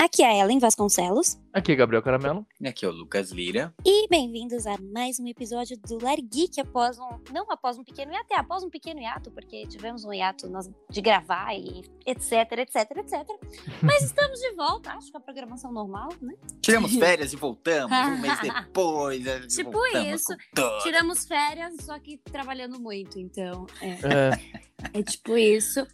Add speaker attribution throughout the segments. Speaker 1: Aqui é a Ellen Vasconcelos.
Speaker 2: Aqui é Gabriel Caramelo.
Speaker 1: né,
Speaker 3: E aqui é o Lucas Lira.
Speaker 1: E bem-vindos a mais um episódio do Lar Geek após um. Não após um pequeno hiato, é após um pequeno hiato, porque tivemos um hiato nós- de gravar e etc, etc, etc. Mas estamos de volta, acho que é a programação normal, né?
Speaker 3: Tiramos férias e voltamos um mês depois. aí
Speaker 1: Tipo
Speaker 3: voltamos
Speaker 1: isso.
Speaker 3: com tudo.
Speaker 1: Tiramos férias, só que trabalhando muito, então. É,
Speaker 2: É,
Speaker 1: é tipo isso.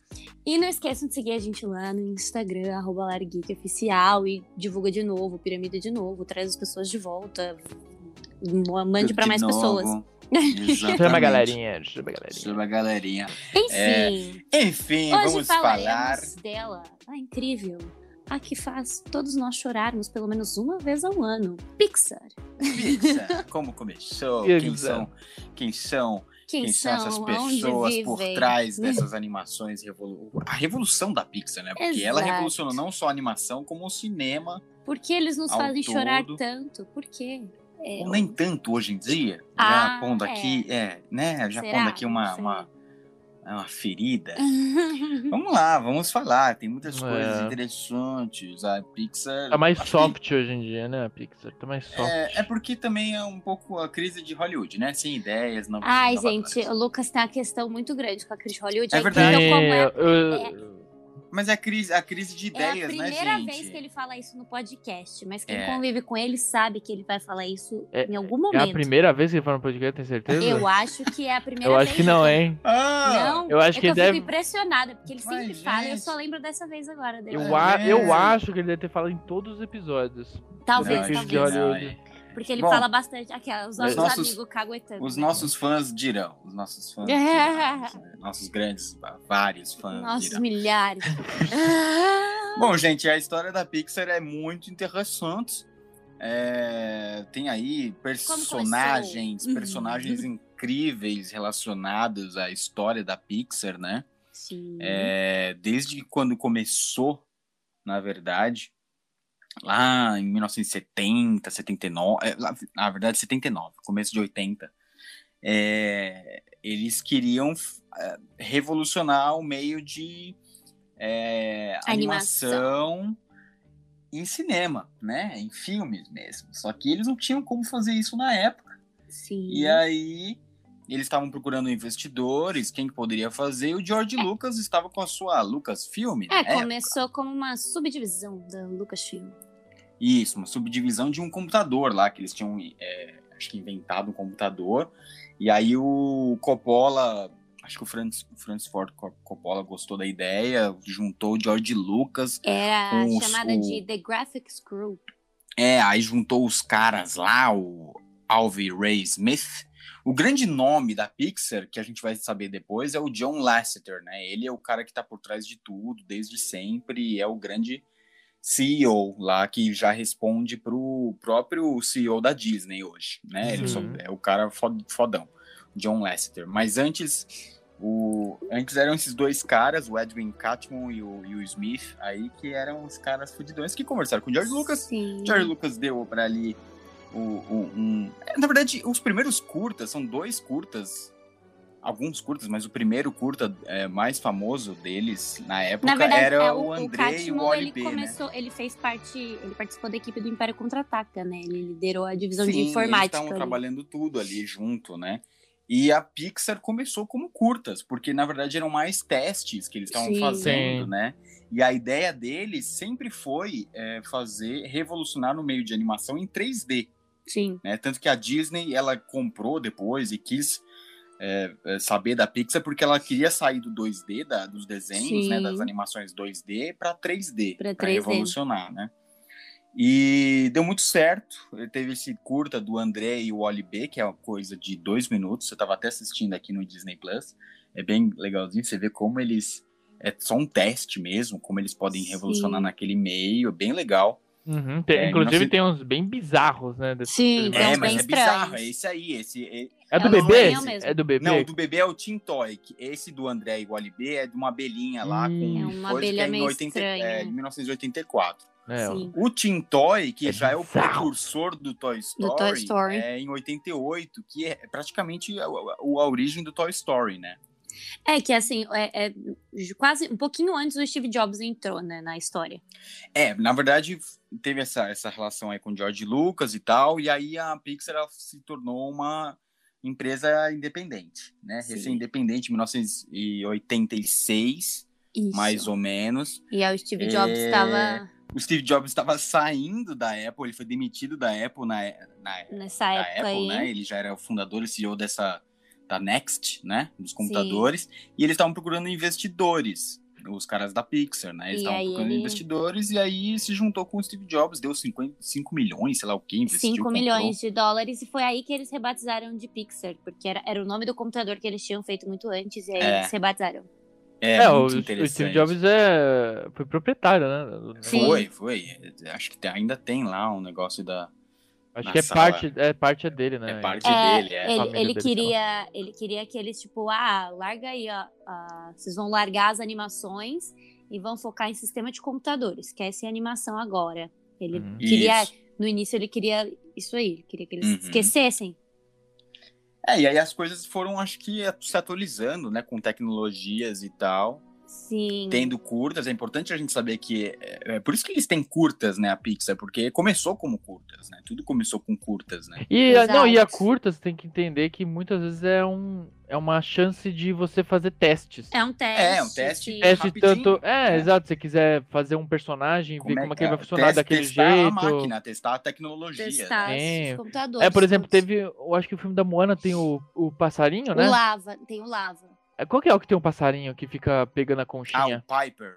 Speaker 1: E não esqueçam de seguir a gente lá no Instagram, arroba Lar Geek Oficial, e divulga de novo, piramida de novo, traz as pessoas de volta. Mande
Speaker 3: Tudo
Speaker 1: pra
Speaker 3: de
Speaker 1: mais
Speaker 3: novo.
Speaker 1: pessoas.
Speaker 3: Exatamente.
Speaker 2: chama a galerinha, chama a galerinha.
Speaker 3: Chama a galerinha. É,
Speaker 1: Enfim,
Speaker 3: Enfim,
Speaker 1: hoje
Speaker 3: vamos
Speaker 1: falaremos
Speaker 3: falar.
Speaker 1: dela, a incrível, a que faz todos nós chorarmos pelo menos uma vez ao ano, Pixar.
Speaker 3: Pizza, como começou,
Speaker 2: Pizza.
Speaker 3: quem são, quem são,
Speaker 1: Quem,
Speaker 3: quem são essas
Speaker 1: aonde
Speaker 3: pessoas por
Speaker 1: vivem.
Speaker 3: trás dessas animações. revolu- A revolução da Pixar, né? Porque ela
Speaker 1: Exato.
Speaker 3: revolucionou não só a animação, como o cinema.
Speaker 1: Por que eles nos
Speaker 3: ao
Speaker 1: fazem chorar
Speaker 3: todo.
Speaker 1: tanto? Por quê? É,
Speaker 3: Ou nem tanto hoje em dia.
Speaker 1: Ah,
Speaker 3: já pondo
Speaker 1: é.
Speaker 3: aqui, é, né? Já
Speaker 1: Será?
Speaker 3: pondo aqui uma,
Speaker 1: Não sei.
Speaker 3: uma, É uma ferida. Vamos lá, vamos falar. Tem muitas
Speaker 2: É.
Speaker 3: coisas interessantes. A Pixar.
Speaker 2: Tá mais
Speaker 3: acho que-
Speaker 2: soft hoje em dia, né, Pixar? Tá mais soft.
Speaker 3: É, é porque também é um pouco a crise de Hollywood, né? Sem ideias, não.
Speaker 1: Ai,
Speaker 3: inovadoras.
Speaker 1: gente, o Lucas tem uma questão muito grande com a Chris Hollywood.
Speaker 3: É verdade.
Speaker 1: Então, como é,
Speaker 2: eu-
Speaker 3: Mas é a crise, a crise de
Speaker 1: é a
Speaker 3: ideias,
Speaker 1: primeira
Speaker 3: né, gente?
Speaker 1: vez que ele fala isso no podcast, mas quem
Speaker 3: É.
Speaker 1: convive com ele sabe que ele vai falar isso
Speaker 2: É-
Speaker 1: em algum
Speaker 2: é
Speaker 1: momento.
Speaker 2: a primeira vez que ele fala no podcast, tem certeza?
Speaker 1: Eu acho que é a primeira
Speaker 2: Eu
Speaker 1: vez.
Speaker 2: acho que não, hein?
Speaker 3: Ah!
Speaker 1: Não,
Speaker 2: Eu acho
Speaker 1: é
Speaker 2: que
Speaker 1: eu
Speaker 2: deve-
Speaker 1: fico impressionada, porque ele
Speaker 3: Mas,
Speaker 1: sempre fala, eu
Speaker 3: gente.
Speaker 1: só lembro dessa vez agora. dele.
Speaker 2: Eu,
Speaker 3: É.
Speaker 2: a- eu
Speaker 3: É.
Speaker 2: acho que ele deve ter falado em todos os episódios.
Speaker 1: Talvez,
Speaker 2: Não,
Speaker 1: talvez.
Speaker 2: de Hollywood.
Speaker 3: é.
Speaker 1: Porque ele
Speaker 3: Bom,
Speaker 1: fala bastante. Aqui, ó, os nossos,
Speaker 3: nossos-
Speaker 1: amigos caguetando.
Speaker 3: Os
Speaker 1: né?
Speaker 3: nossos fãs dirão. Os nossos fãs. dirão, né? Nossos grandes, vários fãs
Speaker 1: Nossos
Speaker 3: dirão.
Speaker 1: milhares. Ah,
Speaker 3: Bom, gente, a história da Pixar é muito interessante. É, tem aí personagens,
Speaker 1: começou?
Speaker 3: personagens incríveis relacionados à história da Pixar, né?
Speaker 1: Sim.
Speaker 3: É, desde quando começou, na verdade, lá em 1970, 79, é, lá- na verdade 79, começo de 80, é, eles queriam f- é, revolucionar o meio de é,
Speaker 1: Animação.
Speaker 3: animação em cinema, né? Em filmes mesmo. Só que eles não tinham como fazer isso na época.
Speaker 1: Sim.
Speaker 3: E aí, eles estavam procurando investidores, quem que poderia fazer, e o George Lucas estava com a sua Lucasfilm.
Speaker 1: É,
Speaker 3: né?
Speaker 1: começou como uma subdivisão da Lucasfilm.
Speaker 3: Isso, uma subdivisão de um computador lá, que eles tinham, é, acho que inventado um computador. E aí o Coppola, acho que o Francis, o Francis Ford Co- Coppola gostou da ideia, juntou o George Lucas.
Speaker 1: Era
Speaker 3: Com os-
Speaker 1: chamada
Speaker 3: o-
Speaker 1: de The Graphics Group.
Speaker 3: É, aí juntou os caras lá, o Alvin Ray Smith. O grande nome da Pixar, que a gente vai saber depois, é o John Lasseter, né? Ele é o cara que tá por trás de tudo, desde sempre, e é o grande CEO lá, que já responde pro próprio CEO da Disney hoje, né? Ele
Speaker 2: Uhum.
Speaker 3: só- é o cara fo- fodão, John Lasseter. Mas antes, o, antes eram esses dois caras, o Edwin Catmull e o, e o Smith, aí que eram os caras fudidões que conversaram com o George Lucas,
Speaker 1: Sim.
Speaker 3: George Lucas deu pra ali o, o- um. é, Na verdade, os primeiros curtas são dois curtas. Alguns curtas, mas o primeiro curta é, mais famoso deles na época
Speaker 1: Na verdade,
Speaker 3: era
Speaker 1: é,
Speaker 3: o André e o
Speaker 1: Catmull,
Speaker 3: Wally
Speaker 1: ele
Speaker 3: B, né?
Speaker 1: começou, ele fez parte, ele participou da equipe do Império Contra-Ataca, né? Ele liderou a divisão de
Speaker 3: Sim, eles
Speaker 1: informática.
Speaker 3: estavam
Speaker 1: ali.
Speaker 3: trabalhando tudo ali junto, né? E a Pixar começou como curtas, porque na verdade eram mais testes que eles estavam
Speaker 1: Sim.
Speaker 3: fazendo,
Speaker 2: Sim.
Speaker 3: né? E a ideia deles sempre foi é, fazer, revolucionar no meio de animação em 3D.
Speaker 1: Sim.
Speaker 3: né? Tanto que a Disney ela comprou depois e quis é, é, saber da Pixar porque ela queria sair do 2D, da- dos desenhos,
Speaker 1: Sim.
Speaker 3: né, das animações 2D para 3D,
Speaker 1: Pra
Speaker 3: pra
Speaker 1: 3D.
Speaker 3: revolucionar, né? E deu muito certo. Teve esse curta do André e o Oli B, que é uma coisa de dois minutos. Eu tava até assistindo aqui no Disney Plus. É bem legalzinho. Você vê como eles. É só um teste mesmo, como eles podem
Speaker 1: Sim.
Speaker 3: revolucionar naquele meio. É bem legal.
Speaker 2: Uhum, tem-
Speaker 3: É,
Speaker 2: inclusive
Speaker 3: 1900
Speaker 2: tem uns bem bizarros, né? desses
Speaker 1: Sim,
Speaker 2: primeiros.
Speaker 1: São
Speaker 3: É,
Speaker 1: bem
Speaker 3: mas é
Speaker 1: estranhos.
Speaker 3: bizarro. É esse aí. Esse,
Speaker 2: É do
Speaker 1: Elas
Speaker 2: bebê?
Speaker 1: ganham mesmo.
Speaker 2: É do bebê?
Speaker 3: Não, o do bebê é o Tim Toy. que Esse do André e Wally B é de uma abelhinha lá
Speaker 2: Hum.
Speaker 3: com
Speaker 2: É
Speaker 1: uma
Speaker 3: coisa que
Speaker 1: abelha
Speaker 3: é em
Speaker 1: meio
Speaker 3: 80
Speaker 1: estranha.
Speaker 3: é, de 1984.
Speaker 2: É,
Speaker 1: Sim.
Speaker 3: O Tim Toy, que
Speaker 2: É
Speaker 3: já é o
Speaker 2: bizarro.
Speaker 3: precursor do Toy Story,
Speaker 1: Toy Story.
Speaker 3: é em 88, que é praticamente a, a- a origem do Toy Story, né?
Speaker 1: É que assim, é, é quase um pouquinho antes o Steve Jobs entrou né, na história.
Speaker 3: É, na verdade, teve essa, essa relação aí com o George Lucas e tal, e aí a Pixar ela se tornou uma empresa independente, né?
Speaker 1: Sim.
Speaker 3: Recém-independente, em 1986,
Speaker 1: Isso.
Speaker 3: mais ou menos.
Speaker 1: E aí o Steve Jobs
Speaker 3: É,
Speaker 1: estava
Speaker 3: O Steve Jobs estava saindo da Apple, ele foi demitido da Apple na, é, na,
Speaker 1: nessa
Speaker 3: da
Speaker 1: época
Speaker 3: Apple,
Speaker 1: aí.
Speaker 3: né? Ele já era o fundador e CEO dessa da Next, né? Dos computadores. E eles estavam procurando investidores, os caras da Pixar, né? Eles
Speaker 1: E
Speaker 3: estavam
Speaker 1: aí
Speaker 3: procurando
Speaker 1: ele-
Speaker 3: investidores e aí se juntou com o Steve Jobs, deu 55 milhões, sei lá o que, investiu.
Speaker 1: 5
Speaker 3: comprou.
Speaker 1: milhões de dólares, e foi aí que eles rebatizaram de Pixar, porque era, era o nome do computador que eles tinham feito muito antes, e aí
Speaker 3: É.
Speaker 1: eles rebatizaram.
Speaker 3: É,
Speaker 2: É, o,
Speaker 3: muito
Speaker 2: o
Speaker 3: interessante.
Speaker 2: Steve Jobs é, foi proprietário, né? do negócio.
Speaker 1: Sim.
Speaker 3: Foi, foi. Acho que tem- ainda tem lá um negócio da.
Speaker 2: Acho
Speaker 3: na
Speaker 2: que é
Speaker 3: sala.
Speaker 2: parte, é parte é dele, né?
Speaker 3: É parte
Speaker 1: É,
Speaker 3: dele, é.
Speaker 2: Família
Speaker 1: Ele, ele
Speaker 2: dele,
Speaker 1: queria, ele queria que eles, tipo, ah, larga aí, ó, ah, vocês vão largar as animações e vão focar em sistema de computadores, esquece a animação agora. Ele
Speaker 2: Uhum.
Speaker 1: queria,
Speaker 3: Isso.
Speaker 1: no início ele queria isso aí, ele queria que eles
Speaker 3: Uhum.
Speaker 1: esquecessem.
Speaker 3: É, e aí as coisas foram, acho que, se atualizando, né? Com tecnologias e tal.
Speaker 1: Sim.
Speaker 3: tendo curtas. É importante a gente saber que. É, é por isso que eles têm curtas, né, a Pixar, porque começou como curtas, né? Tudo começou com curtas, né?
Speaker 2: E a, não, e a
Speaker 1: Exato.
Speaker 2: curta, você tem que entender que muitas vezes é, um, é uma chance de você fazer testes.
Speaker 1: É um teste.
Speaker 3: É, um teste.
Speaker 1: sim.
Speaker 2: Teste
Speaker 3: rapidinho.
Speaker 2: tanto. É,
Speaker 3: É.
Speaker 2: exato. Se você quiser fazer um personagem, ver como é que ele vai funcionar
Speaker 3: test-
Speaker 2: daquele
Speaker 3: testar
Speaker 2: jeito.
Speaker 3: a máquina, testar a tecnologia.
Speaker 1: Testar
Speaker 3: né?
Speaker 2: É.
Speaker 1: os computadores.
Speaker 2: É, por exemplo,
Speaker 1: todos.
Speaker 2: teve. Eu acho que o filme da Moana tem o, o passarinho,
Speaker 1: O
Speaker 2: né?
Speaker 1: lava, tem o lava.
Speaker 2: É, Qual que é o que tem um passarinho que fica pegando a
Speaker 3: Ah, o
Speaker 2: conchinha?
Speaker 3: Piper.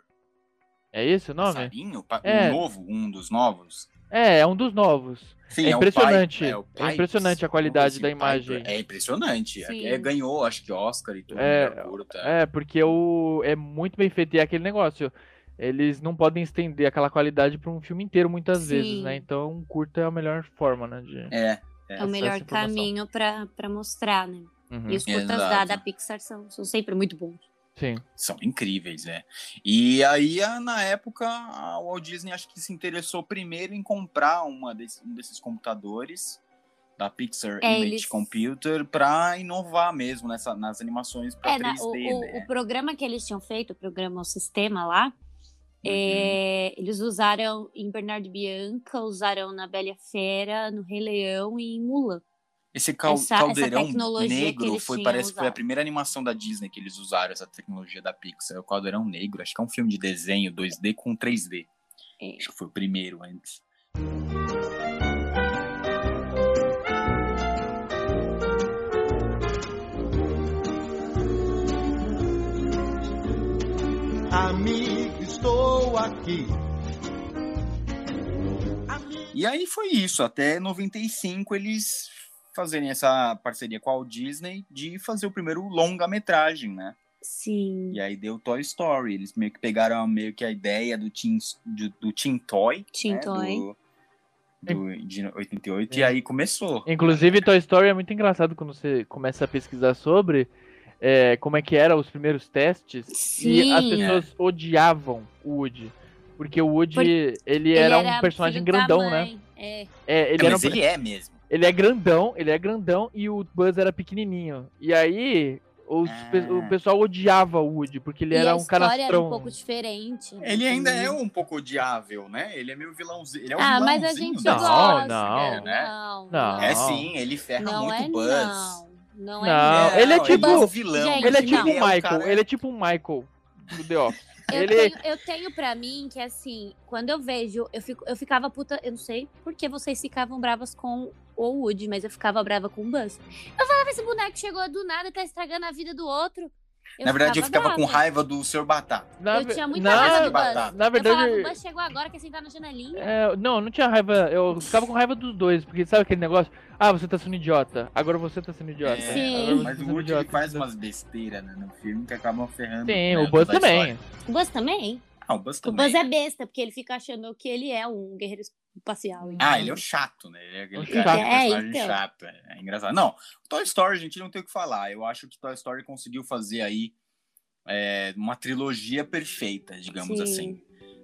Speaker 2: É esse o nome?
Speaker 3: Passarinho? Pa-
Speaker 2: É.
Speaker 3: Um novo? Um dos novos?
Speaker 2: É, é um dos novos.
Speaker 3: Sim,
Speaker 2: É
Speaker 3: o Piper,
Speaker 2: impressionante.
Speaker 3: é o
Speaker 2: É
Speaker 3: Pipes,
Speaker 2: impressionante a qualidade
Speaker 3: alguma coisa
Speaker 2: da
Speaker 3: assim,
Speaker 2: imagem.
Speaker 3: Piper. É impressionante.
Speaker 1: Sim.
Speaker 3: É, ganhou, acho que Oscar e tudo.
Speaker 2: É,
Speaker 3: melhor curta.
Speaker 2: É, porque o, é muito bem feito. E é aquele negócio. Eles não podem estender aquela qualidade pra um filme inteiro muitas vezes,
Speaker 1: Sim.
Speaker 2: né? Então, curta é a melhor forma, né? De...
Speaker 3: É.
Speaker 1: É o
Speaker 2: Essa-
Speaker 1: melhor
Speaker 2: essa informação.
Speaker 1: caminho pra, pra mostrar, né?
Speaker 2: Uhum,
Speaker 1: E os curtas
Speaker 3: Exato.
Speaker 1: da, da Pixar são, são sempre muito bons.
Speaker 2: Sim.
Speaker 3: São incríveis, é. E aí, a- na época, a Walt Disney acho que se interessou primeiro em comprar uma desse- um desses computadores da Pixar
Speaker 1: É,
Speaker 3: Image
Speaker 1: eles-
Speaker 3: Computer para inovar mesmo nessa, nas animações para
Speaker 1: É, na-
Speaker 3: 3D,
Speaker 1: o, o-
Speaker 3: né?
Speaker 1: o programa que eles tinham feito, o programa, o sistema lá, é,
Speaker 3: Uhum.
Speaker 1: eles usaram em Bernardo e Bianca, usaram na Bela e a Fera, no Rei Leão e em Mulan.
Speaker 3: Esse cal-
Speaker 1: essa- essa
Speaker 3: caldeirão
Speaker 1: tecnologia que
Speaker 3: negro
Speaker 1: eles
Speaker 3: foi,
Speaker 1: tinham
Speaker 3: parece que foi a
Speaker 1: usado.
Speaker 3: primeira animação da Disney que eles usaram, essa tecnologia da Pixar, o caldeirão negro. Acho que é um filme de desenho 2D com 3D.
Speaker 1: É.
Speaker 3: Acho que foi o primeiro antes.
Speaker 4: Amigo, estou aqui.
Speaker 3: E aí foi isso, até 95 eles fazerem essa parceria com a Walt Disney de fazer o primeiro longa-metragem, né?
Speaker 1: Sim.
Speaker 3: E aí deu Toy Story, eles meio que pegaram meio que a ideia do Teen, do, do Teen Toy,
Speaker 1: Teen
Speaker 3: né?
Speaker 1: Toy.
Speaker 3: Do, do- de 88, e aí começou.
Speaker 2: É. Inclusive, Toy Story é muito engraçado quando você começa a pesquisar sobre é, como é que eram os primeiros testes. E as
Speaker 1: Sim.
Speaker 2: pessoas odiavam o Woody. Porque o Woody,
Speaker 1: Por-
Speaker 2: ele, era, um personagem grandão, né?
Speaker 1: É,
Speaker 2: É, ele,
Speaker 3: É,
Speaker 2: era
Speaker 3: mas
Speaker 2: um-
Speaker 3: ele é mesmo.
Speaker 2: ele é grandão, ele é grandão e o Buzz era pequenininho. E aí, os pe-
Speaker 3: Ah.
Speaker 2: o pessoal odiava o Woody, porque ele
Speaker 1: e
Speaker 2: era
Speaker 1: a
Speaker 2: um
Speaker 1: história
Speaker 2: canastrão.
Speaker 1: era um pouco diferente. né,
Speaker 3: Ele ainda
Speaker 1: também.
Speaker 3: é um pouco odiável, né? Ele é meio vilãozinho. Ele é um
Speaker 1: Ah, mas a
Speaker 3: vilãozinho
Speaker 1: gente
Speaker 3: da
Speaker 2: Não,
Speaker 1: gosta.
Speaker 3: história,
Speaker 2: não.
Speaker 3: né?
Speaker 1: não,
Speaker 2: Não.
Speaker 3: É sim, ele ferra
Speaker 1: Não
Speaker 3: muito
Speaker 1: é,
Speaker 3: Buzz.
Speaker 1: não. Não é,
Speaker 2: Não,
Speaker 1: não.
Speaker 2: ele é tipo-
Speaker 3: um vilão.
Speaker 1: Gente,
Speaker 2: Ele é
Speaker 1: Não.
Speaker 2: tipo o
Speaker 3: um
Speaker 2: Michael,
Speaker 3: cara-
Speaker 2: ele é tipo o Michael do The Office.
Speaker 1: Eu,
Speaker 2: Ele- é
Speaker 1: tenho, eu tenho pra mim que, assim, quando eu vejo, eu, fico, eu ficava puta. Eu não sei porque vocês ficavam bravas com o Woody, mas eu ficava brava com o Buzz. Eu falava, esse boneco chegou do nada e tá estragando a vida do outro.
Speaker 3: Na verdade, eu ficava com
Speaker 1: brava.
Speaker 3: raiva do Sr. Batata.
Speaker 2: Na,
Speaker 1: eu
Speaker 2: ve-
Speaker 1: tinha muita
Speaker 2: na-
Speaker 1: raiva do
Speaker 3: batata.
Speaker 1: Buzz.
Speaker 2: na
Speaker 1: Eu falava,
Speaker 2: verdade,
Speaker 1: o Buzz chegou agora, quer sentar na janelinha.
Speaker 2: É, não, não tinha raiva. Eu ficava com raiva dos dois, porque sabe aquele negócio? Ah, você tá sendo idiota. Agora você tá sendo idiota.
Speaker 3: É,
Speaker 1: Sim.
Speaker 2: Agora você
Speaker 3: Mas
Speaker 2: tá
Speaker 3: o
Speaker 2: sendo
Speaker 3: Woody ele
Speaker 2: idiota.
Speaker 3: faz umas besteiras né, no filme que acabam ferrando.
Speaker 2: Sim,
Speaker 3: né,
Speaker 2: o Buzz
Speaker 3: toda a
Speaker 2: também.
Speaker 3: história.
Speaker 1: O Buzz também.
Speaker 3: Ah, o Buzz
Speaker 1: O
Speaker 3: também.
Speaker 1: Buzz é besta, porque ele fica achando que ele é um guerreiro espacial.
Speaker 3: Ah, ele é o chato, né? Ele é aquele
Speaker 2: O
Speaker 3: cara,
Speaker 2: chato.
Speaker 3: é,
Speaker 1: É,
Speaker 3: personagem
Speaker 1: então.
Speaker 3: chato. É, é engraçado. Não, Toy Story, gente, não tem o que falar. Eu acho que Toy Story conseguiu fazer aí é, uma trilogia perfeita, digamos
Speaker 1: Sim.
Speaker 3: assim.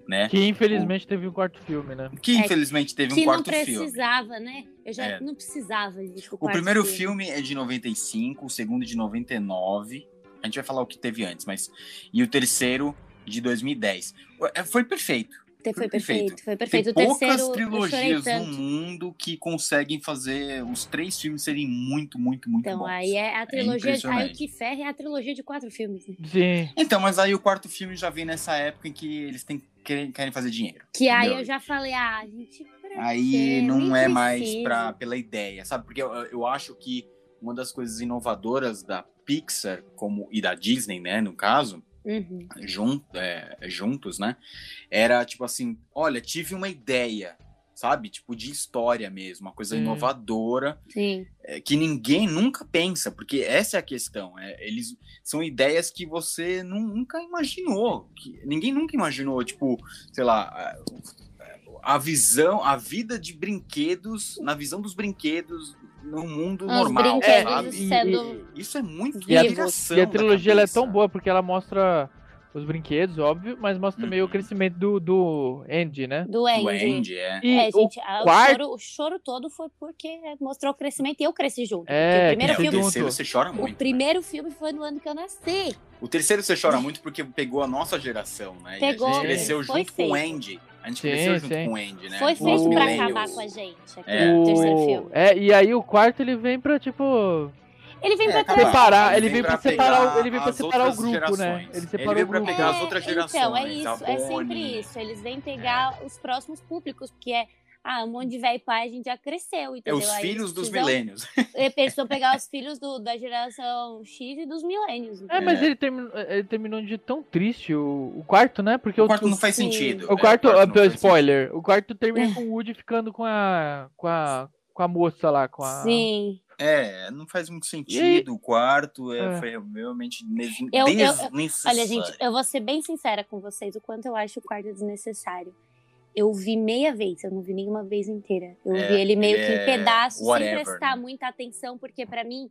Speaker 3: Né?
Speaker 2: Que infelizmente teve um quarto filme, né?
Speaker 3: Que
Speaker 1: É,
Speaker 3: infelizmente teve um
Speaker 1: que não
Speaker 3: quarto filme.
Speaker 1: precisava, né? Eu já
Speaker 3: É.
Speaker 1: não precisava de tipo,
Speaker 3: O primeiro filme é de 95, o segundo de 99. A gente vai falar o que teve antes, mas. E o terceiro de 2010. É, Foi perfeito.
Speaker 1: Te- Então, Foi
Speaker 3: Foi perfeito.
Speaker 1: perfeito, foi perfeito.
Speaker 3: Tem
Speaker 1: o terceiro,
Speaker 3: poucas
Speaker 1: eu chorei
Speaker 3: trilogias no
Speaker 1: tanto.
Speaker 3: mundo que conseguem fazer os três filmes serem muito, muito, muito
Speaker 1: Então,
Speaker 3: bons.
Speaker 1: aí é a trilogia. de- aí o
Speaker 3: impressionante.
Speaker 1: que ferra é a trilogia de quatro filmes. né?
Speaker 2: Sim.
Speaker 3: Então, mas aí o quarto filme já vem nessa época em que eles têm, querem, querem fazer dinheiro.
Speaker 1: Que aí
Speaker 3: Entendeu?
Speaker 1: eu já falei, ah, gente. pra
Speaker 3: Aí
Speaker 1: quê?
Speaker 3: não
Speaker 1: Nem
Speaker 3: é mais
Speaker 1: precisa.
Speaker 3: pra, pela ideia, sabe? Porque eu, eu acho que uma das coisas inovadoras da Pixar como, e da Disney, né, no caso,
Speaker 1: Uhum.
Speaker 3: jun, é, juntos, né? Era tipo assim, olha, tive uma ideia, sabe? Tipo de história mesmo, uma coisa
Speaker 2: Hum.
Speaker 3: inovadora
Speaker 1: Sim.
Speaker 3: é, que ninguém nunca pensa, porque essa é a questão. é, eles são ideias que você nu- nunca imaginou, que ninguém nunca imaginou, tipo, sei lá, a, a visão, a vida de brinquedos, na visão dos brinquedos no mundo
Speaker 1: Os
Speaker 3: normal,
Speaker 1: brinquedos
Speaker 3: sabe?
Speaker 1: sendo.
Speaker 3: Isso é muito
Speaker 1: E a-
Speaker 3: piração
Speaker 2: E a
Speaker 3: da
Speaker 2: trilogia ela é
Speaker 3: cabeça.
Speaker 2: tão boa porque ela mostra os brinquedos, óbvio, mas mostra também o
Speaker 3: Uhum.
Speaker 2: crescimento do, do Andy, né?
Speaker 1: Do
Speaker 3: do
Speaker 1: Andy.
Speaker 3: Andy, é.
Speaker 2: E
Speaker 1: é,
Speaker 2: o
Speaker 1: gente, ah, o,
Speaker 2: quarto-
Speaker 1: choro, o choro todo foi porque mostrou o crescimento e eu cresci junto. Porque
Speaker 2: É, Primeiro
Speaker 3: é,
Speaker 1: o primeiro
Speaker 3: o
Speaker 2: filme-
Speaker 3: terceiro você chora
Speaker 1: filme.
Speaker 3: muito.
Speaker 1: O primeiro filme foi no ano que eu nasci.
Speaker 3: O terceiro você chora muito porque pegou a nossa geração, né? E
Speaker 1: Pegou,
Speaker 3: a gente cresceu
Speaker 1: foi
Speaker 3: junto com o
Speaker 1: feito.
Speaker 3: Andy. A gente
Speaker 2: Sim,
Speaker 3: cresceu junto
Speaker 2: sim.
Speaker 3: com o Andy, né?
Speaker 1: Foi
Speaker 3: Os
Speaker 1: feito pra
Speaker 3: millennials.
Speaker 1: acabar com a gente. Aquele
Speaker 3: É.
Speaker 2: o-
Speaker 1: terceiro filme.
Speaker 2: É, e aí o quarto ele vem pra, tipo,
Speaker 1: Ele vem
Speaker 3: É,
Speaker 1: pra
Speaker 3: acabar.
Speaker 1: trás.
Speaker 2: separar, ele vem
Speaker 3: Ele vem
Speaker 2: pra
Speaker 3: pra
Speaker 2: separar,
Speaker 3: pegar
Speaker 2: o- ele vem pra
Speaker 3: as
Speaker 2: separar o
Speaker 3: outras
Speaker 2: grupo, né?
Speaker 3: gerações.
Speaker 2: Ele
Speaker 3: Ele
Speaker 2: separou
Speaker 3: veio
Speaker 2: o
Speaker 3: pra
Speaker 2: grupo.
Speaker 3: pegar as outras
Speaker 1: Então, é
Speaker 3: gerações,
Speaker 1: isso.
Speaker 3: a
Speaker 1: é sempre
Speaker 3: Bonnie.
Speaker 1: isso. Eles vêm pegar os próximos públicos, porque é. Ah, um monte de velho e pai a gente já cresceu,
Speaker 3: É
Speaker 1: entendeu?
Speaker 3: os
Speaker 1: Aí
Speaker 3: filhos dos
Speaker 1: precisam-
Speaker 3: milênios.
Speaker 1: é, Precisam pegar os filhos do- da geração X e dos milênios.
Speaker 2: É, mas ele, termi- ele terminou de jeito tão triste o, o quarto, né? Porque
Speaker 3: O quarto não faz
Speaker 1: sim.
Speaker 3: sentido.
Speaker 2: O quarto,
Speaker 3: É,
Speaker 2: ah,
Speaker 3: não
Speaker 2: pelo
Speaker 3: faz
Speaker 2: spoiler, o quarto
Speaker 1: É.
Speaker 2: termina com o Woody ficando com a, com a, com a moça lá, com a...
Speaker 1: Sim.
Speaker 3: sentido. É, não faz muito
Speaker 2: E
Speaker 3: sentido. O quarto é,
Speaker 2: É.
Speaker 3: foi realmente des-
Speaker 1: Eu- eu- eu-
Speaker 3: desnecessário.
Speaker 1: Olha, gente, eu vou ser bem sincera com vocês, o quanto eu acho o quarto desnecessário. Eu vi meia vez, eu não vi nenhuma vez inteira. Eu
Speaker 3: É,
Speaker 1: vi ele meio
Speaker 3: ele
Speaker 1: que
Speaker 3: é
Speaker 1: em pedaços,
Speaker 3: whatever,
Speaker 1: sem prestar
Speaker 3: né?
Speaker 1: muita atenção, porque pra mim,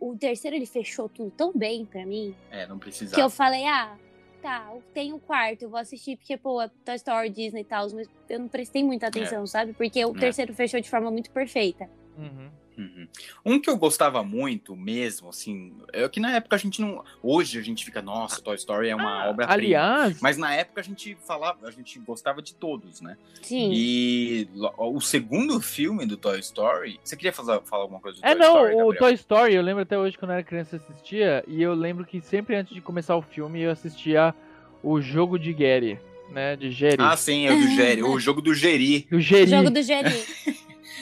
Speaker 1: o terceiro ele fechou tudo tão bem pra mim,
Speaker 3: É, não
Speaker 1: que eu
Speaker 3: precisava.
Speaker 1: falei, ah, tá, eu tenho um quarto, eu vou assistir, porque, pô, é Toy Story, Disney e tal, mas eu não prestei muita atenção, sabe? Porque o
Speaker 3: É.
Speaker 1: terceiro fechou de forma muito perfeita.
Speaker 2: Uhum.
Speaker 3: Uhum. Um que eu gostava muito mesmo, assim, é que na época a gente não. Hoje a gente fica, nossa, Toy Story é
Speaker 2: Ah,
Speaker 3: uma obra-prima.
Speaker 2: Aliás,
Speaker 3: Mas na época a gente falava, a gente gostava de todos, né?
Speaker 1: Sim.
Speaker 3: E lo- o segundo filme do Toy Story. Você queria fazer, falar alguma coisa do
Speaker 2: É,
Speaker 3: Toy
Speaker 2: não,
Speaker 3: Story?
Speaker 2: o
Speaker 3: Gabriel?
Speaker 2: Toy Story, eu lembro até hoje quando eu era criança eu assistia, e eu lembro que sempre antes de começar o filme eu assistia o jogo de Gary, né? De Jerry.
Speaker 3: Ah, sim, é o do Jerry. o jogo do Jerry.
Speaker 2: o Jerry,
Speaker 1: Jogo do
Speaker 3: É.
Speaker 1: Jerry.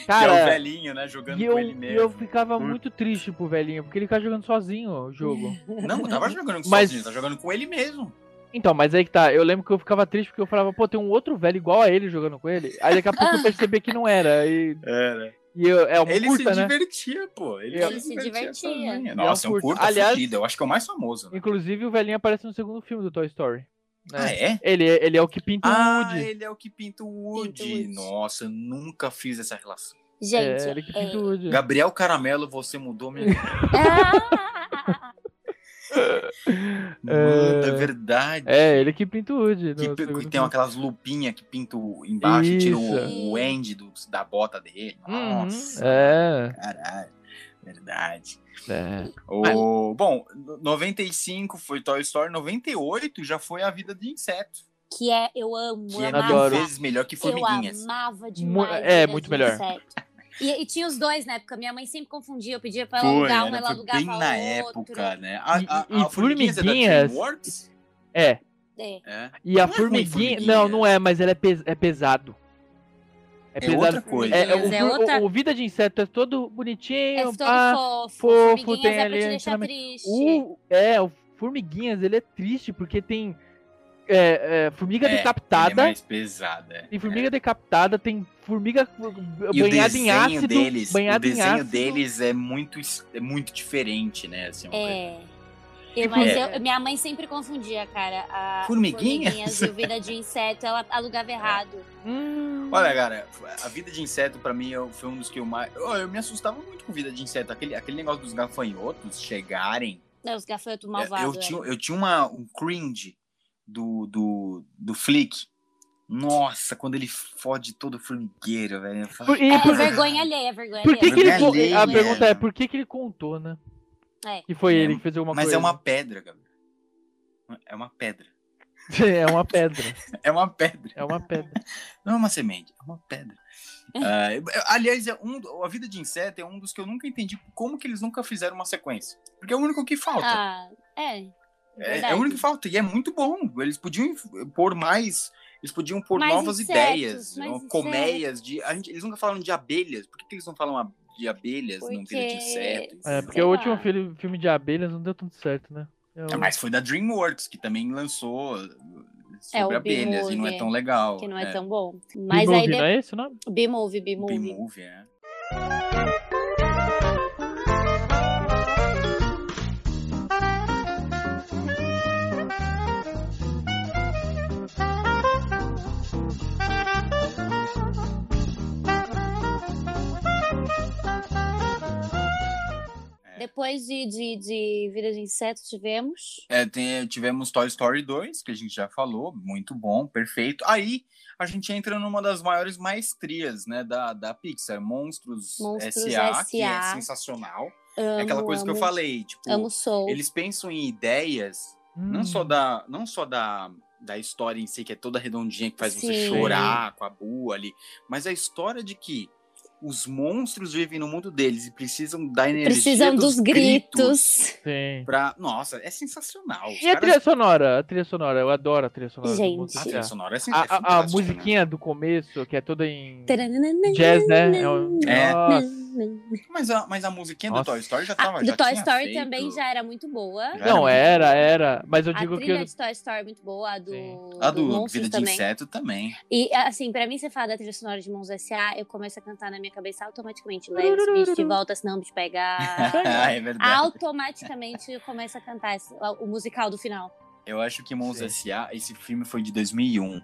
Speaker 3: que é o
Speaker 2: cara.
Speaker 3: velhinho, né? Jogando
Speaker 2: e eu,
Speaker 3: com ele
Speaker 2: e
Speaker 3: mesmo. Hum.
Speaker 2: eu ficava
Speaker 3: Por-
Speaker 2: muito triste pro velhinho, porque ele ficava jogando sozinho o jogo.
Speaker 3: Não, eu tava jogando com
Speaker 2: Mas-
Speaker 3: sozinho, tá jogando com ele mesmo.
Speaker 2: Então, mas aí que tá, eu lembro que eu ficava triste porque eu falava, pô, tem um outro velho igual a ele jogando com ele. Aí daqui a pouco
Speaker 1: Ah.
Speaker 2: eu percebi que não era. E,
Speaker 1: né?
Speaker 3: Era.
Speaker 2: e eu- é uma
Speaker 3: Ele
Speaker 2: curta,
Speaker 3: se
Speaker 2: né?
Speaker 3: divertia, pô. Ele,
Speaker 2: Ele
Speaker 1: se divertia.
Speaker 3: sozinho.
Speaker 2: é um
Speaker 3: Nossa, é um
Speaker 2: curta.
Speaker 3: curta
Speaker 2: Aliás-
Speaker 3: fudido. Eu acho que é o mais famoso. Né?
Speaker 2: Inclusive o velhinho aparece no segundo filme do Toy Story. né?
Speaker 3: Ah, é?
Speaker 2: ele, é- ele é o que pinta
Speaker 3: Ah,
Speaker 2: o Woody.
Speaker 3: ele é o que pinta o
Speaker 1: Pinta o
Speaker 3: Woody.
Speaker 1: Woody.
Speaker 3: Nossa, eu nunca fiz essa relação.
Speaker 1: Gente.
Speaker 2: é, ele que
Speaker 1: é-
Speaker 2: pinta o Woody.
Speaker 3: Gabriel Caramelo, você mudou minha vida.
Speaker 1: Ah!
Speaker 3: Mano, é verdade.
Speaker 2: É, ele que pinta o Woody.
Speaker 3: Que
Speaker 2: no
Speaker 3: pe-
Speaker 2: segundo
Speaker 3: tem
Speaker 2: filme.
Speaker 3: aquelas lupinhas que pinta o- embaixo e tira
Speaker 1: Isso.
Speaker 3: o, o Andy do- da bota dele.
Speaker 2: Uhum,
Speaker 3: Nossa,
Speaker 2: É,
Speaker 3: caralho. Verdade.
Speaker 2: é.
Speaker 3: O, bom, no- 95 foi Toy Story, 98 já foi A Vida de Inseto.
Speaker 1: que é, eu amo,
Speaker 3: Que é
Speaker 1: amava.
Speaker 2: adoro.
Speaker 3: mil vezes melhor que
Speaker 1: Eu
Speaker 3: Formiguinhas.
Speaker 1: amava
Speaker 2: Mu-
Speaker 1: demais.
Speaker 2: é,
Speaker 1: Ilha
Speaker 2: muito
Speaker 1: de
Speaker 2: melhor.
Speaker 1: Inseto. E, e tinha os dois na época. Minha mãe sempre confundia. Eu pedia pra ela
Speaker 3: Foi,
Speaker 1: alugar um,
Speaker 3: era-
Speaker 1: ela
Speaker 3: foi
Speaker 1: alugava
Speaker 3: bem na
Speaker 1: outro.
Speaker 3: época, né? A,
Speaker 2: E-
Speaker 3: a,
Speaker 2: e
Speaker 3: a Formiguinhas é da
Speaker 2: Formiguinhas-
Speaker 3: DreamWorks?
Speaker 2: É,
Speaker 1: É.
Speaker 3: É.
Speaker 2: e a
Speaker 3: Não é ruim,
Speaker 2: formiguinha...
Speaker 3: formiguinha.
Speaker 2: Não, não é, mas ela é, pes- é pesado. É
Speaker 3: É outra
Speaker 2: pesado.
Speaker 3: coisa.
Speaker 2: É, é, o,
Speaker 1: Mas é
Speaker 2: o-
Speaker 1: outra-
Speaker 2: o Vida de Inseto é todo
Speaker 1: É
Speaker 2: bonitinho,
Speaker 1: todo
Speaker 2: pá.
Speaker 1: fofo.
Speaker 2: ah, fofo,
Speaker 1: Formiguinhas
Speaker 2: tem
Speaker 1: é pra
Speaker 2: ali
Speaker 1: te
Speaker 2: um
Speaker 1: deixar
Speaker 2: ensinamento.
Speaker 1: triste.
Speaker 2: O, é, o Formiguinhas, ele é triste porque tem é, é, formiga
Speaker 3: É, ele é
Speaker 2: decapitada,
Speaker 3: mais pesada. é.
Speaker 2: tem formiga decapitada, tem formiga uh,
Speaker 3: E o
Speaker 2: banhada em
Speaker 3: desenho
Speaker 2: ácido.
Speaker 3: deles, o
Speaker 2: banhada em
Speaker 3: desenho
Speaker 2: ácido.
Speaker 3: deles é muito, es- é muito diferente, né? Assim, uma coisa-
Speaker 1: É. Eu- mas
Speaker 2: É.
Speaker 1: eu- minha mãe sempre confundia, cara. A
Speaker 3: Formiguinhas? É.
Speaker 1: Formiguinhas e o Vida de Inseto. Ela alugava errado.
Speaker 2: Hum.
Speaker 3: Olha, cara, a vida de inseto pra mim eu- foi um dos que eu mais. Eu, eu me assustava muito com vida de inseto. Aquele, aquele negócio dos gafanhotos chegarem.
Speaker 1: Não, os gafanhotos
Speaker 3: É,
Speaker 1: malvados.
Speaker 3: eu,
Speaker 1: é.
Speaker 3: tinha, eu tinha uma, um cringe do, do, do Flick. Nossa, quando ele fode todo o formigueiro, velho. eu falo,
Speaker 2: Por- e
Speaker 1: É,
Speaker 2: por-
Speaker 1: vergonha alheia, vergonha
Speaker 2: Por que,
Speaker 1: alheia.
Speaker 2: que ele.
Speaker 3: Vermelhinho,
Speaker 2: A pergunta é:
Speaker 3: né?
Speaker 2: por que, que ele contou, né?
Speaker 1: É.
Speaker 2: Que foi
Speaker 3: É,
Speaker 2: ele que fez alguma
Speaker 3: Mas
Speaker 2: coisa.
Speaker 3: é uma pedra, Gabriel. É uma pedra.
Speaker 2: é uma pedra.
Speaker 3: É uma pedra.
Speaker 2: É uma pedra.
Speaker 3: Não é uma semente, é uma pedra.
Speaker 1: É.
Speaker 3: Ah, eu- eu- aliás, é um, a vida de inseto é um dos que eu nunca entendi como que eles nunca fizeram uma sequência. Porque é o único que falta.
Speaker 1: Ah, é.
Speaker 3: É, é
Speaker 1: verdade.
Speaker 3: o único que falta. E é muito bom. Eles podiam pôr mais. Eles podiam pôr
Speaker 1: Mais
Speaker 3: novas
Speaker 1: insetos,
Speaker 3: ideias,
Speaker 1: mais
Speaker 3: ó,
Speaker 1: insetos.
Speaker 3: colmeias. De, a gente- eles nunca falaram de abelhas. Por que, que eles não falam a- de abelhas, não vida de
Speaker 1: Porque-
Speaker 3: inseto?
Speaker 2: É, porque
Speaker 1: Sei
Speaker 2: o
Speaker 1: lá.
Speaker 2: último filme, filme de abelhas não deu tudo certo, né? Eu-
Speaker 3: É, Mas foi da DreamWorks, que também lançou uh,
Speaker 1: É, o
Speaker 3: sobre abelhas e não é
Speaker 1: B-Movie,
Speaker 3: tão legal.
Speaker 1: Que não é,
Speaker 3: É,
Speaker 1: tão bom. Mas aí.
Speaker 2: B-Movie,
Speaker 1: de-
Speaker 2: não é esse o nome?
Speaker 1: B-Movie, B-Movie.
Speaker 3: B-Movie, é.
Speaker 1: Depois de, de, de Vida de Inseto, tivemos.
Speaker 3: É, tem- tivemos Toy Story 2, que a gente já falou, muito bom, perfeito. Aí a gente entra numa das maiores maestrias, né, da, da Pixar, Monstros,
Speaker 1: Monstros
Speaker 3: S.A., que é
Speaker 1: S.A..
Speaker 3: sensacional.
Speaker 1: Amo,
Speaker 3: é aquela coisa
Speaker 1: amo,
Speaker 3: que eu falei, tipo,
Speaker 1: Amo Soul.
Speaker 3: eles pensam em ideias,
Speaker 2: Hum.
Speaker 3: não só da não só da, da história em si, que é toda redondinha, que faz você
Speaker 1: Sim.
Speaker 3: chorar com a bua ali, mas a história de que os monstros vivem no mundo deles e precisam da energia
Speaker 1: Precisam dos gritos.
Speaker 2: Sim.
Speaker 3: pra... Nossa, é sensacional. Os
Speaker 2: E a
Speaker 3: caras-
Speaker 2: trilha sonora? A trilha sonora, eu adoro a trilha sonora. do
Speaker 1: Gente.
Speaker 2: Monstro
Speaker 3: A
Speaker 2: S.A..
Speaker 3: trilha sonora é sen- é
Speaker 2: A- a, a
Speaker 3: fantástica, né?
Speaker 2: musiquinha do começo, que é toda em
Speaker 1: Taranana,
Speaker 2: jazz, né? É. um-
Speaker 3: É.
Speaker 2: Nossa.
Speaker 3: Mas a, mas a musiquinha
Speaker 2: Nossa.
Speaker 3: do Toy Story já
Speaker 1: Ah,
Speaker 3: tava. já
Speaker 1: do Toy
Speaker 3: tinha
Speaker 1: Story
Speaker 3: feito.
Speaker 1: também já era muito boa.
Speaker 3: Já
Speaker 2: Não,
Speaker 3: era
Speaker 2: era, era. Mas eu
Speaker 1: A
Speaker 2: digo que.
Speaker 1: trilha
Speaker 2: eu-
Speaker 1: de Toy Story é muito boa, a do,
Speaker 2: Sim.
Speaker 3: A do
Speaker 1: Monstros
Speaker 3: Vida de
Speaker 1: também.
Speaker 3: Inseto também.
Speaker 1: E assim, pra mim, você fala da trilha sonora de Mons S.A., eu começo a cantar na minha cabeça automaticamente. Leve os bichos de volta, senão o bicho pega.
Speaker 3: é verdade.
Speaker 1: automaticamente eu começo a cantar esse- o musical do final.
Speaker 3: Eu acho que Mons
Speaker 2: Sim.
Speaker 3: S.A., esse filme foi de 2001.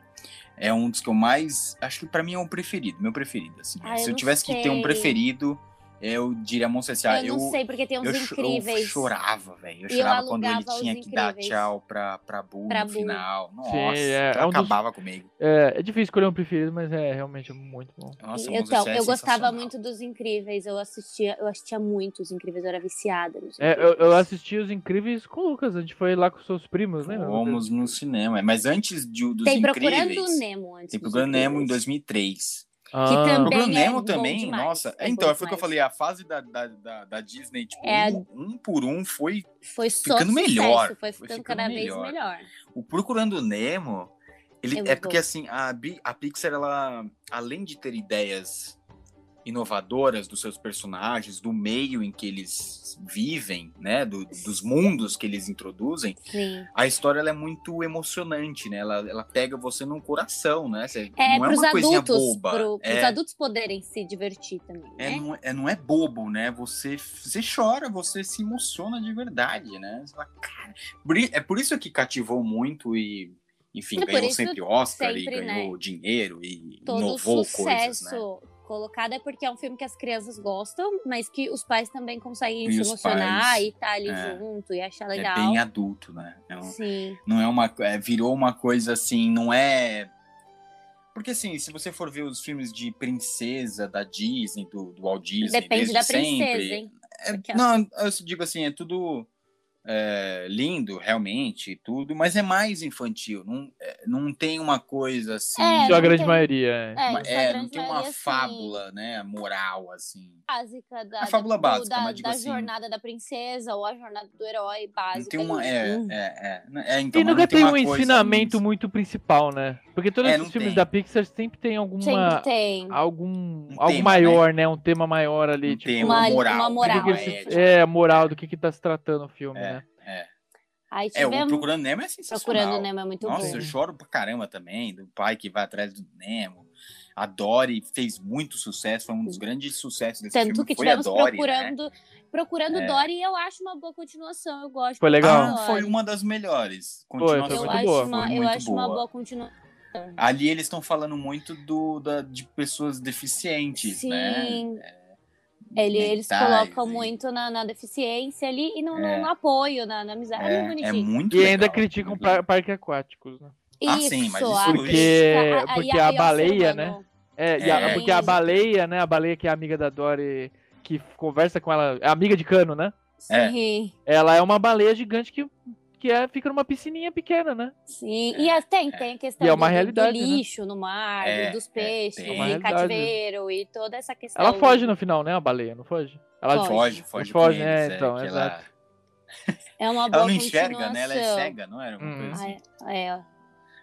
Speaker 3: É um dos que eu mais. Acho que pra mim é um preferido, meu preferido. Assim.
Speaker 1: Ah, eu
Speaker 3: Se eu
Speaker 1: não
Speaker 3: tivesse que ter um
Speaker 1: sei.
Speaker 3: preferido, eu diria Mons S.A.
Speaker 1: eu não sei, porque tem uns
Speaker 3: Tá, eu, cho- eu
Speaker 1: incríveis.
Speaker 3: chorava, velho. Eu
Speaker 1: E eu
Speaker 3: chorava quando ele
Speaker 1: alugava Os
Speaker 3: tinha que dar
Speaker 1: Incríveis.
Speaker 3: tchau pra, pra Boo
Speaker 1: Pra
Speaker 3: no
Speaker 1: Boo.
Speaker 3: final. Nossa,
Speaker 2: é,
Speaker 3: aquilo
Speaker 2: é um dos-
Speaker 3: acabava comigo.
Speaker 2: É, é difícil escolher um preferido, mas é realmente muito bom.
Speaker 3: Nossa, Mons
Speaker 1: então,
Speaker 3: S.A. é
Speaker 1: eu gostava
Speaker 3: sensacional.
Speaker 1: muito dos Incríveis, eu assistia, eu assistia muito os Incríveis, eu era viciada nos
Speaker 2: É, eu,
Speaker 1: Incríveis.
Speaker 2: eu assisti os incríveis com o Lucas, a gente foi lá com seus primos, lembra?
Speaker 3: Fomos no cinema. Mas antes de, dos
Speaker 1: Tem Procurando
Speaker 3: Incríveis...
Speaker 1: o Nemo antes.
Speaker 3: Tem
Speaker 1: dos
Speaker 3: Procurando Nemo em
Speaker 1: Incríveis.
Speaker 3: 2003.
Speaker 2: Ah,
Speaker 1: que também-
Speaker 3: Procurando
Speaker 1: é
Speaker 3: Nemo
Speaker 1: bom
Speaker 3: também,
Speaker 1: demais,
Speaker 3: nossa.
Speaker 1: é
Speaker 3: então,
Speaker 1: bom
Speaker 3: foi o que eu
Speaker 1: demais.
Speaker 3: falei, a fase da, da, da, da Disney, tipo,
Speaker 1: É.
Speaker 3: um, um por um foi...
Speaker 1: Foi só
Speaker 3: ficando
Speaker 1: sucesso,
Speaker 3: melhor,
Speaker 1: Foi
Speaker 3: foi
Speaker 1: ficando,
Speaker 3: ficando
Speaker 1: cada
Speaker 3: melhor.
Speaker 1: vez melhor.
Speaker 3: O Procurando Nemo, ele
Speaker 1: É
Speaker 3: é,
Speaker 1: muito
Speaker 3: porque,
Speaker 1: bom.
Speaker 3: assim, a, Bi- a Pixar, ela, além de ter ideias inovadoras dos seus personagens, do meio em que eles vivem, né, do- dos mundos que eles introduzem,
Speaker 1: Sim.
Speaker 3: a história ela é muito emocionante, né? Ela, ela pega você no coração, né? Você-
Speaker 1: É,
Speaker 3: não é
Speaker 1: pros
Speaker 3: uma coisinha
Speaker 1: adultos,
Speaker 3: boba.
Speaker 1: pro, pros
Speaker 3: é,
Speaker 1: adultos poderem se divertir também,
Speaker 3: É,
Speaker 1: né?
Speaker 3: Não, é, não é bobo, né? Você, você chora, você se emociona de verdade, né? Você fala, "Cara", por i- É por isso que cativou muito e, enfim,
Speaker 1: É por
Speaker 3: ganhou
Speaker 1: isso
Speaker 3: sempre Oscar
Speaker 1: sempre, né?
Speaker 3: e ganhou dinheiro e
Speaker 1: Todo
Speaker 3: inovou coisas, né?
Speaker 1: sucesso colocado é porque é um filme que as crianças gostam, mas que os pais também conseguem
Speaker 3: E
Speaker 1: se
Speaker 3: os
Speaker 1: emocionar
Speaker 3: pais,
Speaker 1: e tá ali
Speaker 3: é.
Speaker 1: junto e achar
Speaker 3: É
Speaker 1: legal.
Speaker 3: bem adulto, né? É um-
Speaker 1: Sim.
Speaker 3: não é uma, é, virou uma coisa assim, não é. Porque assim, se você for ver os filmes de princesa da Disney, do, do Walt Disney,
Speaker 1: Depende
Speaker 3: desde
Speaker 1: da princesa,
Speaker 3: sempre,
Speaker 1: hein?
Speaker 3: É,
Speaker 1: Porque-
Speaker 3: não, eu digo assim, é tudo é, lindo, realmente, e tudo, mas é mais infantil. Não, é, não tem uma coisa assim.
Speaker 1: É,
Speaker 2: Isso é a
Speaker 1: não
Speaker 2: grande
Speaker 1: tem.
Speaker 2: maioria. é.
Speaker 1: É,
Speaker 3: uma-
Speaker 1: isso
Speaker 3: é,
Speaker 1: a
Speaker 3: não
Speaker 1: grande
Speaker 3: tem uma
Speaker 1: maioria, assim,
Speaker 3: fábula, né, moral, assim.
Speaker 1: Básica da,
Speaker 3: A fábula
Speaker 1: do-
Speaker 3: básica,
Speaker 1: da,
Speaker 3: mas digo
Speaker 1: da
Speaker 3: assim-
Speaker 1: jornada da princesa ou a jornada do herói básica.
Speaker 3: Não tem uma.
Speaker 1: ali.
Speaker 3: É,
Speaker 1: Hum.
Speaker 3: é, é, é, então,
Speaker 2: E
Speaker 3: mas
Speaker 2: nunca
Speaker 3: não
Speaker 2: tem,
Speaker 3: uma
Speaker 2: um
Speaker 3: coisa assim,
Speaker 2: ensinamento
Speaker 3: muito-
Speaker 2: muito principal, né? Porque todos
Speaker 3: É,
Speaker 2: os
Speaker 3: não
Speaker 2: filmes
Speaker 3: tem.
Speaker 2: da Pixar sempre tem alguma
Speaker 1: Uhum. Sempre tem.
Speaker 2: algum
Speaker 3: Um
Speaker 2: algo
Speaker 3: tema,
Speaker 2: maior, né? Um tema maior
Speaker 3: Não
Speaker 2: ali, tipo,
Speaker 3: tem
Speaker 1: uma-
Speaker 3: uma
Speaker 1: uma
Speaker 3: moral. né,
Speaker 1: moral,
Speaker 2: do que
Speaker 3: uma
Speaker 2: se-
Speaker 1: é,
Speaker 3: ética.
Speaker 2: é, a moral do que que tá se tratando o filme,
Speaker 3: É.
Speaker 2: né?
Speaker 1: Aí
Speaker 3: É, o
Speaker 1: tivemos
Speaker 3: Procurando Nemo é sensacional.
Speaker 1: Procurando Nemo é muito
Speaker 3: Nossa,
Speaker 1: bom.
Speaker 3: eu choro pra caramba também, do pai que vai atrás do Nemo. A Dory fez muito sucesso, foi um dos grandes sucessos desse
Speaker 1: Tanto
Speaker 3: filme.
Speaker 1: que
Speaker 3: foi
Speaker 1: tivemos
Speaker 3: a Dory, né?
Speaker 1: procurando, procurando
Speaker 3: É.
Speaker 1: Dory e eu acho uma boa continuação. Eu gosto.
Speaker 2: Foi
Speaker 1: da
Speaker 2: legal.
Speaker 1: Dory.
Speaker 3: Ah, foi uma das melhores.
Speaker 2: foi
Speaker 1: Eu
Speaker 2: muito
Speaker 1: acho,
Speaker 2: boa.
Speaker 1: Uma,
Speaker 3: Foi
Speaker 1: eu
Speaker 3: muito
Speaker 1: acho uma
Speaker 3: boa.
Speaker 1: boa continuação.
Speaker 3: Ali eles estão falando muito do, da- de pessoas deficientes, né?
Speaker 1: Sim. Ele, eles
Speaker 3: Mentais,
Speaker 1: colocam
Speaker 3: e-
Speaker 1: muito na, na deficiência ali e no, no-
Speaker 3: É.
Speaker 1: no apoio, na, na amizade. É,
Speaker 3: É,
Speaker 1: muito
Speaker 3: é
Speaker 1: bonitinho.
Speaker 3: muito
Speaker 2: E ainda
Speaker 3: legal,
Speaker 2: criticam
Speaker 3: muito
Speaker 2: par
Speaker 3: legal.
Speaker 2: parque aquáticos, né?
Speaker 3: Ah, sim, mas isso
Speaker 1: a
Speaker 3: porque-
Speaker 1: crítica-
Speaker 2: porque
Speaker 1: e
Speaker 2: a
Speaker 1: ao ser
Speaker 2: baleia,
Speaker 1: humano.
Speaker 2: É, e a-
Speaker 3: É.
Speaker 2: porque a baleia, né? A baleia que é amiga da Dory, que conversa com ela, é amiga de cano, né?
Speaker 3: É.
Speaker 1: Sim,
Speaker 2: Ela é uma baleia gigante que, que é, fica numa piscininha pequena, né?
Speaker 1: sim. E até tem a questão
Speaker 2: E é uma
Speaker 1: do- do,
Speaker 2: realidade, né?
Speaker 1: lixo no mar,
Speaker 3: É,
Speaker 1: e dos
Speaker 3: é,
Speaker 1: peixes,
Speaker 3: tem. É uma
Speaker 1: e
Speaker 2: realidade.
Speaker 1: cativeiro, e toda essa questão.
Speaker 2: Ela foge no final, né? A baleia, não foge? Ela
Speaker 1: É Foge.
Speaker 3: Foge, foge, com
Speaker 2: Foge,
Speaker 3: eles,
Speaker 2: né,
Speaker 3: é,
Speaker 2: então,
Speaker 3: que ela,
Speaker 2: exato.
Speaker 1: É uma boa
Speaker 3: ela não enxerga, né? Ela é
Speaker 1: continuação.
Speaker 3: cega, não era? Uma
Speaker 2: Hum.
Speaker 3: coisa assim.
Speaker 1: Ah, é. é.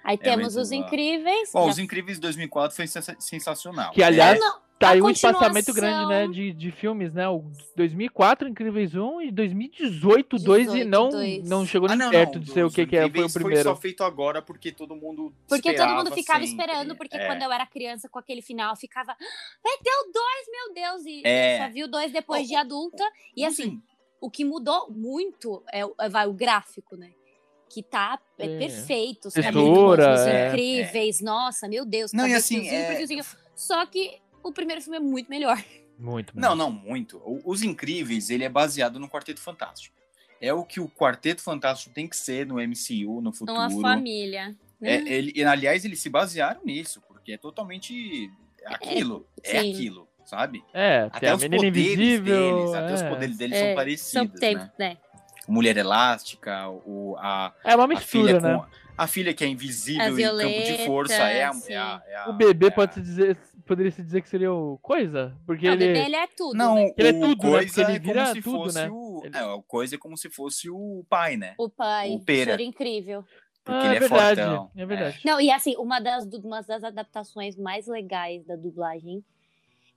Speaker 1: Aí temos
Speaker 3: muito
Speaker 1: os
Speaker 3: boa.
Speaker 1: incríveis.
Speaker 3: Bom,
Speaker 1: já-
Speaker 3: Os Incríveis 2004 foi sensa- sensacional.
Speaker 2: Que, aliás,
Speaker 1: não,
Speaker 2: Tá
Speaker 1: A
Speaker 2: aí um espaçamento grande,
Speaker 1: continuação-
Speaker 2: né? De, de filmes, né? O 2004, Incríveis 1 e 2018, 2 e
Speaker 1: 18,
Speaker 2: não,
Speaker 1: dois.
Speaker 2: não chegou
Speaker 3: Ah,
Speaker 2: nem
Speaker 3: não,
Speaker 2: perto
Speaker 3: não,
Speaker 2: de ser o
Speaker 3: dos
Speaker 2: que, que é, foi o
Speaker 3: Incríveis
Speaker 2: primeiro.
Speaker 3: só feito agora porque todo mundo
Speaker 1: Porque todo mundo
Speaker 3: esperava
Speaker 1: ficava
Speaker 3: sempre.
Speaker 1: esperando, porque
Speaker 3: É.
Speaker 1: quando eu era criança com aquele final, eu ficava. "Ah, Vai ter o dois, meu Deus! E
Speaker 3: É.
Speaker 1: eu só vi o dois depois
Speaker 3: Ó,
Speaker 1: de adulta. E assim, o que mudou muito é, o- é, vai, o gráfico, né? Que tá é,
Speaker 2: É.
Speaker 1: perfeito, os
Speaker 2: Textura,
Speaker 1: cabelos
Speaker 2: é.
Speaker 1: incríveis, nossa, meu Deus,
Speaker 3: Não, e
Speaker 1: cada
Speaker 3: assim,
Speaker 1: fiozinho,
Speaker 3: é-
Speaker 1: perfilzinho. Só que o primeiro filme é muito melhor.
Speaker 2: Muito,
Speaker 3: Não, não, muito. O- Os Incríveis, ele é baseado no Quarteto Fantástico. É o que o Quarteto Fantástico tem que ser no MCU, no futuro.
Speaker 1: Uma Então, família.
Speaker 3: É,
Speaker 1: Né?
Speaker 3: ele, e, aliás, eles se basearam nisso, porque é totalmente aquilo. É,
Speaker 1: sim.
Speaker 3: aquilo, sabe?
Speaker 2: É, tem
Speaker 3: Até
Speaker 2: a
Speaker 3: os
Speaker 2: Menina
Speaker 3: poderes
Speaker 2: Invisível.
Speaker 3: deles, até os
Speaker 2: é.
Speaker 3: poderes deles
Speaker 1: É,
Speaker 3: são parecidos,
Speaker 1: tem-
Speaker 3: né?
Speaker 1: né?
Speaker 3: Mulher Elástica, o, a,
Speaker 2: É uma
Speaker 3: a filha
Speaker 2: mistura, né?
Speaker 3: com- A filha que é
Speaker 1: A
Speaker 3: invisível em campo
Speaker 1: Violeta,
Speaker 3: de força. É a,
Speaker 1: sim.
Speaker 3: é a- é a-
Speaker 2: O bebê
Speaker 3: é a-
Speaker 2: pode se dizer, poderia se dizer que seria o coisa? Porque
Speaker 1: Não, o
Speaker 2: ele.
Speaker 1: bebê ele é tudo.
Speaker 3: Não,
Speaker 1: né?
Speaker 2: Ele é
Speaker 3: o
Speaker 2: tudo, né? Porque
Speaker 3: coisa
Speaker 2: ele
Speaker 3: é como
Speaker 2: vira
Speaker 3: se
Speaker 2: tudo,
Speaker 3: fosse
Speaker 2: né?
Speaker 3: o.
Speaker 2: Ele-
Speaker 3: É, o coisa é como se fosse o pai, né?
Speaker 1: O pai,
Speaker 3: O Pera.
Speaker 1: senhor incrível.
Speaker 3: Porque
Speaker 2: Ah,
Speaker 3: ele
Speaker 2: é
Speaker 3: é
Speaker 2: verdade.
Speaker 3: fortão.
Speaker 2: É verdade.
Speaker 1: Não, e assim, uma das, du- uma das adaptações mais legais da dublagem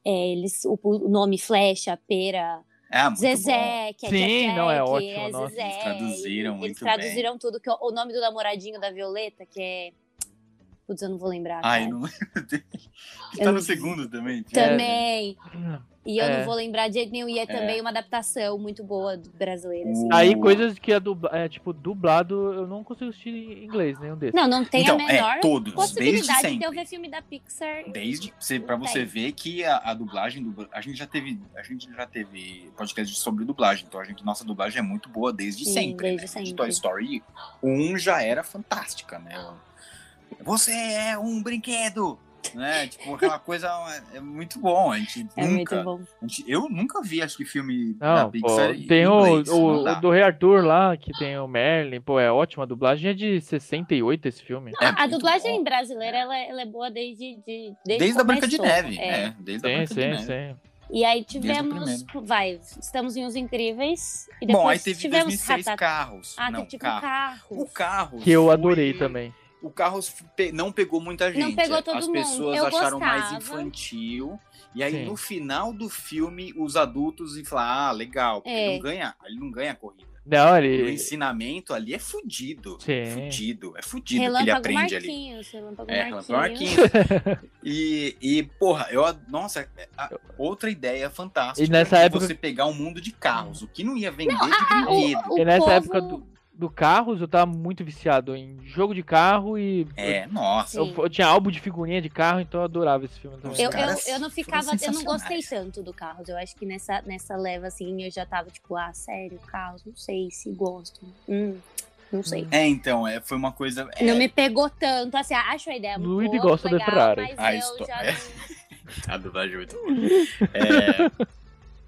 Speaker 1: é eles, o, o nome Flecha, Pera,
Speaker 3: É, muito bom.
Speaker 1: Zezé, que é
Speaker 2: Sim,
Speaker 1: Zezé,
Speaker 2: não, é
Speaker 1: que
Speaker 2: ótimo, nossa.
Speaker 1: Zezé,
Speaker 3: Eles traduziram
Speaker 1: e- Eles
Speaker 3: muito
Speaker 1: traduziram tudo. Que é o, o nome do namoradinho da Violeta, que é. Putz, eu não vou lembrar.
Speaker 3: Ai,
Speaker 1: cara.
Speaker 3: não Que
Speaker 1: Eu
Speaker 3: tá
Speaker 1: não-
Speaker 3: no segundo também. tipo.
Speaker 1: Também. E eu
Speaker 2: É.
Speaker 1: não vou lembrar de jeito nenhum. E é também uma adaptação muito boa do brasileira. assim.
Speaker 3: O-
Speaker 2: Aí coisas que é, dubla... é tipo dublado, eu não consigo assistir em inglês nenhum desses.
Speaker 1: Não, não tem
Speaker 3: então,
Speaker 1: a menor
Speaker 3: é, todos, desde
Speaker 1: possibilidade de eu
Speaker 3: sempre.
Speaker 1: ver filme da Pixar.
Speaker 3: Desde você, para
Speaker 1: Não
Speaker 3: você
Speaker 1: tem.
Speaker 3: ver que a, a dublagem do a gente já teve, a gente já teve podcast sobre dublagem, então a gente nossa dublagem é muito boa desde
Speaker 1: Sim,
Speaker 3: sempre,
Speaker 1: desde
Speaker 3: né? De
Speaker 1: sempre.
Speaker 3: Toy Story 1 já era fantástica, né? Você é um brinquedo, né? Tipo aquela coisa é muito bom, a gente
Speaker 1: É
Speaker 3: nunca,
Speaker 1: muito bom.
Speaker 3: a gente- eu nunca vi acho que filme da
Speaker 2: Não, pô,
Speaker 3: Pixar em
Speaker 2: tem o,
Speaker 3: inglês,
Speaker 2: o-
Speaker 3: não
Speaker 2: o
Speaker 3: dá.
Speaker 2: do Rei Arthur lá, que tem o Merlin, pô, é ótima. A dublagem é de 68 esse filme.
Speaker 3: É
Speaker 1: a
Speaker 3: muito
Speaker 1: dublagem
Speaker 3: bom.
Speaker 1: brasileira ela, ela é boa desde de, desde,
Speaker 3: Desde
Speaker 1: que
Speaker 3: a Branca de
Speaker 1: começou,
Speaker 3: Neve,
Speaker 1: é.
Speaker 3: é, desde a
Speaker 2: Sim,
Speaker 3: Branca de
Speaker 2: sim,
Speaker 3: Neve.
Speaker 2: sim.
Speaker 1: E aí
Speaker 3: Desde o
Speaker 1: tivemos, vai, estamos em Os Incríveis e depois
Speaker 3: Bom, aí teve
Speaker 1: tivemos
Speaker 3: 2006
Speaker 1: Ratatouille.
Speaker 3: carros.
Speaker 1: Ah,
Speaker 3: não,
Speaker 1: teve tipo
Speaker 3: carro.
Speaker 1: carro.
Speaker 3: O carro.
Speaker 2: Que eu
Speaker 3: foi- um
Speaker 2: adorei também.
Speaker 3: O carro pe- não pegou muita gente.
Speaker 1: pegou todo
Speaker 3: As
Speaker 1: mundo.
Speaker 3: pessoas
Speaker 1: Eu
Speaker 3: acharam mais
Speaker 1: gostava.
Speaker 3: infantil. E aí,
Speaker 2: Sim.
Speaker 3: no final do filme, os adultos iam falar: ah, legal, porque
Speaker 1: É.
Speaker 3: ele não ganha, ele não ganha a corrida.
Speaker 2: Não,
Speaker 3: E o
Speaker 2: ele.
Speaker 3: ensinamento ali é fudido. É
Speaker 2: Sim.
Speaker 3: fudido, é fudido o que ele
Speaker 1: Relâmpago
Speaker 3: aprende ali.
Speaker 1: Marquinhos, Relâmpago
Speaker 3: É,
Speaker 1: Marquinhos.
Speaker 3: Relâmpago Marquinhos. e, e, porra, eu. ad- Nossa, a- outra ideia fantástica.
Speaker 2: E nessa
Speaker 3: é
Speaker 2: época-
Speaker 3: Você pegar um mundo de carros, o que não ia vender
Speaker 1: Ah,
Speaker 3: de brinquedo.
Speaker 1: o, o
Speaker 2: E nessa
Speaker 1: povo-
Speaker 2: época do, do carros, eu tava muito viciado em jogo de carro e.
Speaker 3: É, nossa.
Speaker 2: Eu,
Speaker 1: Sim.
Speaker 2: eu tinha álbum de figurinha de carro, então eu adorava esse filme também.
Speaker 1: Eu, eu,
Speaker 3: caras
Speaker 1: eu não
Speaker 3: foram
Speaker 1: ficava, eu não gostei
Speaker 3: sensacionais.
Speaker 1: tanto do Carros. Eu acho que nessa, nessa leva, assim, eu já tava tipo, ah, sério, Carros, não sei se gosto. Hum, não sei.
Speaker 3: É, então, é, foi uma coisa. é,
Speaker 1: Não me pegou tanto, assim, acho a ideia muito
Speaker 2: Luigi
Speaker 1: boa,
Speaker 2: gosta da
Speaker 1: legal,
Speaker 2: Ferrari.
Speaker 1: mas
Speaker 3: A
Speaker 1: eu
Speaker 3: histó-
Speaker 1: já
Speaker 3: é.
Speaker 1: não-
Speaker 3: A dublagem é muito boa. É,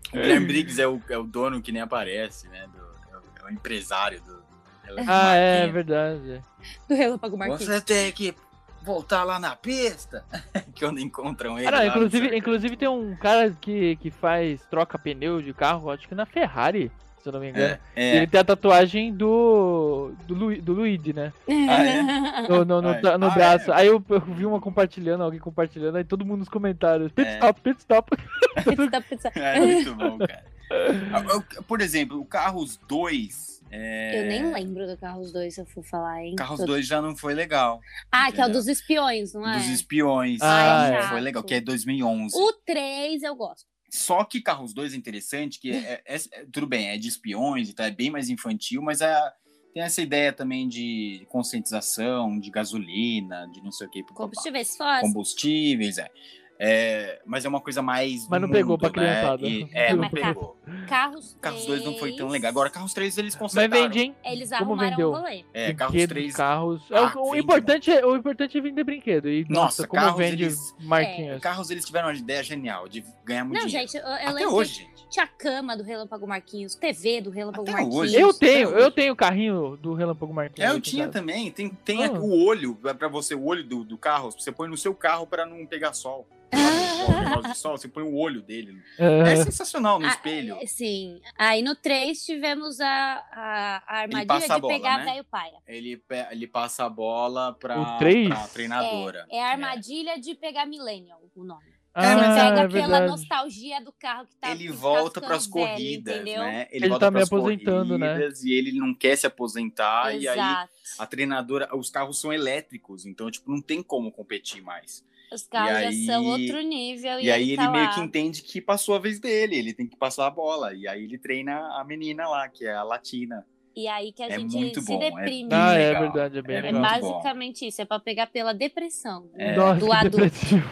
Speaker 3: o Guilherme Briggs é o, é o dono que nem aparece, né? do- é, o, é o empresário do.
Speaker 2: Ah, é
Speaker 3: Marquinhos.
Speaker 2: verdade.
Speaker 1: do Relâmpago Marquinhos.
Speaker 3: Você tem que voltar lá na pista. Quando encontram ele.
Speaker 2: Ah, não,
Speaker 3: lá no
Speaker 2: inclusive,
Speaker 3: circo.
Speaker 2: inclusive tem um cara que, que faz troca pneu de carro, acho que na Ferrari, se eu não me engano.
Speaker 3: É, é.
Speaker 2: Ele tem a tatuagem do. do, Lu, do Luigi, né?
Speaker 3: Ah,
Speaker 2: No, no, no,
Speaker 3: Ai.
Speaker 2: tra- no
Speaker 3: Ah, é?
Speaker 2: braço. Aí eu, eu vi uma compartilhando, alguém compartilhando, aí todo mundo nos comentários. Pit
Speaker 3: É.
Speaker 2: stop, pit stop.
Speaker 1: Pizza, pizza.
Speaker 3: É muito bom, cara. Ah, eu- Por exemplo, o Carros 2. é,
Speaker 1: Eu nem lembro do Carros 2, se eu for falar, hein?
Speaker 3: Carros
Speaker 1: Tô-
Speaker 3: 2 já não foi legal.
Speaker 1: Ah, que é o
Speaker 3: entendeu?
Speaker 1: dos espiões, não é?
Speaker 3: Dos espiões.
Speaker 2: Ah,
Speaker 3: já
Speaker 1: é.
Speaker 3: não foi legal, que é 2011.
Speaker 1: O 3 eu gosto.
Speaker 3: Só que Carros 2 é interessante, que é, é- é- tudo bem, é de espiões e tal, é bem mais infantil, mas é- tem essa ideia também de conscientização, de gasolina, de não sei o que,
Speaker 1: Combustíveis fósseis.
Speaker 3: combustíveis, é. É, Mas é uma coisa mais. do
Speaker 2: Mas não pegou
Speaker 3: mundo,
Speaker 2: pra criançada.
Speaker 3: Né? E- é, não
Speaker 1: Macaco.
Speaker 3: pegou.
Speaker 1: Carros 3.
Speaker 3: Carros 2 não foi tão legal. Agora, Carros 3 eles
Speaker 2: Mas
Speaker 3: consertaram.
Speaker 2: vende, hein?
Speaker 1: Eles
Speaker 2: Como
Speaker 1: arrumaram um
Speaker 2: vendeu?
Speaker 1: o rolê.
Speaker 3: É, Carros
Speaker 2: Brinquedo,
Speaker 3: 3...
Speaker 2: carros.
Speaker 3: Ah,
Speaker 2: É, o, o
Speaker 3: vende,
Speaker 2: importante é, o importante é vender brinquedo. E, nossa,
Speaker 3: Nossa,
Speaker 2: como
Speaker 3: carros,
Speaker 2: vende
Speaker 3: eles-
Speaker 1: É,
Speaker 2: Marquinhos.
Speaker 3: Carros eles tiveram uma ideia genial de ganhar muito
Speaker 1: Não,
Speaker 3: dinheiro.
Speaker 1: gente, é eu, eu
Speaker 3: Até
Speaker 1: lembro
Speaker 3: hoje, gente.
Speaker 1: que tinha cama do Relâmpago Marquinhos, TV do Relâmpago
Speaker 3: Até
Speaker 1: Marquinhos.
Speaker 3: hoje.
Speaker 2: Eu
Speaker 3: Até
Speaker 2: tenho, eu
Speaker 3: hoje.
Speaker 2: tenho o carrinho do Relâmpago Marquinhos.
Speaker 3: É, eu
Speaker 2: aqui em
Speaker 3: tinha
Speaker 2: casa.
Speaker 3: também. Tem, tem
Speaker 2: Ah.
Speaker 3: o olho pra pra você, o olho do, do carro. Você põe no seu carro pra não pegar sol. um Por
Speaker 1: Ah,
Speaker 3: causa do sol, você põe o olho dele. É
Speaker 2: É,
Speaker 3: sensacional no
Speaker 1: Ah,
Speaker 3: espelho.
Speaker 1: Sim. Aí no 3 tivemos a, a, a armadilha
Speaker 3: passa a
Speaker 1: de
Speaker 3: bola,
Speaker 1: pegar
Speaker 3: né?
Speaker 1: velho paia.
Speaker 3: Ele, pe- ele passa a bola pra,
Speaker 2: O três?
Speaker 3: pra treinadora.
Speaker 1: É, é a armadilha de pegar millennial, o nome.
Speaker 2: Ah,
Speaker 1: Você pega
Speaker 2: é
Speaker 1: aquela
Speaker 2: verdade.
Speaker 1: nostalgia do carro que tá
Speaker 3: Ele
Speaker 1: que tá
Speaker 3: volta
Speaker 1: ficando
Speaker 3: pras
Speaker 1: velho,
Speaker 3: corridas,
Speaker 1: entendeu?
Speaker 3: né? Ele,
Speaker 2: Ele
Speaker 3: volta
Speaker 2: tá me
Speaker 3: pras
Speaker 2: aposentando, né?
Speaker 3: corridas E ele não quer se aposentar. E aí
Speaker 1: Exato.
Speaker 3: a treinadora, os carros são elétricos, então tipo não tem como competir mais.
Speaker 1: Os carros
Speaker 3: e aí-
Speaker 1: já são outro nível.
Speaker 3: E, aí
Speaker 1: tá
Speaker 3: ele meio
Speaker 1: lá.
Speaker 3: que entende que passou a vez dele, ele tem que passar a bola. E aí ele treina a menina lá, que é a latina.
Speaker 1: E aí que a
Speaker 3: É
Speaker 1: gente
Speaker 3: muito
Speaker 1: se
Speaker 3: bom, é
Speaker 1: deprime.
Speaker 2: Ah, é
Speaker 3: legal.
Speaker 2: verdade, é bem
Speaker 3: É
Speaker 1: É
Speaker 2: legal.
Speaker 3: base-
Speaker 1: basicamente isso, é pra pegar pela depressão. né,
Speaker 3: É.
Speaker 2: Nossa,
Speaker 1: do
Speaker 2: que
Speaker 1: adulto.
Speaker 2: depressivo.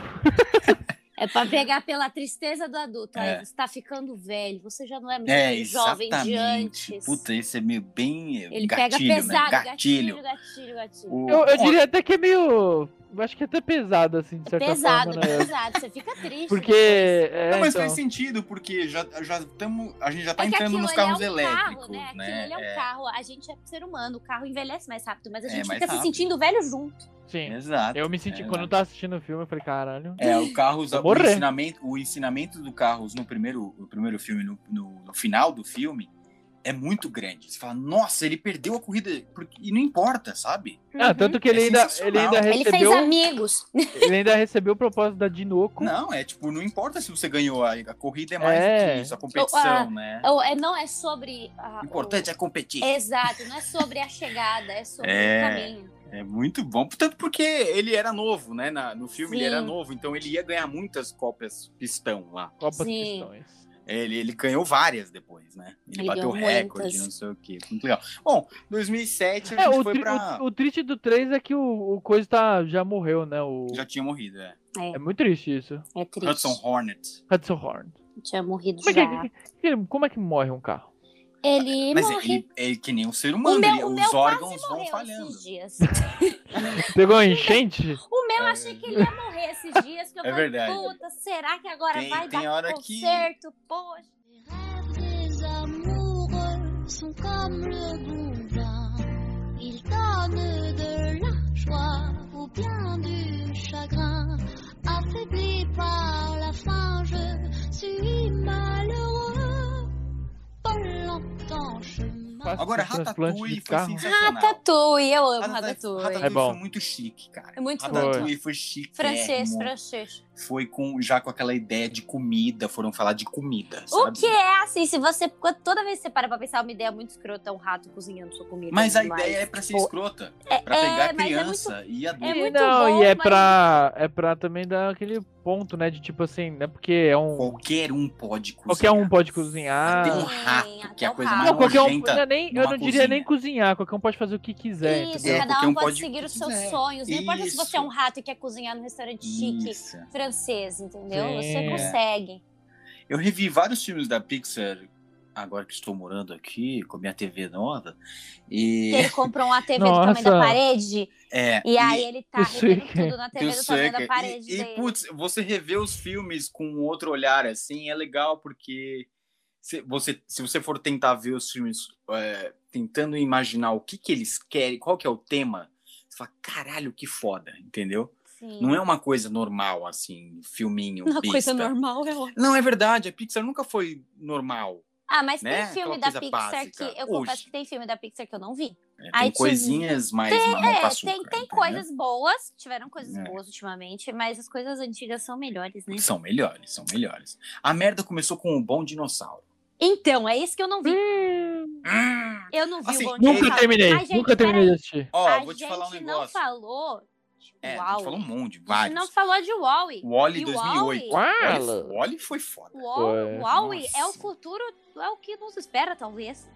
Speaker 1: É pra pegar pela tristeza do adulto.
Speaker 3: É.
Speaker 1: Aí você tá ficando velho, você já não é mais
Speaker 3: É,
Speaker 1: jovem de antes.
Speaker 3: exatamente. Puta, esse é meio bem
Speaker 1: Ele
Speaker 3: gatilho,
Speaker 1: pega pesado,
Speaker 3: né? Gatilho.
Speaker 1: gatilho, gatilho, gatilho.
Speaker 3: O-
Speaker 2: Eu, eu diria até que é meio. eu Acho que até pesado, assim, de certa
Speaker 1: pesado,
Speaker 2: forma, né?
Speaker 1: pesado. Você fica triste.
Speaker 2: Porque.
Speaker 1: depois.
Speaker 2: é,
Speaker 3: Não, mas
Speaker 2: então,
Speaker 3: faz sentido, porque já, já tamo, a gente já tá
Speaker 1: É que
Speaker 3: entrando
Speaker 1: aquilo
Speaker 3: nos
Speaker 1: ali
Speaker 3: carros
Speaker 1: é um
Speaker 3: elétricos,
Speaker 1: carro, né? Aquilo
Speaker 3: né?
Speaker 1: ali é um carro. A gente é ser humano, o carro envelhece mais rápido, mas a
Speaker 3: É,
Speaker 1: gente
Speaker 3: mais
Speaker 1: fica
Speaker 3: rápido.
Speaker 1: se sentindo velho junto.
Speaker 2: Sim.
Speaker 3: Exato.
Speaker 2: Eu me senti.
Speaker 3: É,
Speaker 2: quando eu tava assistindo o filme, eu falei, caralho.
Speaker 3: É, o Carros,
Speaker 2: Vou
Speaker 3: o
Speaker 2: morrer.
Speaker 3: ensinamento, o ensinamento do Carros no primeiro, no primeiro filme, no, no- no final do filme, é muito grande. Você fala, nossa, ele perdeu a corrida, porque- e não importa, sabe?
Speaker 2: Ah, tanto que ele
Speaker 3: É
Speaker 2: ainda, ele
Speaker 3: sensacional.
Speaker 2: ainda
Speaker 1: Uhum. Ele fez
Speaker 2: recebeu.
Speaker 1: amigos.
Speaker 2: Ele ainda recebeu o propósito da Dinoco.
Speaker 3: Não, é tipo, não importa se você ganhou, a, a corrida é mais
Speaker 2: É.
Speaker 3: do que isso, a competição, né?
Speaker 1: Ou, é, não é sobre. a-
Speaker 3: O importante é competir.
Speaker 1: o- Exato, não é sobre a chegada, é sobre
Speaker 3: É.
Speaker 1: o caminho.
Speaker 3: É muito bom, tanto porque ele era novo, né? na- no filme ele
Speaker 1: Sim.
Speaker 3: era novo, então ele ia ganhar muitas cópias pistão lá.
Speaker 2: Copa dos
Speaker 1: Sim.
Speaker 2: Pistões.
Speaker 3: Ele, ele ganhou várias depois, né? Ele,
Speaker 1: Ele
Speaker 3: bateu
Speaker 1: ganhou
Speaker 3: recorde,
Speaker 1: muitas.
Speaker 3: não sei o quê. Muito legal. Bom, 2007 a
Speaker 2: É,
Speaker 3: gente
Speaker 2: o,
Speaker 3: foi
Speaker 2: tri-
Speaker 3: pra.
Speaker 2: o- o triste do 3 é que o, o coisa tá, já morreu, né? O...
Speaker 3: Já tinha morrido, é.
Speaker 2: É muito triste isso.
Speaker 1: É triste.
Speaker 3: Hudson Hornet.
Speaker 2: Hudson Horn.
Speaker 1: Tinha morrido
Speaker 2: Como é
Speaker 1: já.
Speaker 2: que, que- que- como é que morre um carro?
Speaker 1: Ele
Speaker 3: Mas
Speaker 1: morre.
Speaker 3: ele é que nem um ser
Speaker 1: O
Speaker 3: humano,
Speaker 1: meu,
Speaker 3: ele-
Speaker 1: o meu
Speaker 3: os órgãos
Speaker 1: quase
Speaker 3: vão
Speaker 1: morreu
Speaker 3: falhando.
Speaker 1: esses dias.
Speaker 2: Pegou
Speaker 1: né?
Speaker 2: uma enchente?
Speaker 1: O meu
Speaker 3: É.
Speaker 1: achei que ele ia morrer esses dias, que eu
Speaker 3: É
Speaker 1: falei,
Speaker 3: verdade.
Speaker 1: puta, será que agora
Speaker 3: Tem-
Speaker 1: vai
Speaker 3: tem
Speaker 1: dar
Speaker 3: hora que-
Speaker 1: concerto? Poxa.
Speaker 5: Les amoureux sont comme le bon vin. Ils donnent de la joie ou bien du chagrin. Affaibli par la faim, je suis malheureux. Pas longtemps chemin.
Speaker 2: Faz
Speaker 3: Agora,
Speaker 2: esse transplante
Speaker 3: Ratatouille
Speaker 2: de
Speaker 3: foi assim,
Speaker 2: carro.
Speaker 3: sensacional.
Speaker 1: Ah, Ratatouille, eu amo
Speaker 3: Ratatouille,
Speaker 1: Ratatouille.
Speaker 3: Ratatouille
Speaker 2: É bom.
Speaker 3: foi muito chique, cara.
Speaker 1: É muito
Speaker 3: Ratatouille foi chique. é,
Speaker 1: Francês, francês.
Speaker 3: Foi com, já com aquela ideia de comida, foram falar de comida.
Speaker 1: O
Speaker 3: Sabe?
Speaker 1: que é assim, se você. quando- Toda vez que você para pra pensar, uma ideia muito escrota, um rato cozinhando sua comida.
Speaker 3: Mas a
Speaker 1: demais.
Speaker 3: ideia é pra ser
Speaker 1: Pô,
Speaker 3: escrota. Pra
Speaker 1: é,
Speaker 3: pegar
Speaker 1: mas é
Speaker 3: criança e adulto.
Speaker 1: É muito
Speaker 2: não,
Speaker 1: bom,
Speaker 2: e é
Speaker 1: mas-
Speaker 2: pra, é pra também dar aquele ponto, né? De tipo assim, né? Porque é um.
Speaker 3: Qualquer um pode cozinhar.
Speaker 2: Qualquer um pode cozinhar.
Speaker 3: Até um
Speaker 1: Sim,
Speaker 3: rato, que é
Speaker 1: até
Speaker 3: a
Speaker 1: o
Speaker 3: coisa
Speaker 1: rato.
Speaker 3: mais
Speaker 2: Não, qualquer um.
Speaker 3: nojenta.
Speaker 2: não é nem- eu não
Speaker 3: numa
Speaker 2: diria nem cozinhar, qualquer um pode fazer o que quiser.
Speaker 1: Isso,
Speaker 2: entendeu?
Speaker 1: cada
Speaker 3: Qualquer
Speaker 1: um,
Speaker 3: um
Speaker 1: pode,
Speaker 3: pode
Speaker 1: seguir os seus
Speaker 3: quiser.
Speaker 1: sonhos. Não importa se você é um
Speaker 3: Isso.
Speaker 1: rato e quer cozinhar num restaurante chique
Speaker 3: Isso. É.
Speaker 1: francês, entendeu?
Speaker 2: Sim.
Speaker 1: Você consegue.
Speaker 3: Eu revi vários filmes da Pixar agora que estou morando aqui, com minha TV nova. E
Speaker 1: Ele comprou uma TV do
Speaker 2: Nossa.
Speaker 1: tamanho da parede.
Speaker 3: é,
Speaker 1: E aí ele tá
Speaker 2: eu sei
Speaker 1: revendo
Speaker 2: que-
Speaker 1: tudo na
Speaker 3: e,
Speaker 1: TV do tamanho da parede.
Speaker 3: e, e
Speaker 1: dele.
Speaker 3: putz, você rever os filmes com outro olhar assim é legal porque se você, se você for tentar ver os filmes é, tentando imaginar o que que eles querem, qual que é o tema, você fala, caralho, que foda, entendeu?
Speaker 1: Sim.
Speaker 3: Não é uma coisa normal assim, filminho,
Speaker 1: uma coisa
Speaker 3: besta.
Speaker 1: normal, é ótimo.
Speaker 3: Não, é verdade, a Pixar nunca foi normal.
Speaker 1: Ah, mas
Speaker 3: Né?
Speaker 1: tem filme
Speaker 3: Aquela
Speaker 1: da
Speaker 3: coisa
Speaker 1: Pixar que.
Speaker 3: básica.
Speaker 1: Eu
Speaker 3: Hoje.
Speaker 1: confesso que tem filme da Pixar que eu não vi.
Speaker 3: É, tem
Speaker 1: Ai, te-
Speaker 3: coisinhas mais mamão com
Speaker 1: É,
Speaker 3: açúcar,
Speaker 1: tem, tem
Speaker 3: entendeu?
Speaker 1: coisas boas, tiveram coisas
Speaker 3: É.
Speaker 1: boas ultimamente, mas as coisas antigas são melhores, né?
Speaker 3: São melhores, são melhores. A merda começou com o Bom Dinossauro.
Speaker 1: Então, é isso que eu não vi.
Speaker 3: Hum.
Speaker 1: Eu não vi
Speaker 3: Assim,
Speaker 1: o Bom
Speaker 3: nunca
Speaker 1: Dinossauro.
Speaker 2: terminei,
Speaker 1: Ai, gente,
Speaker 2: nunca terminei de
Speaker 1: peraí.
Speaker 2: assistir.
Speaker 3: Ó,
Speaker 1: a
Speaker 3: vou te
Speaker 1: gente
Speaker 3: falar um
Speaker 1: não
Speaker 3: negócio.
Speaker 1: falou de
Speaker 3: É, a gente
Speaker 1: Wall-E.
Speaker 3: falou um monte,
Speaker 1: A gente
Speaker 3: vários.
Speaker 1: não falou de Wally.
Speaker 3: O Wally
Speaker 1: E
Speaker 3: 2008.
Speaker 1: Wall-E?
Speaker 3: Wall-E- Wall-E foi foda.
Speaker 2: Ué,
Speaker 1: Wally é o
Speaker 3: nossa.
Speaker 1: futuro, é o que nos espera, talvez.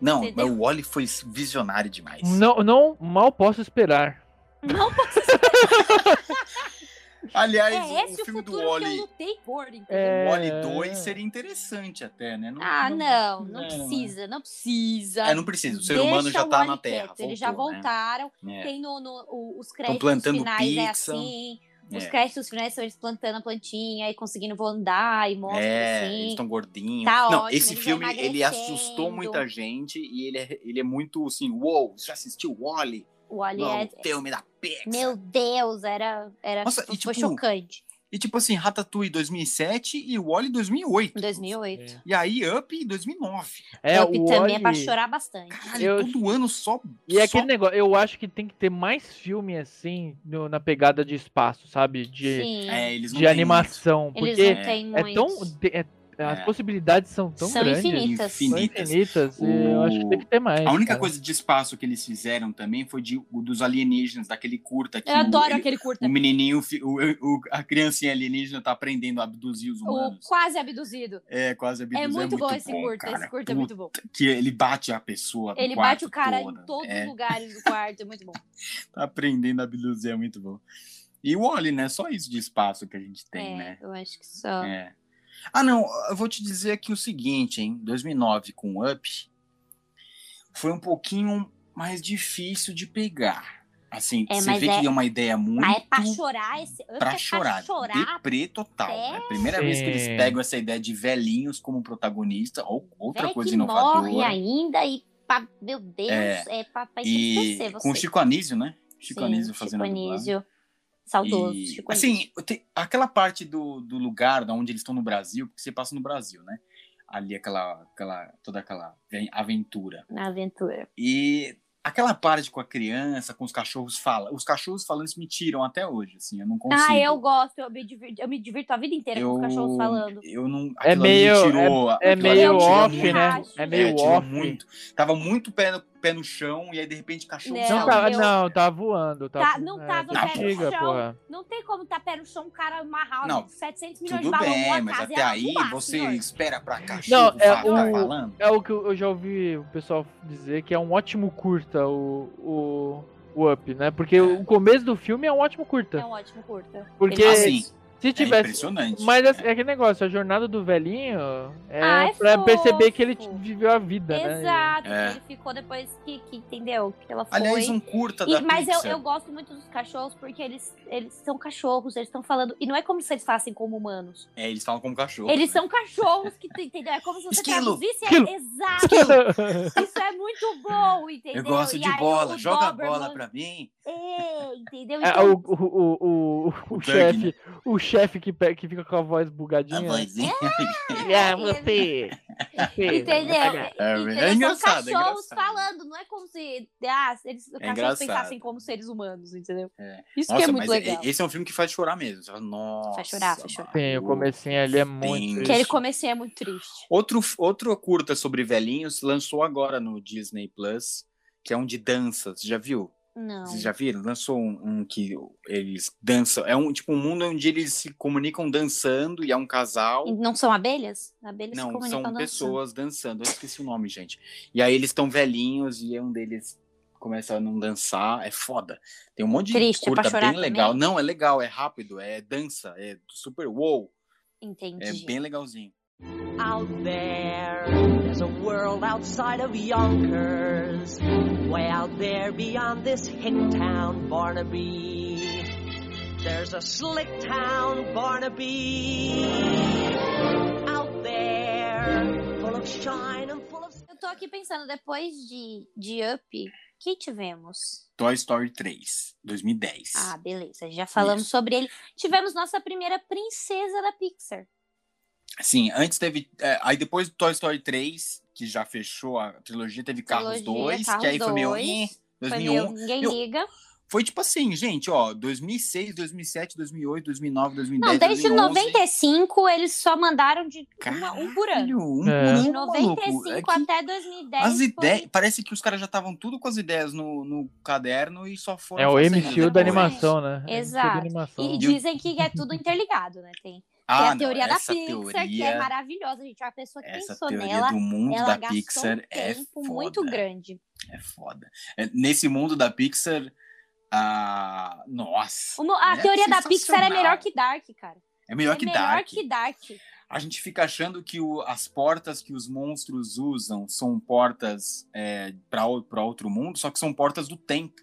Speaker 3: Não,
Speaker 1: Entendeu?
Speaker 3: mas o Wally foi visionário demais.
Speaker 2: Não, não mal posso esperar.
Speaker 1: Não posso
Speaker 3: Aliás,
Speaker 1: É esse
Speaker 3: o
Speaker 1: o
Speaker 3: filme do
Speaker 1: futuro que eu
Speaker 3: Wally,
Speaker 1: lutei por, entendeu?
Speaker 2: É.
Speaker 3: Wally 2 seria interessante até, né? Não-
Speaker 1: Ah, não, não,
Speaker 3: não,
Speaker 1: precisa, não precisa.
Speaker 3: É, não precisa. O ser
Speaker 1: Deixa
Speaker 3: humano já
Speaker 1: o
Speaker 3: tá
Speaker 1: Wally
Speaker 3: na Terra.
Speaker 1: quieto, Eles já
Speaker 3: voltou, né?
Speaker 1: voltaram.
Speaker 3: É.
Speaker 1: Tem no, no- o- os créditos
Speaker 3: plantando
Speaker 1: finais é
Speaker 3: pizza.
Speaker 1: assim. Os
Speaker 3: É.
Speaker 1: créditos finais são eles plantando a plantinha e conseguindo vou andar e mostra
Speaker 3: É, eles
Speaker 1: assim.
Speaker 3: estão gordinhos.
Speaker 1: Tá
Speaker 3: não,
Speaker 1: ótimo,
Speaker 3: esse
Speaker 1: ele vai
Speaker 3: filme ele assustou
Speaker 1: emagrecendo.
Speaker 3: muita gente e ele é, ele é muito assim, uou, você já assistiu Wally?
Speaker 1: O Wally
Speaker 3: Não,
Speaker 1: é-
Speaker 3: o filme da Pixar.
Speaker 1: Meu Deus, era, era
Speaker 3: Nossa,
Speaker 1: foi
Speaker 3: e tipo-
Speaker 1: chocante.
Speaker 3: E tipo assim, Ratatouille 2007 e Wally 2008.
Speaker 1: Em 2008.
Speaker 3: E aí Up em 2009.
Speaker 2: É,
Speaker 1: Up
Speaker 2: o
Speaker 1: também é pra
Speaker 2: Wally-
Speaker 1: chorar bastante.
Speaker 3: Caralho,
Speaker 2: Eu-
Speaker 3: todo ano só
Speaker 2: E é
Speaker 3: só
Speaker 2: aquele negócio, eu acho que tem que ter mais filme assim no- na pegada de espaço, sabe? De,
Speaker 1: Sim.
Speaker 3: É, eles não
Speaker 2: de
Speaker 3: têm
Speaker 2: animação.
Speaker 1: eles
Speaker 2: Porque
Speaker 1: não têm
Speaker 2: é tão.
Speaker 1: muitos.
Speaker 2: de- é- as
Speaker 3: É.
Speaker 2: possibilidades são tão é
Speaker 1: São
Speaker 2: grandes.
Speaker 1: infinitas.
Speaker 3: infinitas.
Speaker 2: São infinitas. e
Speaker 3: O-
Speaker 2: Eu acho que tem que ter mais.
Speaker 3: A única
Speaker 2: cara.
Speaker 3: coisa de espaço que eles fizeram também foi de, o dos alienígenas, daquele curta que
Speaker 1: Eu adoro
Speaker 3: o, ele-
Speaker 1: aquele curta.
Speaker 3: o menininho, fi- o, o- a criancinha alienígena tá aprendendo a abduzir os
Speaker 1: O
Speaker 3: humanos.
Speaker 1: quase abduzido.
Speaker 3: É, quase abduzir.
Speaker 1: É muito bom esse curta.
Speaker 3: cara.
Speaker 1: Esse curta é
Speaker 3: Puta
Speaker 1: muito bom.
Speaker 3: que ele bate a pessoa. no
Speaker 1: Ele
Speaker 3: quarto
Speaker 1: bate o cara
Speaker 3: toda.
Speaker 1: em todos
Speaker 3: É,
Speaker 1: os lugares do quarto, é muito bom.
Speaker 3: tá aprendendo a abduzir, é muito bom. E o Oli, né? Só isso de espaço que a gente tem,
Speaker 1: é,
Speaker 3: né?
Speaker 1: eu acho que só.
Speaker 3: É. Ah, não, eu vou te dizer aqui o seguinte, hein? 2009 com o Up foi um pouquinho mais difícil de pegar. Assim,
Speaker 1: É,
Speaker 3: você
Speaker 1: mas
Speaker 3: vê
Speaker 1: é-
Speaker 3: que é uma ideia muito
Speaker 1: Mas é pra chorar esse. Up é
Speaker 3: pra chorar,
Speaker 1: Pra chorar
Speaker 3: deprê total. É a primeira vez que eles
Speaker 2: Sim.
Speaker 3: pegam essa ideia de velhinhos como protagonista, ou outra
Speaker 1: velho
Speaker 3: coisa
Speaker 1: que
Speaker 3: inovadora.
Speaker 1: morre ainda e pra, meu Deus,
Speaker 3: É.
Speaker 1: é, pra, pra
Speaker 3: e
Speaker 1: entristecer você.
Speaker 3: com o Chico Anísio, né? Chico
Speaker 1: Sim,
Speaker 3: Anísio
Speaker 1: Chico
Speaker 3: fazendo a dublagem.
Speaker 1: Anísio. Saudoso,
Speaker 3: E,
Speaker 1: Chico Anísio.
Speaker 3: assim, te- aquela parte do, do lugar da onde eles estão no Brasil, porque você passa no Brasil, né? Ali aquela, aquela toda aquela ven- aventura.
Speaker 1: Na aventura.
Speaker 3: E aquela parte com a criança, com os cachorros fala, os cachorros falantes me tiram até hoje, assim, eu não consigo.
Speaker 1: Ah, eu gosto, eu me, divirto, eu me divirto a vida inteira com os
Speaker 3: Eu-
Speaker 1: cachorros falando.
Speaker 3: Eu não
Speaker 2: É
Speaker 3: aquilo ali
Speaker 2: meio-
Speaker 3: me tirou,
Speaker 2: É
Speaker 3: aquilo ali
Speaker 2: meio
Speaker 3: me tirou
Speaker 2: off,
Speaker 3: muito.
Speaker 2: né? É meio
Speaker 3: tirou
Speaker 2: off.
Speaker 3: muito. Tava muito pé no, pé no chão e aí de repente cachorro
Speaker 1: Não,
Speaker 2: Não,
Speaker 3: falando.
Speaker 2: tá,
Speaker 1: eu-
Speaker 2: não, tá voando. Tá,
Speaker 1: Tá- não
Speaker 2: é,
Speaker 1: tava
Speaker 2: tá
Speaker 3: pé no
Speaker 2: antiga,
Speaker 1: chão.
Speaker 2: porra.
Speaker 1: Não tem como tá pé no chão, um cara amarrar
Speaker 3: Não,
Speaker 1: 700 milhões
Speaker 3: Tudo
Speaker 1: de balões
Speaker 3: bem,
Speaker 1: numa
Speaker 3: mas
Speaker 1: casa e
Speaker 3: até
Speaker 1: ela
Speaker 3: aí
Speaker 1: fumar,
Speaker 3: você
Speaker 1: senhor.
Speaker 3: espera pra cachorro
Speaker 2: é
Speaker 3: fa- tá
Speaker 2: o-
Speaker 3: falando.
Speaker 2: É o que eu eu já ouvi o pessoal dizer que é um ótimo curta o, o, o Up, né? Porque o começo do filme é um ótimo
Speaker 1: É
Speaker 2: curta.
Speaker 1: um ótimo curta.
Speaker 2: Porque
Speaker 1: Ele-
Speaker 3: Assim,
Speaker 2: se
Speaker 3: É
Speaker 2: tivesse.
Speaker 3: impressionante.
Speaker 2: tipo, mas é, é aquele negócio, a jornada do velhinho é,
Speaker 1: Ah, é
Speaker 2: pra perceber que ele
Speaker 1: fofo.
Speaker 2: viveu a vida, né?
Speaker 1: Exato,
Speaker 3: É.
Speaker 1: que ele ficou depois que, que entendeu que ela foi.
Speaker 3: Aliás, um curta
Speaker 1: E-
Speaker 3: da
Speaker 1: mas eu,
Speaker 3: Pixar.
Speaker 1: eu gosto muito dos cachorros porque eles, eles são cachorros, eles estão falando. E não é como se eles falassem como humanos.
Speaker 3: É, eles falam como cachorro.
Speaker 1: Eles
Speaker 3: né?
Speaker 1: são cachorros que, tu- entendeu? É como se você
Speaker 3: Esquilo!
Speaker 1: traduzisse.
Speaker 2: Esquilo!
Speaker 1: Exato! Isso é muito bom, entendeu?
Speaker 3: Eu gosto
Speaker 1: E
Speaker 3: de
Speaker 1: aí
Speaker 3: bola,
Speaker 1: o
Speaker 3: joga a
Speaker 1: Doberman-
Speaker 3: bola pra mim.
Speaker 1: É, entendeu?
Speaker 2: É,
Speaker 1: Então,
Speaker 2: o, o, o, o, o
Speaker 3: Doug,
Speaker 2: chefe, o chefe que, pe- que fica com a voz
Speaker 3: A
Speaker 2: bugadinha.
Speaker 3: vozinha.
Speaker 2: É, você. você.
Speaker 1: entendeu?
Speaker 3: É
Speaker 1: Entendeu?
Speaker 3: engraçado,
Speaker 1: São
Speaker 3: é
Speaker 1: cachorros
Speaker 3: engraçado. É
Speaker 1: falando, não é como se ah, eles, os cachorros
Speaker 3: engraçado.
Speaker 1: pensassem como seres humanos, entendeu?
Speaker 3: É.
Speaker 1: Isso que
Speaker 3: Nossa,
Speaker 1: é
Speaker 3: mas
Speaker 1: muito legal.
Speaker 3: é- esse é um filme que faz chorar mesmo. Você fala, Nossa.
Speaker 1: Faz chorar, faz chorar.
Speaker 2: Sim, o comecinho ali é muito.
Speaker 3: Sim.
Speaker 1: Que ele
Speaker 2: triste.
Speaker 1: comecei é muito triste.
Speaker 3: Outro, outro curta sobre velhinhos lançou agora no Disney Plus, que é um de dança. Você já viu?
Speaker 1: Não.
Speaker 3: Vocês já viram? Lançou um, um que eles dançam. É um tipo um mundo onde eles se comunicam dançando e é um casal.
Speaker 1: E Não são abelhas? Abelhas se
Speaker 3: Não,
Speaker 1: comunicam
Speaker 3: são
Speaker 1: tá dançando.
Speaker 3: pessoas dançando. Eu esqueci o nome, gente. E aí eles estão velhinhos e um deles começa a não dançar. É foda. Tem um monte de
Speaker 1: Triste, é pra
Speaker 3: curta bem
Speaker 1: chorar
Speaker 3: legal.
Speaker 1: também?
Speaker 3: Não, é legal, é rápido, é dança, é super wow.
Speaker 1: Entendi.
Speaker 3: É bem legalzinho.
Speaker 6: out there. There's a world outside of Yonkers, way out there beyond this hick town, Barnaby. There's a slick town, Barnaby. Out there, full of shine and full of.
Speaker 1: Eu tô aqui pensando, depois de, de Up, que tivemos?
Speaker 3: Toy Story 3, 2010.
Speaker 1: Ah, beleza, já falamos sobre ele. Tivemos nossa primeira princesa da Pixar.
Speaker 3: Sim, antes teve. é, aí depois do Toy Story 3, que já fechou a trilogia, teve Carros
Speaker 1: Trilogia,
Speaker 3: 2,
Speaker 1: Carros
Speaker 3: que aí foi um, meio.
Speaker 1: 2,
Speaker 3: "Ih",
Speaker 1: Foi
Speaker 3: 2001.
Speaker 1: meio ninguém
Speaker 3: Meu,
Speaker 1: liga.
Speaker 3: Foi tipo assim, gente, ó, 2006, 2007, 2008, 2009, 2010,
Speaker 1: Não, desde
Speaker 3: 2011.
Speaker 1: 95 eles só mandaram de uma, um por ano.
Speaker 3: Caralho, um
Speaker 2: É.
Speaker 3: por ano,
Speaker 1: De
Speaker 3: maluco.
Speaker 1: 95
Speaker 3: É que
Speaker 1: até 2010.
Speaker 3: as
Speaker 1: foi-
Speaker 3: ideias. Parece que os caras já estavam tudo com as ideias no, no caderno e só foram.
Speaker 2: É o
Speaker 3: fazendo
Speaker 2: MCU da
Speaker 3: depois.
Speaker 1: É
Speaker 2: animação, né?
Speaker 1: Exato.
Speaker 2: MCU da animação.
Speaker 1: E
Speaker 3: E o-
Speaker 1: dizem que é tudo interligado, né? Tem, tem
Speaker 3: Ah,
Speaker 1: a teoria
Speaker 3: não,
Speaker 1: da
Speaker 3: essa
Speaker 1: Pixar,
Speaker 3: teoria,
Speaker 1: que é maravilhosa, gente. A pessoa que
Speaker 3: Essa
Speaker 1: pensou
Speaker 3: teoria
Speaker 1: nela,
Speaker 3: do mundo
Speaker 1: ela
Speaker 3: da
Speaker 1: gastou
Speaker 3: Pixar
Speaker 1: um
Speaker 3: é
Speaker 1: tempo
Speaker 3: foda.
Speaker 1: muito grande.
Speaker 3: É foda. É, nesse mundo da Pixar, Ah, nossa.
Speaker 1: Uma- a
Speaker 3: É
Speaker 1: teoria da Pixar é
Speaker 3: sensacional.
Speaker 1: melhor que Dark, cara.
Speaker 3: É melhor
Speaker 1: é
Speaker 3: que
Speaker 1: melhor
Speaker 3: Dark.
Speaker 1: que Dark.
Speaker 3: A gente fica achando que o- as portas que os monstros usam são portas é, para outro mundo, só que são portas do tempo.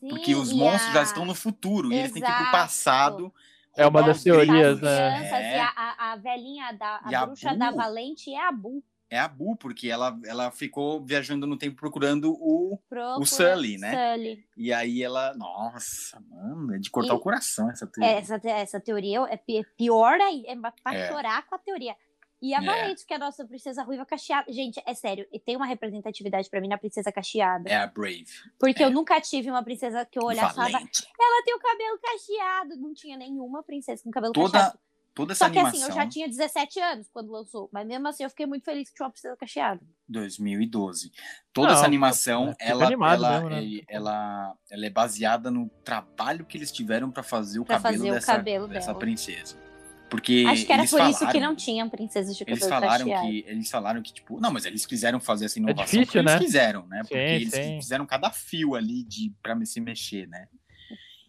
Speaker 1: Sim,
Speaker 3: Porque os
Speaker 1: e
Speaker 3: monstros já
Speaker 1: a-
Speaker 3: estão no futuro e eles têm que ir pro
Speaker 1: Exato.
Speaker 3: passado.
Speaker 2: É uma
Speaker 3: roubar
Speaker 2: das
Speaker 3: os
Speaker 2: teorias,
Speaker 1: as
Speaker 3: brinquedos.
Speaker 2: né?
Speaker 1: crianças
Speaker 3: É.
Speaker 1: e a, a, a velhinha da
Speaker 3: E
Speaker 1: a
Speaker 3: a
Speaker 1: bruxa
Speaker 3: Bu.
Speaker 1: da Valente é a Bu.
Speaker 3: É a Bu, porque ela, ela ficou viajando no tempo procurando o.
Speaker 1: Procura
Speaker 3: Sully, né?
Speaker 1: Sully.
Speaker 3: E aí ela. Nossa, mano, é de cortar
Speaker 1: E-
Speaker 3: o coração essa teoria.
Speaker 1: É, Essa, essa teoria é pi- é pior aí, é pra
Speaker 3: É.
Speaker 1: chorar com a teoria. E a
Speaker 3: É.
Speaker 1: Valente, que é a nossa princesa ruiva cacheada. Gente, é sério, e tem uma representatividade pra mim na princesa cacheada.
Speaker 3: É a Brave.
Speaker 1: porque
Speaker 3: é.
Speaker 1: eu nunca tive uma princesa que eu olhava e falava,
Speaker 3: Valente.
Speaker 1: ela tem o cabelo cacheado. Não tinha nenhuma princesa com cabelo
Speaker 3: Toda
Speaker 1: cacheado.
Speaker 3: Toda essa
Speaker 1: Só que assim,
Speaker 3: animação.
Speaker 1: eu já tinha 17 anos quando lançou. Mas mesmo assim, eu fiquei muito feliz que tinha uma princesa cacheada.
Speaker 3: 2012. Toda
Speaker 2: Não,
Speaker 3: essa animação,
Speaker 2: fica
Speaker 3: ela,
Speaker 2: animado
Speaker 3: ela,
Speaker 2: mesmo, né?
Speaker 3: é, ela, ela é baseada no trabalho que eles tiveram pra fazer o
Speaker 1: Pra
Speaker 3: cabelo
Speaker 1: fazer o
Speaker 3: dessa,
Speaker 1: cabelo
Speaker 3: dessa
Speaker 1: dela.
Speaker 3: princesa. Porque
Speaker 1: Acho que era
Speaker 3: eles
Speaker 1: por isso que
Speaker 3: falaram-
Speaker 1: não tinham princesas de cabelo
Speaker 3: Eles falaram
Speaker 1: cacheado.
Speaker 3: que eles falaram que tipo, não, mas eles quiseram fazer essa inovação
Speaker 2: difícil,
Speaker 3: porque
Speaker 2: né?
Speaker 3: eles quiseram, né? Porque
Speaker 2: Sim,
Speaker 3: eles
Speaker 2: sim.
Speaker 3: fizeram cada fio ali de para se mexer, né?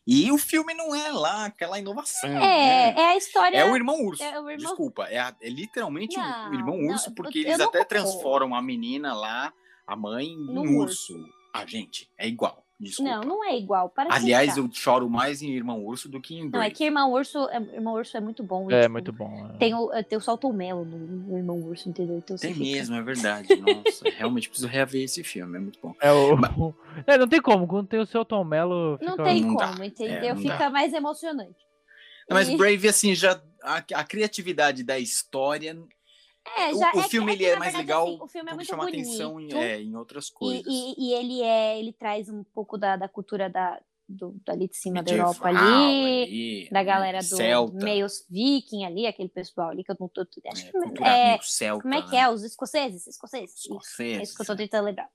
Speaker 3: E o filme não é lá aquela inovação. né?
Speaker 1: É, é a história.
Speaker 3: É o irmão urso.
Speaker 1: É o irmão-
Speaker 3: Desculpa, é, a- é literalmente o-
Speaker 1: Não,
Speaker 3: o irmão
Speaker 1: não,
Speaker 3: urso,
Speaker 1: eu-
Speaker 3: porque
Speaker 1: eu
Speaker 3: eles
Speaker 1: não
Speaker 3: até
Speaker 1: concordo.
Speaker 3: transformam a menina lá, a mãe,
Speaker 1: No
Speaker 3: num urso. Ah, gente, é igual. Desculpa.
Speaker 1: Não, não é igual. Para de
Speaker 3: Aliás,
Speaker 1: pensar.
Speaker 3: eu choro mais em Irmão Urso do que em
Speaker 1: Não, é
Speaker 3: Brave.
Speaker 1: que Irmão Urso é, Irmão Urso é muito bom.
Speaker 2: É,
Speaker 1: tipo,
Speaker 2: muito bom. é.
Speaker 1: Tem o, tem o saltomelo no, no Irmão Urso, entendeu? Então, você
Speaker 3: Tem
Speaker 1: fica-
Speaker 3: mesmo, é verdade. Nossa, realmente preciso reaver esse filme, é muito bom.
Speaker 2: É o... É, não tem como, quando tem o seu Tom Mello.
Speaker 1: Não
Speaker 2: fica-
Speaker 1: tem
Speaker 3: Não dá.
Speaker 1: como, entendeu?
Speaker 3: É, não
Speaker 1: fica
Speaker 3: dá.
Speaker 1: mais emocionante.
Speaker 3: Mas
Speaker 1: E-
Speaker 3: Brave, assim, já. A, a criatividade da história
Speaker 1: É,
Speaker 3: o-
Speaker 1: já
Speaker 3: o
Speaker 1: que-
Speaker 3: filme,
Speaker 1: que,
Speaker 3: ele é
Speaker 1: na
Speaker 3: mais
Speaker 1: verdade,
Speaker 3: legal
Speaker 1: assim, o filme é
Speaker 3: porque
Speaker 1: muito
Speaker 3: chama
Speaker 1: bonito.
Speaker 3: atenção em, é, em outras
Speaker 1: E,
Speaker 3: coisas.
Speaker 1: e- e ele é, ele traz um pouco da, da cultura da, do, dali de cima da
Speaker 3: Medieval
Speaker 1: Europa ali, da
Speaker 3: ali, Ah, né,
Speaker 1: galera do
Speaker 3: Celta,
Speaker 1: meio viking ali, aquele pessoal ali que eu não tô. Acho que-
Speaker 3: né, cultura
Speaker 1: é,
Speaker 3: meio celta, né,
Speaker 1: como é que é? Os escoceses? Escoceses. isso.
Speaker 3: Escocês.
Speaker 1: É isso que eu tô tentando lembrar.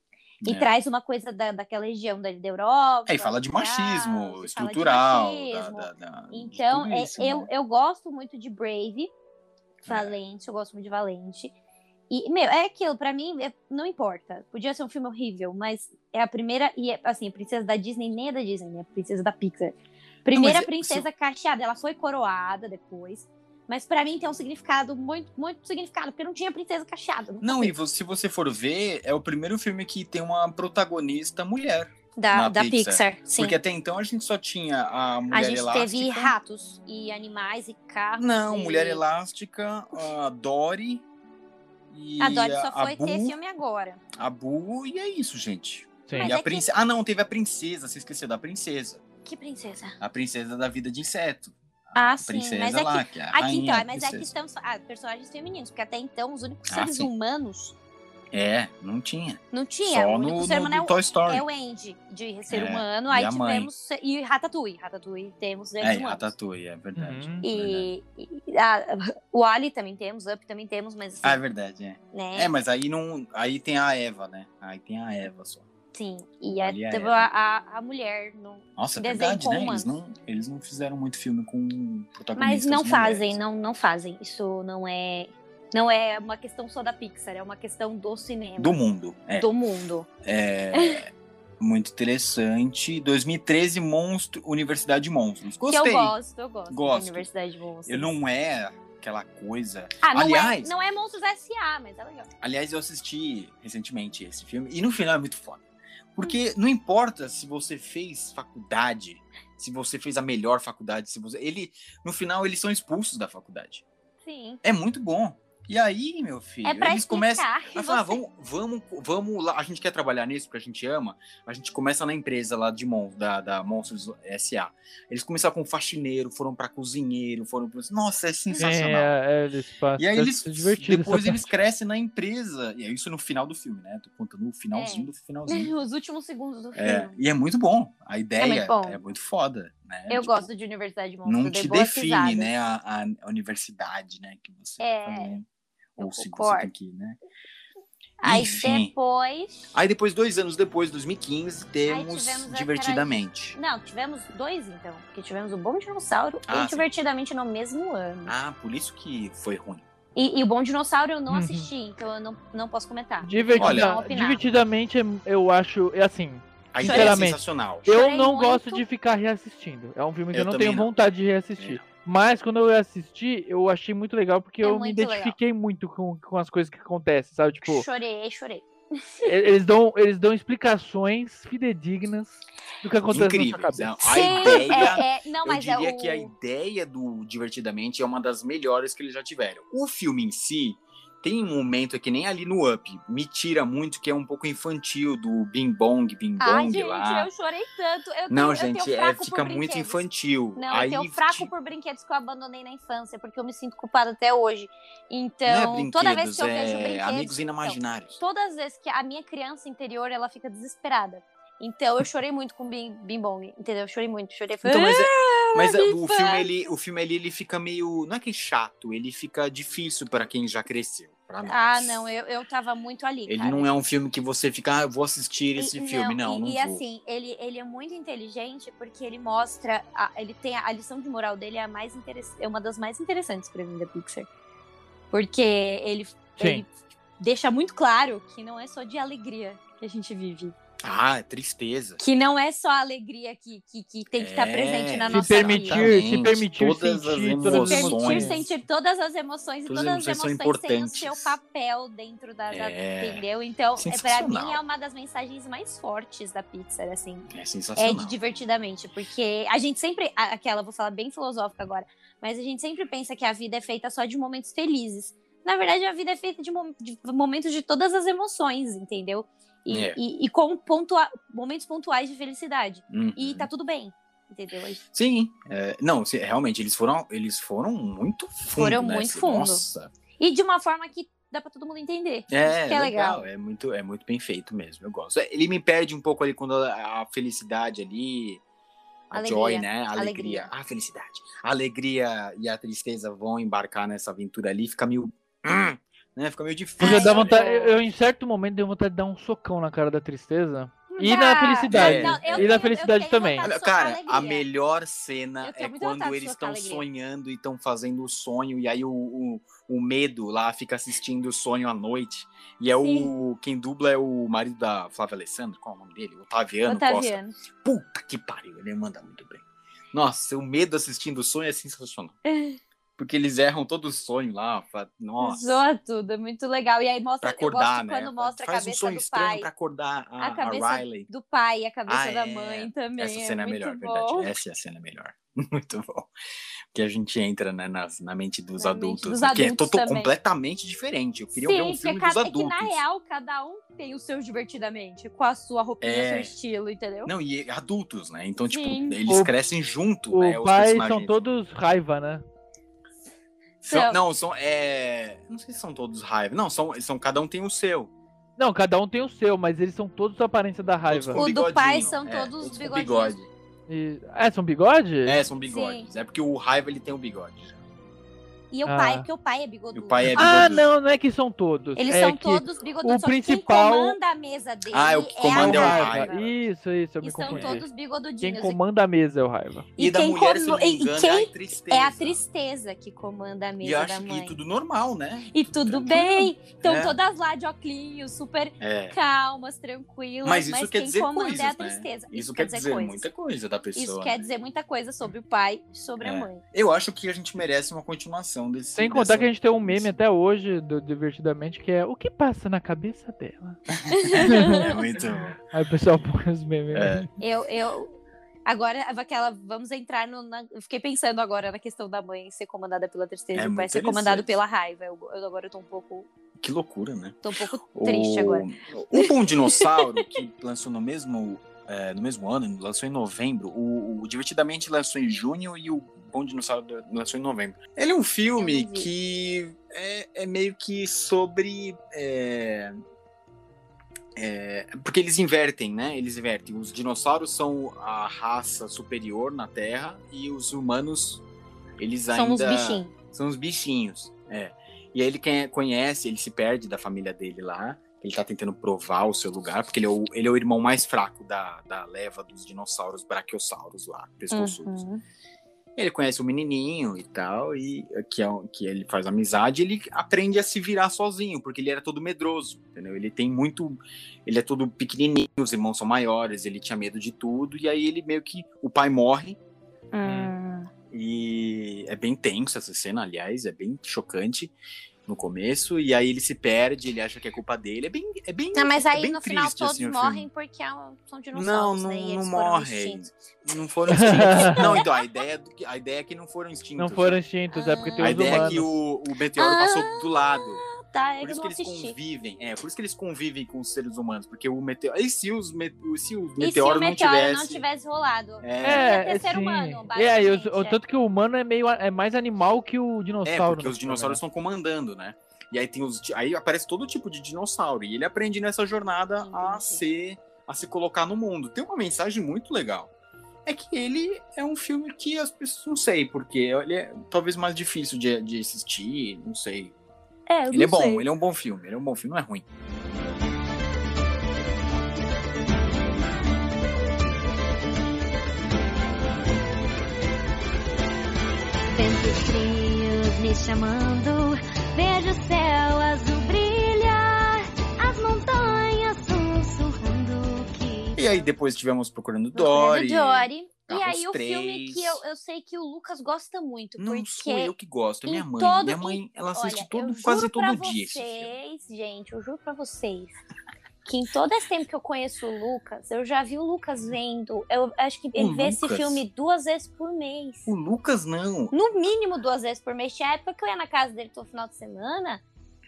Speaker 1: E
Speaker 3: É.
Speaker 1: traz uma coisa da, daquela região da, da Europa.
Speaker 3: É, e fala de
Speaker 1: tal,
Speaker 3: machismo
Speaker 1: fala de
Speaker 3: estrutural.
Speaker 1: machismo.
Speaker 3: da- da- da- Uhum. de
Speaker 1: Então,
Speaker 3: tudo
Speaker 1: é,
Speaker 3: isso,
Speaker 1: eu,
Speaker 3: né?
Speaker 1: eu gosto muito de Brave, Valente, eu gosto muito de Valente. E, meu, é aquilo, pra mim, é- não importa. Podia ser um filme horrível, mas é a primeira. E, é, assim, princesa da Disney nem é da Disney, né? Princesa da Pixar. Primeira
Speaker 3: é-
Speaker 1: princesa cacheada. Ela foi coroada depois. Mas pra mim tem um significado muito, muito significado, porque não tinha princesa cacheada. né? nunca
Speaker 3: Não,
Speaker 1: teve.
Speaker 3: e vo- se você for ver, é o primeiro filme que tem uma protagonista mulher.
Speaker 1: da,
Speaker 3: na
Speaker 1: da
Speaker 3: Pixar.
Speaker 1: Pixar. sim.
Speaker 3: Porque até então a gente só tinha a mulher
Speaker 1: A gente
Speaker 3: elástica.
Speaker 1: teve ratos e animais e carros.
Speaker 3: Não,
Speaker 1: e...
Speaker 3: mulher elástica, a Dory. E
Speaker 1: A Dory só foi
Speaker 3: Bu,
Speaker 1: ter filme agora.
Speaker 3: A Bu, e é isso, gente.
Speaker 2: Sim.
Speaker 1: Mas
Speaker 3: E
Speaker 1: é
Speaker 3: a
Speaker 1: que-
Speaker 3: princesa. Ah, não, teve a princesa, você esqueceu da princesa.
Speaker 1: Que princesa?
Speaker 3: A princesa da vida de inseto.
Speaker 1: Ah,
Speaker 3: A
Speaker 1: sim,
Speaker 3: princesa
Speaker 1: mas é
Speaker 3: lá, que é a
Speaker 1: Aqui
Speaker 3: rainha
Speaker 1: então,
Speaker 3: da
Speaker 1: é, mas aqui
Speaker 3: princesa.
Speaker 1: estamos ah, personagens femininos, porque até então os únicos
Speaker 3: Ah,
Speaker 1: seres
Speaker 3: sim.
Speaker 1: humanos
Speaker 3: É, não tinha.
Speaker 1: não tinha.
Speaker 3: Só
Speaker 1: o único
Speaker 3: no,
Speaker 1: ser
Speaker 3: no
Speaker 1: humano é
Speaker 3: do
Speaker 1: o,
Speaker 3: Toy Story.
Speaker 1: é o Andy de ser
Speaker 3: É,
Speaker 1: humano.
Speaker 3: e
Speaker 1: Aí
Speaker 3: a mãe.
Speaker 1: tivemos. E Ratatouille. Ratatouille temos seres
Speaker 3: É,
Speaker 1: humanos.
Speaker 3: Ratatouille, é verdade.
Speaker 2: Uhum.
Speaker 3: verdade.
Speaker 1: E, e a- o Ali também temos, Up também temos, mas assim,
Speaker 3: Ah, é verdade, é.
Speaker 1: né?
Speaker 3: É, mas aí não. Aí tem a Eva, né? Aí tem a Eva só.
Speaker 1: sim. E a,
Speaker 3: Ali é-
Speaker 1: teve a, a, a mulher no,
Speaker 3: Nossa, é
Speaker 1: Desenho
Speaker 3: verdade,
Speaker 1: com
Speaker 3: né? Eles
Speaker 1: humanos.
Speaker 3: não, eles não fizeram muito filme com protagonistas.
Speaker 1: Mas não fazem,
Speaker 3: mulheres.
Speaker 1: não, não fazem. Isso não é. Não é uma questão só da Pixar, é uma questão do cinema.
Speaker 3: Do mundo. É.
Speaker 1: do mundo.
Speaker 3: É, muito interessante. 2013, Monstro, Universidade de Monstros.
Speaker 1: Que
Speaker 3: Gostei.
Speaker 1: eu gosto, eu gosto, da
Speaker 3: Gosto.
Speaker 1: Universidade de Monstros.
Speaker 3: Eu não é aquela coisa.
Speaker 1: Ah, não,
Speaker 3: Aliás-
Speaker 1: é, não é Monstros S.A., mas é legal.
Speaker 3: Aliás, eu assisti recentemente esse filme e no final é muito foda. Porque não importa se você fez faculdade, se você fez a melhor faculdade, se você ele no final eles são expulsos da faculdade.
Speaker 1: Sim.
Speaker 3: É muito bom. E aí, meu filho,
Speaker 1: É pra
Speaker 3: eles começam
Speaker 1: explicar que
Speaker 3: a falar,
Speaker 1: você-
Speaker 3: vamos, vamos, vamos lá, a gente quer trabalhar nisso porque a gente ama. A gente começa na empresa lá de Mon, da, da Monstros SA. Eles começaram com faxineiro, foram pra cozinheiro, foram pra... Nossa, é
Speaker 2: Sim,
Speaker 3: sensacional.
Speaker 2: é, é, eles passam.
Speaker 3: E aí
Speaker 2: deve
Speaker 3: eles
Speaker 2: ser Tá divertido
Speaker 3: depois
Speaker 2: essa
Speaker 3: eles crescem na empresa. E é isso no final do filme, né? Tô contando o finalzinho
Speaker 1: É.
Speaker 3: do finalzinho.
Speaker 1: Os últimos segundos do
Speaker 3: É,
Speaker 1: filme.
Speaker 3: e é muito bom. A ideia é muito,
Speaker 1: muito bom.
Speaker 3: foda, né?
Speaker 1: Eu
Speaker 3: Tipo,
Speaker 1: gosto de Universidade de Monstros.
Speaker 3: Não
Speaker 1: dei
Speaker 3: te
Speaker 1: boas
Speaker 3: define,
Speaker 1: risadas.
Speaker 3: né, a, a- a universidade, né, que você tá
Speaker 1: É,
Speaker 3: fazendo. Ou
Speaker 1: eu
Speaker 3: se você
Speaker 1: concordo.
Speaker 3: tem que, né?
Speaker 1: Aí
Speaker 3: Enfim.
Speaker 1: depois.
Speaker 3: Aí depois, dois anos depois, 2015, temos
Speaker 1: tivemos a
Speaker 3: Divertidamente.
Speaker 1: Não, tivemos dois então. Porque tivemos o Bom Dinossauro
Speaker 3: Ah,
Speaker 1: e
Speaker 3: sim.
Speaker 1: Divertidamente no mesmo ano.
Speaker 3: Ah, por isso que foi ruim.
Speaker 1: E, e o Bom Dinossauro eu não
Speaker 2: Uhum.
Speaker 1: assisti, então eu não, não posso comentar.
Speaker 2: Divertida-
Speaker 1: Não vou opinar.
Speaker 2: Divertidamente, eu acho. É assim,
Speaker 3: A ideia é
Speaker 2: Sinceramente,
Speaker 3: sensacional.
Speaker 2: Eu
Speaker 1: Chorei
Speaker 2: não
Speaker 1: muito.
Speaker 2: gosto de ficar reassistindo. É um filme que eu,
Speaker 3: Eu
Speaker 2: não
Speaker 3: também
Speaker 2: tenho
Speaker 3: não. É.
Speaker 2: vontade de reassistir. Mas quando eu assisti, eu achei muito legal porque
Speaker 1: É
Speaker 2: eu me
Speaker 1: muito legal.
Speaker 2: identifiquei muito com, com as coisas que acontecem, sabe? Tipo,
Speaker 1: Chorei, chorei.
Speaker 2: e- eles dão, eles dão explicações fidedignas do que acontece na sua
Speaker 3: Incrível.
Speaker 2: cabeça.
Speaker 3: A
Speaker 1: Sim,
Speaker 3: ideia
Speaker 1: é, é, não, mas
Speaker 3: eu diria
Speaker 1: é o...
Speaker 3: que a ideia do Divertidamente é uma das melhores que eles já tiveram. O filme em si tem um momento que nem ali no Up me tira muito, que é um pouco infantil do Bing Bong, Bing
Speaker 1: Ai,
Speaker 3: Bong
Speaker 1: gente,
Speaker 3: lá.
Speaker 1: eu chorei tanto. Eu
Speaker 3: Não,
Speaker 1: tenho, eu
Speaker 3: gente,
Speaker 1: tenho
Speaker 3: é,
Speaker 1: fraco por
Speaker 3: fica muito
Speaker 1: brinquedos.
Speaker 3: infantil.
Speaker 1: Não,
Speaker 3: Aí
Speaker 1: eu tenho fraco
Speaker 3: te-
Speaker 1: por brinquedos que eu abandonei na infância, porque eu me sinto culpada até hoje. Então,
Speaker 3: não é
Speaker 1: toda vez que eu
Speaker 3: brinquedos,
Speaker 1: vejo
Speaker 3: é
Speaker 1: brinquedos...
Speaker 3: Amigos
Speaker 1: então,
Speaker 3: inimaginários.
Speaker 1: todas as vezes que a minha criança interior, ela fica desesperada. Então, eu chorei muito com Bim, Bim Bong, entendeu? Eu chorei muito, chorei. Foi...
Speaker 3: Então, mas é- mas é- o
Speaker 1: infância.
Speaker 3: filme, ele, o filme ali, ele fica meio. Não é que chato, ele fica difícil pra quem já cresceu. Pra nós.
Speaker 1: Ah, não, eu, eu tava muito ali,
Speaker 3: Ele
Speaker 1: cara.
Speaker 3: não é um filme que você fica, ah, eu vou assistir esse
Speaker 1: E-
Speaker 3: filme. Não,
Speaker 1: e,
Speaker 3: não
Speaker 1: e
Speaker 3: vou.
Speaker 1: assim, ele, ele é muito inteligente porque ele mostra. a- ele tem a, a lição de moral dele é, a mais interess- é uma das mais interessantes pra mim da Pixar. Porque ele, ele deixa muito claro que não é só de alegria que a gente vive.
Speaker 3: Ah, é tristeza.
Speaker 1: Que não é só a alegria que, que, que tem que estar
Speaker 3: É,
Speaker 1: presente na
Speaker 3: se
Speaker 1: nossa
Speaker 2: Se permitir,
Speaker 3: exatamente.
Speaker 2: se permitir
Speaker 3: Todas as
Speaker 2: sentir todas
Speaker 1: vida.
Speaker 2: as
Speaker 1: Se Permitir
Speaker 3: emoções.
Speaker 1: sentir todas as emoções e
Speaker 3: Todas as
Speaker 1: todas as
Speaker 3: emoções são
Speaker 1: emoções, têm o seu
Speaker 3: importantes.
Speaker 1: papel dentro da. da-
Speaker 3: É.
Speaker 1: entendeu? Então, é, pra mim,
Speaker 3: Sensacional.
Speaker 1: é uma das mensagens mais fortes da Pixar, assim.
Speaker 3: É
Speaker 1: É
Speaker 3: sensacional.
Speaker 1: de divertidamente, porque a gente sempre. a- Aquela, vou falar bem filosófica agora, mas a gente sempre pensa que a vida é feita só de momentos felizes. Na verdade, a vida é feita de, mom- de momentos de todas as emoções, entendeu? E,
Speaker 3: É.
Speaker 1: e- e com pontua- momentos pontuais de felicidade.
Speaker 3: Uhum.
Speaker 1: E tá tudo bem, entendeu?
Speaker 3: Sim, é, não, se- realmente, eles foram, eles foram muito fundo.
Speaker 1: Foram
Speaker 3: né?
Speaker 1: muito fundo.
Speaker 3: Nossa,
Speaker 1: E de uma forma que dá pra todo mundo entender.
Speaker 3: é,
Speaker 1: Isso que é legal.
Speaker 3: É muito, é muito bem feito mesmo, eu gosto. Ele me perde um pouco ali quando a, a felicidade ali, a
Speaker 1: Alegria.
Speaker 3: joy, né? A alegria.
Speaker 1: Alegria.
Speaker 3: A felicidade. A alegria e a tristeza vão embarcar nessa aventura ali, fica meio... hum, né? Fica meio difícil.
Speaker 2: Porque dá
Speaker 1: Ai,
Speaker 3: né?
Speaker 2: vontade,
Speaker 1: eu-
Speaker 2: eu, eu, em certo momento, dei vontade de dar um socão na cara da tristeza. E
Speaker 1: Ah,
Speaker 2: na felicidade.
Speaker 1: não, eu
Speaker 2: e
Speaker 1: tenho-
Speaker 2: na
Speaker 1: eu
Speaker 2: felicidade
Speaker 1: tenho
Speaker 2: também.
Speaker 1: vontade-
Speaker 3: Cara,
Speaker 1: socar
Speaker 3: a
Speaker 1: alegria.
Speaker 3: melhor cena
Speaker 1: Eu tenho
Speaker 3: é
Speaker 1: muita
Speaker 3: quando
Speaker 1: vontade de
Speaker 3: eles
Speaker 1: socar
Speaker 3: estão
Speaker 1: alegria.
Speaker 3: sonhando e estão fazendo o sonho, e aí o, o, o medo lá fica assistindo o sonho à noite. E é o. Quem dubla é o marido da Flávia Alessandro, qual é o nome dele? Otaviano,
Speaker 1: Otaviano.
Speaker 3: Costa. Puta que pariu, ele manda muito bem. Nossa, o medo assistindo o sonho é sensacional. Porque eles erram todo o sonho lá. fa- Nossa.
Speaker 1: Zoa tudo, é muito legal. E aí mostra,
Speaker 3: Pra
Speaker 1: eu
Speaker 3: acordar,
Speaker 1: gosto
Speaker 3: né?
Speaker 1: quando mostra a
Speaker 3: Faz
Speaker 1: cabeça
Speaker 3: um sonho
Speaker 1: do
Speaker 3: estranho
Speaker 1: pai.
Speaker 3: pra acordar a,
Speaker 1: a cabeça
Speaker 3: a Riley.
Speaker 1: do pai e a cabeça
Speaker 3: Ah,
Speaker 1: da
Speaker 3: é.
Speaker 1: mãe também.
Speaker 3: Essa cena é,
Speaker 1: muito
Speaker 3: melhor,
Speaker 1: bom.
Speaker 3: verdade. Essa é a cena melhor. Muito bom. Porque a gente entra né, nas- na mente dos
Speaker 1: Na mente
Speaker 3: adultos.
Speaker 1: dos
Speaker 3: né, que é
Speaker 1: adultos
Speaker 3: total-
Speaker 1: também.
Speaker 3: completamente diferente. Eu queria ver um
Speaker 1: que
Speaker 3: filme
Speaker 1: ca- é
Speaker 3: dos
Speaker 1: que
Speaker 3: adultos.
Speaker 1: na real cada um tem o seu divertidamente, com a sua roupinha,
Speaker 3: É.
Speaker 1: o seu estilo, entendeu?
Speaker 3: Não, e adultos, né? Então, tipo,
Speaker 1: Sim.
Speaker 3: eles
Speaker 2: O-
Speaker 3: crescem junto, né?
Speaker 2: Os
Speaker 3: os
Speaker 2: pais são
Speaker 3: personagens.
Speaker 2: todos raiva, né?
Speaker 3: São- não, são. É... Não sei se são todos raiva. Não, são, são cada um tem o seu.
Speaker 2: Não, cada um tem o seu, mas eles são todos a aparência da raiva.
Speaker 3: com
Speaker 1: O do pai
Speaker 3: bigodinho,
Speaker 1: são
Speaker 3: é,
Speaker 1: todos
Speaker 3: com
Speaker 1: bigodinhos.
Speaker 3: bigode.
Speaker 2: E- É, são bigode?
Speaker 3: É, são bigodes. É porque o raiva ele tem o bigode.
Speaker 1: E o
Speaker 2: Ah.
Speaker 1: pai, porque o pai é bigodudo.
Speaker 3: E o pai é
Speaker 2: Ah,
Speaker 3: bigodudo.
Speaker 2: não, não é que são todos.
Speaker 1: Eles
Speaker 2: é
Speaker 1: são
Speaker 2: que
Speaker 1: todos bigodudos,
Speaker 2: o
Speaker 1: só
Speaker 2: principal-
Speaker 1: que quem comanda a mesa dele
Speaker 3: Ah, é o que comanda
Speaker 1: é
Speaker 3: é
Speaker 1: a
Speaker 3: o
Speaker 1: raiva.
Speaker 3: Raiva.
Speaker 2: Isso, isso, eu
Speaker 1: E
Speaker 2: me
Speaker 1: são
Speaker 2: confundi.
Speaker 1: todos
Speaker 2: Quem
Speaker 1: bigodudinhos.
Speaker 2: comanda a mesa é o raiva.
Speaker 3: E, da
Speaker 1: quem
Speaker 3: mulher, se eu não
Speaker 1: como-
Speaker 3: me
Speaker 1: e- e
Speaker 3: engano, é a
Speaker 1: quem-
Speaker 3: tristeza.
Speaker 1: É a tristeza que comanda a
Speaker 3: E eu
Speaker 1: mesa da
Speaker 3: acho que
Speaker 1: mãe.
Speaker 3: tudo normal, né?
Speaker 1: E tudo
Speaker 3: Tranquilo.
Speaker 1: bem. Então
Speaker 3: É.
Speaker 1: todas lá de óculos, super
Speaker 3: É.
Speaker 1: calmas, tranquilas.
Speaker 3: Mas isso quer
Speaker 1: quem
Speaker 3: dizer
Speaker 1: comanda
Speaker 3: coisas,
Speaker 1: é
Speaker 3: né?
Speaker 1: a tristeza.
Speaker 3: Isso quer dizer
Speaker 1: coisas.
Speaker 3: muita coisa da pessoa.
Speaker 1: Isso
Speaker 3: né?
Speaker 1: quer dizer muita coisa sobre o pai, sobre
Speaker 3: É.
Speaker 1: a mãe.
Speaker 3: Eu acho que a gente merece uma continuação desse.
Speaker 2: Sem contar que a gente tem um meme até hoje, do Divertidamente, que é o que passa na cabeça dela.
Speaker 3: É muito.
Speaker 2: Aí o pessoal põe os memes.
Speaker 3: É.
Speaker 1: Eu, eu. Agora, aquela. Vamos entrar no. na- eu fiquei pensando agora na questão da mãe ser comandada pela tristeza
Speaker 3: É
Speaker 1: e o pai
Speaker 3: muito
Speaker 1: ser comandado
Speaker 3: interessante.
Speaker 1: pela raiva. Eu, eu agora eu tô um pouco.
Speaker 3: Que loucura, né?
Speaker 1: Tô um pouco triste agora.
Speaker 3: O Um Bom Dinossauro, que lançou no mesmo, é, no mesmo ano, lançou em novembro. O, o Divertidamente lançou em junho e o Bom Dinossauro lançou em novembro. Ele é um filme
Speaker 1: Eu não vi.
Speaker 3: que é, é meio que sobre. é, é, porque eles invertem, né? Eles invertem. Os dinossauros são a raça superior na Terra e os humanos, eles
Speaker 1: São uns
Speaker 3: ainda
Speaker 1: bichinhos.
Speaker 3: são os bichinhos. É. E aí ele quem- conhece, ele se perde da família dele lá. Ele tá tentando provar o seu lugar, porque ele é o, ele é o irmão mais fraco da, da leva dos dinossauros braquiosauros lá, pescoçudos.
Speaker 1: Uhum.
Speaker 3: Ele conhece o menininho e tal, e que, é, um- que ele faz amizade, ele aprende a se virar sozinho, porque ele era todo medroso, entendeu? Ele tem muito. Ele é todo pequenininho, os irmãos são maiores, ele tinha medo de tudo, e aí ele meio que. O pai morre,
Speaker 1: Hum.
Speaker 3: e é bem tenso essa cena, aliás, é bem chocante no começo, e aí ele se perde, ele acha que é culpa dele, é bem. É bem
Speaker 1: Não, mas
Speaker 3: é
Speaker 1: aí
Speaker 3: bem
Speaker 1: no final
Speaker 3: triste,
Speaker 1: todos
Speaker 3: assim, o filme.
Speaker 1: morrem porque é um- são
Speaker 3: Não,
Speaker 1: dinossauros,
Speaker 3: não,
Speaker 1: né? E
Speaker 3: não
Speaker 1: eles foram
Speaker 3: morrem.
Speaker 1: extintos.
Speaker 3: Não foram extintos. não, então, a ideia, do que- a ideia é que não foram extintos.
Speaker 2: Não
Speaker 3: né?
Speaker 2: foram extintos, é porque tem
Speaker 3: A
Speaker 2: os
Speaker 3: ideia é que
Speaker 2: humanos.
Speaker 3: o, o meteoro
Speaker 1: Ah,
Speaker 3: passou do lado.
Speaker 1: Tá, é
Speaker 3: Por
Speaker 1: que eu
Speaker 3: isso
Speaker 1: não
Speaker 3: que eles
Speaker 1: assisti.
Speaker 3: convivem. É, por isso que eles convivem com os seres humanos. Porque o meteoro. E se, os me- se o
Speaker 1: E se o
Speaker 3: meteoro não
Speaker 1: meteoro
Speaker 3: tivesse.
Speaker 1: não tivesse rolado?
Speaker 3: É,
Speaker 1: Não ia ter ser humano,
Speaker 2: É, aí, o-
Speaker 1: basicamente,
Speaker 2: o
Speaker 1: é.
Speaker 2: tanto que o humano é meio é mais animal que o
Speaker 3: é,
Speaker 2: dinossauro.
Speaker 3: porque
Speaker 2: né?
Speaker 3: os dinossauros estão comandando, né? E aí tem os. Aí aparece todo tipo de dinossauro. E ele aprende nessa jornada a
Speaker 1: Entendi.
Speaker 3: ser. a se colocar no mundo. Tem uma mensagem muito legal. É que ele é um filme que as pessoas não sei, porque ele é talvez mais difícil de, de assistir, não sei.
Speaker 1: É,
Speaker 3: ele é bom, ele é um bom filme, ele é um bom filme, não é ruim.
Speaker 5: Ventos frios me chamando, vejo o céu azul brilhar, as montanhas sussurrando que.
Speaker 3: E aí depois tivemos Procurando
Speaker 1: Procurando
Speaker 3: Dory.
Speaker 1: Dory. E
Speaker 3: Carros
Speaker 1: aí o filme
Speaker 3: três.
Speaker 1: que eu, eu sei que o Lucas gosta muito,
Speaker 3: Não
Speaker 1: porque
Speaker 3: sou eu que gosto, é minha
Speaker 1: em
Speaker 3: mãe.
Speaker 1: todo-
Speaker 3: minha mãe, ela assiste
Speaker 1: Olha,
Speaker 3: todo-
Speaker 1: eu juro
Speaker 3: quase
Speaker 1: pra
Speaker 3: todo dia esse filme.
Speaker 1: vocês, gente, eu juro pra vocês que em todo esse tempo que eu conheço o Lucas, eu já vi o Lucas vendo. Eu acho que ele vê esse
Speaker 3: Lucas?
Speaker 1: filme duas vezes por mês.
Speaker 3: O Lucas não.
Speaker 1: No mínimo duas vezes por mês. Tinha época que eu ia na casa dele todo final de semana.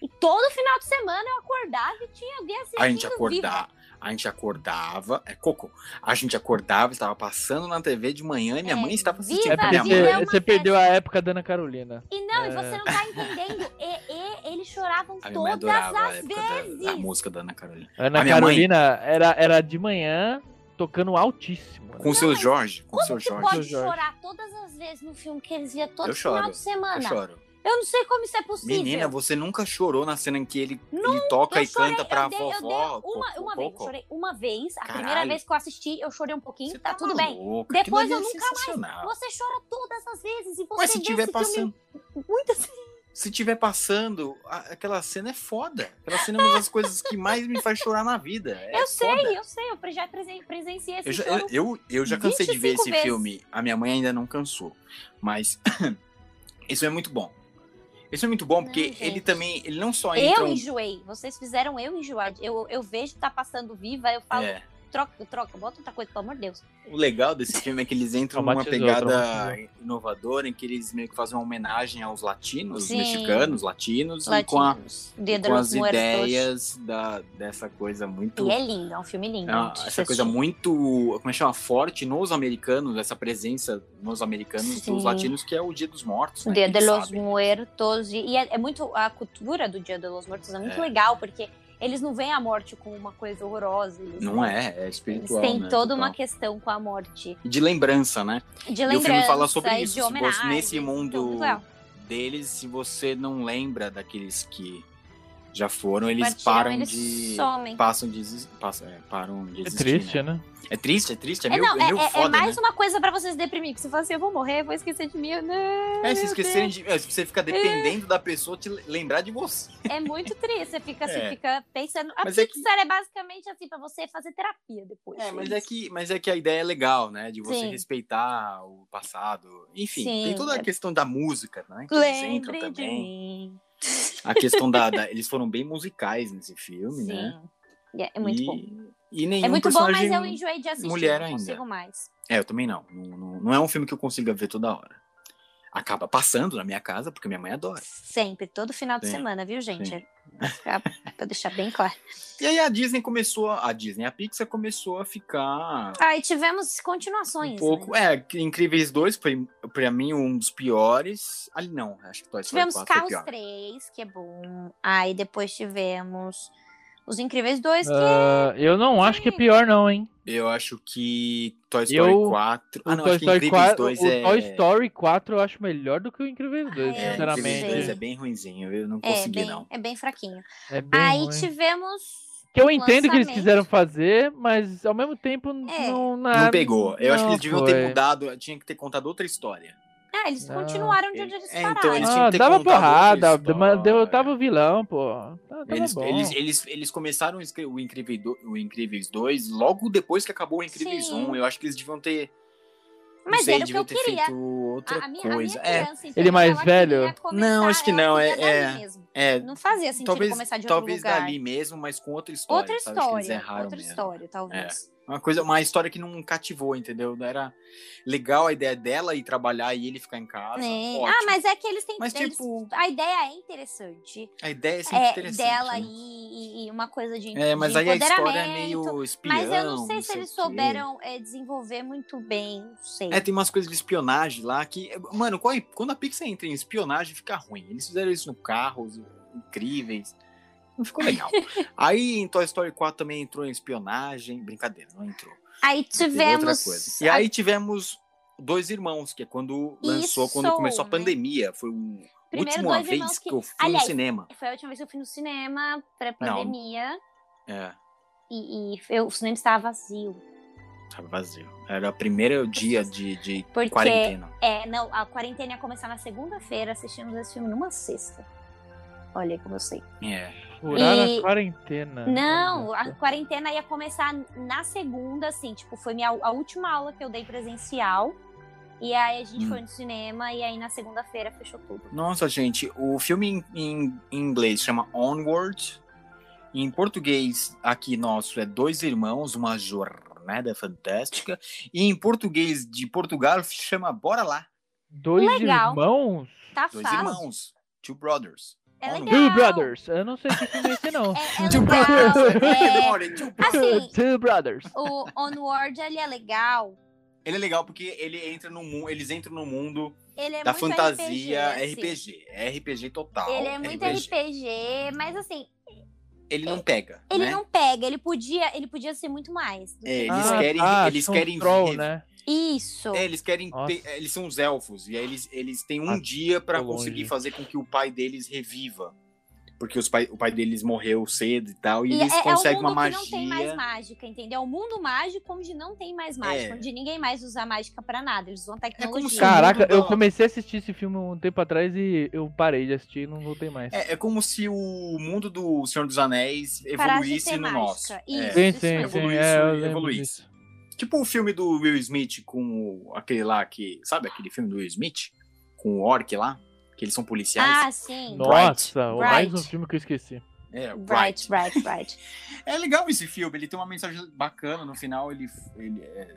Speaker 1: E todo final de semana eu acordava e tinha alguém assistindo.
Speaker 3: A gente
Speaker 1: vivo.
Speaker 3: acordava, a gente acordava, é coco. A gente acordava, estava passando na TV de manhã e minha
Speaker 1: É,
Speaker 3: mãe estava assistindo.
Speaker 2: É
Speaker 1: viva
Speaker 2: porque
Speaker 3: minha
Speaker 1: a vida.
Speaker 2: você,
Speaker 1: é uma
Speaker 2: você perdeu a
Speaker 1: festa.
Speaker 2: época da Ana Carolina.
Speaker 1: E não, e
Speaker 2: É.
Speaker 1: você não tá entendendo. E, e, eles choravam
Speaker 3: a minha mãe
Speaker 1: todas
Speaker 3: adorava a
Speaker 1: as
Speaker 3: época da-
Speaker 1: vezes.
Speaker 3: da, música da Ana Carolina.
Speaker 2: Ana
Speaker 3: A minha mãe-
Speaker 2: Carolina era, era de manhã tocando altíssimo. né?
Speaker 3: Com o seu Jorge, com o seu
Speaker 1: Como que
Speaker 3: Jorge.
Speaker 1: pode
Speaker 2: Seu Jorge.
Speaker 1: chorar todas as vezes no filme que eles via todo
Speaker 3: Eu
Speaker 1: final
Speaker 3: choro,
Speaker 1: de
Speaker 3: Eu
Speaker 1: semana?
Speaker 3: choro.
Speaker 1: Eu não sei como isso é possível.
Speaker 3: Menina, você nunca chorou na cena em que ele, ele
Speaker 1: eu
Speaker 3: toca e
Speaker 1: chorei,
Speaker 3: canta pra
Speaker 1: eu dei, eu dei uma,
Speaker 3: vovó? Coco,
Speaker 1: uma vez, eu
Speaker 3: Coco?
Speaker 1: chorei uma vez. A primeira
Speaker 3: Caralho.
Speaker 1: vez que eu assisti, eu chorei um pouquinho,
Speaker 3: Você
Speaker 1: tá, tudo bem.
Speaker 3: maluca, aquilo
Speaker 1: Depois
Speaker 3: ali
Speaker 1: eu
Speaker 3: é
Speaker 1: nunca mais-
Speaker 3: sensacional.
Speaker 1: Você chora todas as vezes e você
Speaker 3: Mas se
Speaker 1: vê
Speaker 3: tiver
Speaker 1: esse
Speaker 3: passando,
Speaker 1: filme muitas vezes.
Speaker 3: se tiver passando, a- aquela cena é foda. Aquela cena é uma das coisas que mais me faz chorar na vida. É
Speaker 1: eu sei,
Speaker 3: foda.
Speaker 1: eu sei, eu pre- já presen- presenciei esse
Speaker 3: Eu já,
Speaker 1: choro.
Speaker 3: eu, eu, eu já cansei de ver
Speaker 1: 25
Speaker 3: esse
Speaker 1: vezes.
Speaker 3: filme. A minha mãe ainda não cansou. Mas isso é muito bom. Isso é muito bom porque
Speaker 1: Não,
Speaker 3: ele
Speaker 1: gente.
Speaker 3: também, ele não só
Speaker 1: Eu,
Speaker 3: entra um-
Speaker 1: enjoei, vocês fizeram eu enjoar. Eu, eu vejo que tá passando viva, eu falo,
Speaker 3: É.
Speaker 1: troca, troca, bota outra coisa, pelo amor de Deus.
Speaker 3: O legal desse filme é que eles entram numa
Speaker 2: Traumatizou,
Speaker 3: pegada
Speaker 2: traumatizou.
Speaker 3: inovadora em que eles meio que fazem uma homenagem aos latinos,
Speaker 1: Sim.
Speaker 3: mexicanos, latinos, e com a
Speaker 1: Dia de
Speaker 3: com
Speaker 1: los
Speaker 3: as
Speaker 1: Muertos.
Speaker 3: ideias da, dessa coisa muito.
Speaker 1: E é lindo, é um filme lindo.
Speaker 3: ah,
Speaker 1: de
Speaker 3: essa
Speaker 1: assistir.
Speaker 3: coisa muito. Como é que chama? Forte nos americanos, essa presença nos americanos dos
Speaker 1: Sim.
Speaker 3: latinos, que é o Dia dos Mortos. Né?
Speaker 1: Dia
Speaker 3: Eles
Speaker 1: de los
Speaker 3: sabem.
Speaker 1: Muertos. E e é, é muito. A cultura do Dia de los Muertos é muito
Speaker 3: É.
Speaker 1: legal, porque eles não veem a morte como uma coisa horrorosa. Eles,
Speaker 3: Não é, é
Speaker 1: Eles
Speaker 3: espiritual.
Speaker 1: têm
Speaker 3: né,
Speaker 1: toda uma
Speaker 3: total.
Speaker 1: questão com a morte.
Speaker 3: De lembrança, né?
Speaker 1: De
Speaker 3: e
Speaker 1: lembrança,
Speaker 3: o filme fala sobre
Speaker 1: e
Speaker 3: isso.
Speaker 1: de
Speaker 3: se você,
Speaker 1: homenagem.
Speaker 3: nesse
Speaker 1: Então,
Speaker 3: mundo
Speaker 1: muito legal.
Speaker 3: deles, se você não lembra daqueles que já foram, eles
Speaker 1: Partiram,
Speaker 3: param
Speaker 1: eles
Speaker 3: de.
Speaker 1: somem.
Speaker 3: Passam de exis- passam- é, param de
Speaker 2: É
Speaker 3: existir.
Speaker 2: triste,
Speaker 3: né?
Speaker 2: né?
Speaker 3: É triste, é triste, é,
Speaker 1: É,
Speaker 3: meio,
Speaker 1: não,
Speaker 3: é
Speaker 1: é,
Speaker 3: meio
Speaker 1: é- é
Speaker 3: foda, né?
Speaker 1: mais uma coisa pra vocês deprimir, que você fala assim, eu vou morrer, vou esquecer de mim. eu- Não,
Speaker 3: É, se
Speaker 1: meu
Speaker 3: esquecerem de. é, se Você fica dependendo da pessoa te le- lembrar de você.
Speaker 1: Deus. É muito triste, você fica,
Speaker 3: É.
Speaker 1: você fica pensando. A
Speaker 3: Mas é que-
Speaker 1: Pixar é basicamente assim, pra você fazer terapia depois.
Speaker 3: É, mas
Speaker 1: isso.
Speaker 3: é que, mas é que a ideia é legal, né? De você
Speaker 1: Sim.
Speaker 3: respeitar o passado. Enfim,
Speaker 1: Sim,
Speaker 3: tem toda a
Speaker 1: é.
Speaker 3: questão da música, né? que eles entram
Speaker 1: Lembre de
Speaker 3: também.
Speaker 1: mim.
Speaker 3: A questão da, da- Eles foram bem musicais nesse filme, né?
Speaker 1: Sim. E É, é muito
Speaker 3: e,
Speaker 1: bom.
Speaker 3: E nenhum
Speaker 1: É muito bom,
Speaker 3: personagem...
Speaker 1: mas eu enjoei de assistir.
Speaker 3: mulher
Speaker 1: não
Speaker 3: ainda.
Speaker 1: consigo mais.
Speaker 3: É, eu também não. Não, não. não é um filme que eu consiga ver toda hora. Acaba passando na minha casa, porque minha mãe adora.
Speaker 1: Sempre, todo final de
Speaker 3: Sim,
Speaker 1: semana, viu, gente?
Speaker 3: sim.
Speaker 1: Pra, pra deixar bem claro.
Speaker 3: E aí a Disney começou... A a Disney, a Pixar começou a ficar...
Speaker 1: Ah, e tivemos
Speaker 3: Um
Speaker 1: continuações.
Speaker 3: pouco,
Speaker 1: né?
Speaker 3: é, que Incríveis 2 foi, pra mim, um dos piores. Ali não, acho que Toy Story
Speaker 1: Tivemos
Speaker 3: 4 foi
Speaker 1: Carros
Speaker 3: pior.
Speaker 1: 3, que é bom. Aí depois tivemos Os Incríveis 2, que
Speaker 2: Ah, eu não acho que é pior, não, hein?
Speaker 3: Eu acho que Toy Story
Speaker 2: Eu-
Speaker 3: 4.
Speaker 2: O
Speaker 3: Ah, não,
Speaker 2: Toy
Speaker 3: acho que
Speaker 2: Story
Speaker 3: Incríveis
Speaker 2: 4,
Speaker 3: 2
Speaker 2: o
Speaker 3: é.
Speaker 2: Toy Story 4 eu acho melhor do que o Incríveis 2,
Speaker 1: Ah,
Speaker 3: É,
Speaker 2: sinceramente.
Speaker 3: Incríveis 2 é
Speaker 1: sei.
Speaker 3: bem ruinzinho, eu não
Speaker 1: é,
Speaker 3: consegui,
Speaker 1: bem,
Speaker 3: não.
Speaker 1: é bem fraquinho.
Speaker 2: É bem
Speaker 1: Aí
Speaker 2: ruim.
Speaker 1: tivemos.
Speaker 2: Que eu entendo que eles
Speaker 1: lançamento.
Speaker 2: quiseram fazer, mas ao mesmo tempo
Speaker 1: É.
Speaker 2: não...
Speaker 3: Não pegou. Eu acho que
Speaker 2: Ah, não
Speaker 3: eles deviam
Speaker 2: foi.
Speaker 3: ter mudado, tinha que ter contado outra história.
Speaker 1: Ah, eles
Speaker 2: Não.
Speaker 1: continuaram de onde eles
Speaker 3: É,
Speaker 1: pararam.
Speaker 3: então, eles tinham
Speaker 2: Ah,
Speaker 3: que ter
Speaker 2: dava
Speaker 3: contado outra
Speaker 2: porrada,
Speaker 3: história.
Speaker 2: mas derrotava o vilão, pô. Tá, tava
Speaker 3: Eles,
Speaker 2: bom.
Speaker 3: eles, eles, eles começaram o Incri- o Incrível do- o Incríveis 2 logo depois que acabou o Incríveis
Speaker 1: Sim.
Speaker 3: 1. Eu acho que eles deviam ter. não
Speaker 1: Mas
Speaker 3: sei,
Speaker 1: era o que
Speaker 3: deviam
Speaker 1: eu
Speaker 3: ter
Speaker 1: queria.
Speaker 3: feito outra
Speaker 1: a, a minha, a minha
Speaker 3: coisa. é,
Speaker 1: criança, então,
Speaker 2: Ele mais
Speaker 1: ela queria
Speaker 2: velho?
Speaker 1: começar,
Speaker 3: Não, acho que
Speaker 1: ela
Speaker 3: não, é-
Speaker 1: queria dali
Speaker 3: é-
Speaker 1: mesmo.
Speaker 3: é,
Speaker 1: Não fazia sentido
Speaker 3: talvez
Speaker 1: começar de outro
Speaker 3: talvez
Speaker 1: lugar.
Speaker 3: dali mesmo, mas com outra história.
Speaker 1: outra
Speaker 3: sabe? Acho que eles
Speaker 1: história,
Speaker 3: erraram
Speaker 1: outra
Speaker 3: mesmo. É,
Speaker 1: história, talvez.
Speaker 3: Uma, coisa, uma história que não cativou, entendeu? Era legal a ideia dela ir trabalhar e ele ficar em casa.
Speaker 1: Né?
Speaker 3: ótimo.
Speaker 1: Ah, mas é que eles têm
Speaker 3: Mas,
Speaker 1: eles-
Speaker 3: tipo-
Speaker 1: a ideia é interessante.
Speaker 3: A ideia é sempre
Speaker 1: É,
Speaker 3: interessante.
Speaker 1: dela
Speaker 3: né?
Speaker 1: e, e- e uma coisa de,
Speaker 3: É, mas
Speaker 1: de
Speaker 3: aí a história é
Speaker 1: empoderamento.
Speaker 3: meio espião.
Speaker 1: Mas eu não sei se
Speaker 3: o
Speaker 1: eles
Speaker 3: quê.
Speaker 1: souberam é, desenvolver muito bem, não sei.
Speaker 3: É, tem umas coisas de espionagem lá que. Mano, qual- é, quando a Pixar entra em espionagem, fica ruim. Eles fizeram isso no Carros, incríveis. Não ficou
Speaker 1: é
Speaker 3: legal. Aí em Toy Story 4 também entrou em espionagem. Brincadeira, não entrou.
Speaker 1: Aí
Speaker 3: Teve outra
Speaker 1: tivemos.
Speaker 3: coisa. E aí tivemos Dois Irmãos, que é quando lançou,
Speaker 1: Isso,
Speaker 3: quando começou a
Speaker 1: né?
Speaker 3: pandemia. Foi o
Speaker 1: Primeiro
Speaker 3: última
Speaker 1: Dois Irmãos
Speaker 3: vez que...
Speaker 1: que-
Speaker 3: eu fui
Speaker 1: Aliás,
Speaker 3: no cinema.
Speaker 1: Foi a última vez que eu fui no cinema, pré-pandemia,
Speaker 3: É,
Speaker 1: e, e eu- o cinema estava vazio.
Speaker 3: tava vazio. Era o primeiro dia de, de
Speaker 1: Porque-
Speaker 3: quarentena.
Speaker 1: É, não, a quarentena ia começar na segunda-feira, assistimos esse filme numa sexta. Olha aí como eu sei.
Speaker 3: É.
Speaker 2: Furaram
Speaker 1: E-
Speaker 2: a quarentena.
Speaker 1: Não, a
Speaker 2: Olha.
Speaker 1: quarentena ia começar na segunda, assim, tipo, foi minha, a última aula que eu dei presencial. E aí a gente
Speaker 3: Hum.
Speaker 1: foi no cinema e aí na segunda-feira fechou tudo.
Speaker 3: Nossa, gente, o filme em, em- em inglês chama Onward. Em português, aqui nosso, é Dois Irmãos, Uma Jornada Fantástica. E em português de Portugal chama Bora Lá,
Speaker 2: Dois
Speaker 1: Legal.
Speaker 2: irmãos?
Speaker 1: Tá
Speaker 3: Dois
Speaker 1: fácil.
Speaker 3: Irmãos, Two Brothers.
Speaker 1: É legal.
Speaker 2: Two Brothers. Eu não sei que filme é esse, não.
Speaker 1: É, é
Speaker 3: Two
Speaker 1: legal. é-
Speaker 3: Olha, Two-
Speaker 1: assim,
Speaker 2: Two Brothers.
Speaker 1: o Onward ele é legal.
Speaker 3: Ele é legal porque ele entra no mundo, eles entram no mundo
Speaker 1: Ele é
Speaker 3: da
Speaker 1: muito
Speaker 3: fantasia
Speaker 1: RPG, assim.
Speaker 3: RPG, é RPG total.
Speaker 1: Ele é muito
Speaker 3: RPG.
Speaker 1: RPG, mas assim,
Speaker 3: Ele não pega,
Speaker 1: ele
Speaker 3: né?
Speaker 1: não pega, ele podia, ele podia ser muito mais. do Ah, tá, que-
Speaker 3: É,
Speaker 1: é um
Speaker 3: eles querem- eles
Speaker 2: Ah, são
Speaker 3: querem
Speaker 2: troll,
Speaker 3: ver-
Speaker 2: né?
Speaker 1: Isso.
Speaker 3: É, eles querem
Speaker 2: Nossa.
Speaker 3: ter- eles são os elfos e aí eles, eles têm um
Speaker 2: Ah,
Speaker 3: dia pra
Speaker 2: tô longe.
Speaker 3: conseguir fazer com que o pai deles reviva. Porque os pai, o pai deles morreu cedo e tal, e,
Speaker 1: E
Speaker 3: eles
Speaker 1: é,
Speaker 3: conseguem
Speaker 1: é um mundo
Speaker 3: uma magia.
Speaker 1: que não tem mais mágica, entendeu? É um mundo mágico onde não tem mais mágica,
Speaker 3: É.
Speaker 1: onde ninguém mais usa mágica pra nada, eles usam
Speaker 3: como
Speaker 1: tecnologia.
Speaker 3: se-
Speaker 2: Caraca,
Speaker 3: mundo
Speaker 2: eu
Speaker 3: da-
Speaker 2: comecei a assistir esse filme um tempo atrás e eu parei de assistir e não voltei mais.
Speaker 3: É, é como se o mundo do Senhor dos Anéis
Speaker 1: Parasse de
Speaker 3: evoluísse
Speaker 1: ter
Speaker 3: no
Speaker 1: mágica. Isso,
Speaker 3: nosso. É.
Speaker 2: Sim,
Speaker 1: isso
Speaker 2: sim,
Speaker 1: mesmo.
Speaker 2: sim.
Speaker 3: Evolui
Speaker 2: é,
Speaker 3: isso,
Speaker 2: eu lembro
Speaker 3: evolui
Speaker 2: disso.
Speaker 3: Tipo o filme do Will Smith com o- aquele lá que. Sabe aquele filme do Will Smith? Com o Orc lá? Que eles são policiais?
Speaker 1: Ah, sim.
Speaker 3: No-
Speaker 2: Nossa, o mais um
Speaker 1: Bright.
Speaker 2: filme que eu esqueci.
Speaker 3: é, o
Speaker 1: Bright, bright, bright.
Speaker 3: É legal esse filme, ele tem uma mensagem bacana. No final, ele. ele é,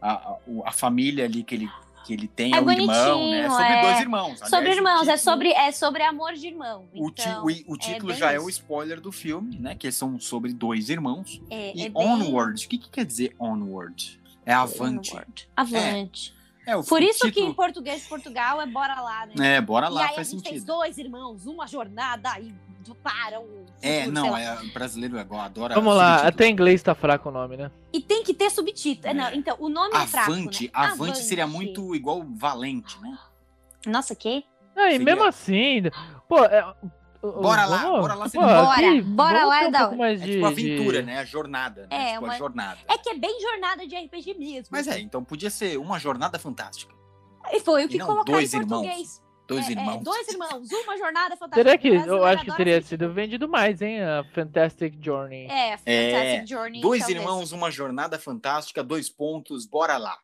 Speaker 3: a, a- o- a família ali que ele, que ele tem
Speaker 1: É
Speaker 3: é, o irmão, né? É
Speaker 1: bonitinho,
Speaker 3: sobre
Speaker 1: é.
Speaker 3: dois irmãos.
Speaker 1: sobre
Speaker 3: Aliás, o
Speaker 1: irmãos, é
Speaker 3: título-
Speaker 1: sobre, é sobre amor de irmão.
Speaker 3: O, ti-
Speaker 1: Então,
Speaker 3: o- o título
Speaker 1: bem
Speaker 3: já é
Speaker 1: isso.
Speaker 3: o spoiler do filme, né? Que são sobre dois irmãos.
Speaker 1: é,
Speaker 3: E
Speaker 1: é bem-
Speaker 3: Onward, o que, que quer dizer Onward? É avante.
Speaker 1: Onward. Avante.
Speaker 3: É, o
Speaker 1: Por
Speaker 3: o
Speaker 1: isso que em
Speaker 3: título-
Speaker 1: português de Portugal é bora lá, né?
Speaker 3: É, bora
Speaker 1: e
Speaker 3: lá,
Speaker 1: aí a
Speaker 3: faz
Speaker 1: gente fez
Speaker 3: sentido.
Speaker 1: dois irmãos, uma jornada e do- para o
Speaker 3: É,
Speaker 1: futuro, Tipo, sei
Speaker 3: não,
Speaker 1: lá.
Speaker 3: é, o brasileiro agora adora.
Speaker 2: Vamos lá,
Speaker 3: subtítulo.
Speaker 2: até em inglês tá fraco o nome, né?
Speaker 1: E tem que ter subtítulo. É, não,
Speaker 3: É.
Speaker 1: então, o nome é fraco, né?
Speaker 3: Avante, avante seria muito igual valente, né?
Speaker 1: Nossa, que?
Speaker 2: Ah, e
Speaker 3: Seria-
Speaker 2: mesmo assim, pô, é-
Speaker 3: é. Bora lá,
Speaker 2: vamos-
Speaker 3: bora lá,
Speaker 2: pô,
Speaker 3: seria- Bora,
Speaker 2: aqui,
Speaker 1: bora
Speaker 2: vamos
Speaker 1: lá
Speaker 2: ter
Speaker 1: é
Speaker 2: um
Speaker 1: da
Speaker 2: pouco
Speaker 1: hora.
Speaker 2: mais
Speaker 3: É
Speaker 2: de-
Speaker 3: tipo aventura,
Speaker 2: de-
Speaker 3: né? A jornada,
Speaker 1: É,
Speaker 3: né? Tipo
Speaker 1: uma-
Speaker 3: a jornada.
Speaker 1: É que é bem jornada de RPG mesmo.
Speaker 3: Mas é, então podia ser uma jornada fantástica.
Speaker 1: E foi o que
Speaker 3: não,
Speaker 1: colocaram em
Speaker 3: dois irmãos.
Speaker 1: português.
Speaker 3: Dois
Speaker 1: É, é,
Speaker 3: irmãos.
Speaker 1: dois irmãos, uma jornada fantástica.
Speaker 2: Será que
Speaker 1: O brasileiro
Speaker 2: eu acho que
Speaker 1: adora
Speaker 2: teria
Speaker 1: esse tipo.
Speaker 2: sido vendido mais, hein? A Fantastic Journey.
Speaker 1: É, Fantastic Journey.
Speaker 3: Dois
Speaker 1: talvez.
Speaker 3: irmãos, uma jornada fantástica, dois pontos, bora lá.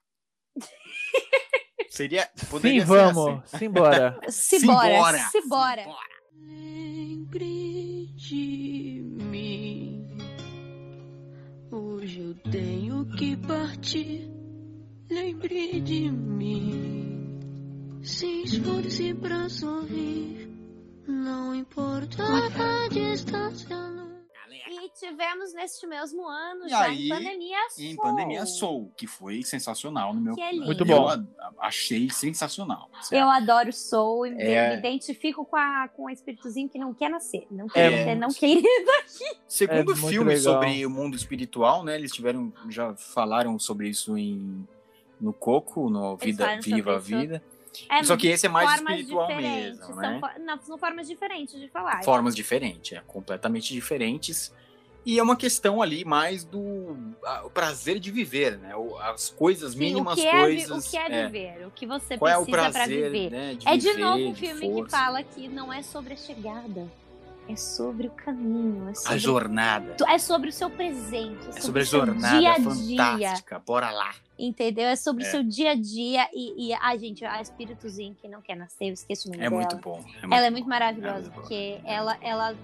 Speaker 3: Seria.
Speaker 2: Sim,
Speaker 3: Poderia ser assim.
Speaker 2: vamos, simbora.
Speaker 1: Simbora,
Speaker 3: Simbora.
Speaker 1: simbora.
Speaker 7: Lembre de mim. Hoje eu tenho que partir. Lembre de mim. Se esforce pra sorrir. Não importa a distância. não.
Speaker 1: E tivemos neste mesmo ano,
Speaker 3: E
Speaker 1: já
Speaker 3: aí,
Speaker 1: em pandemia,
Speaker 3: Em
Speaker 1: Soul.
Speaker 3: pandemia Soul, que foi sensacional no meu.
Speaker 1: Que é lindo.
Speaker 2: Muito bom.
Speaker 3: Eu a- achei sensacional.
Speaker 1: Eu adoro Soul e me-
Speaker 3: É.
Speaker 1: me identifico com, a, com o espíritozinho que não quer nascer. Não
Speaker 3: É.
Speaker 1: quer nascer, não quer
Speaker 3: Segundo
Speaker 2: É muito
Speaker 3: filme
Speaker 2: legal.
Speaker 3: sobre o mundo espiritual, né? Eles tiveram. Já falaram sobre isso em. No Coco, no Vida
Speaker 1: falaram sobre
Speaker 3: Viva a
Speaker 1: isso.
Speaker 3: Vida.
Speaker 1: É,
Speaker 3: Só que esse é mais
Speaker 1: formas
Speaker 3: espiritual
Speaker 1: diferentes,
Speaker 3: mesmo,
Speaker 1: são,
Speaker 3: né?
Speaker 1: fo- não, são formas diferentes de falar.
Speaker 3: formas diferentes, é, completamente diferentes. E é uma questão ali mais do ah, o prazer de viver, né? O- As coisas
Speaker 1: Sim,
Speaker 3: mínimas,
Speaker 1: o, que é, vi-
Speaker 3: coisas.
Speaker 1: o que é viver, o que você
Speaker 3: Qual é o
Speaker 1: precisa pra
Speaker 3: prazer,
Speaker 1: viver.
Speaker 3: né? De
Speaker 1: É de
Speaker 3: viver,
Speaker 1: novo um filme que
Speaker 3: força.
Speaker 1: fala que não é sobre a chegada, é sobre o caminho, é
Speaker 3: A
Speaker 1: sobre,
Speaker 3: jornada.
Speaker 1: é sobre o seu presente,
Speaker 3: É sobre a
Speaker 1: o seu
Speaker 3: jornada
Speaker 1: dia a dia.
Speaker 3: fantástica. Bora lá.
Speaker 1: Entendeu? É sobre o
Speaker 3: É.
Speaker 1: seu dia a dia e, e a gente, a espíritozinho que não quer nascer, eu esqueço o nome
Speaker 3: É
Speaker 1: dela.
Speaker 3: muito bom.
Speaker 1: ela é muito
Speaker 3: bom.
Speaker 1: maravilhosa,
Speaker 3: É muito
Speaker 1: porque ela, ela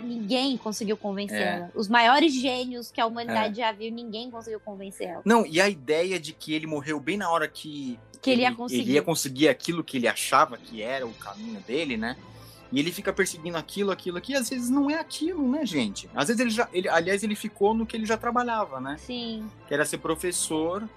Speaker 1: ninguém conseguiu convencê-la.
Speaker 3: É.
Speaker 1: Os maiores gênios que a humanidade já viu, ninguém conseguiu convencê-la.
Speaker 3: Não, e a ideia de que ele morreu bem na hora que,
Speaker 1: Que ele ia conseguir.
Speaker 3: ele ia conseguir aquilo que ele achava que era o caminho dele, né? E ele fica perseguindo aquilo, aquilo, aquilo, e às vezes não é aquilo, né, gente? Às vezes ele já. Ele, aliás, ele ficou no que ele já trabalhava, né?
Speaker 1: Sim,
Speaker 3: Que era ser professor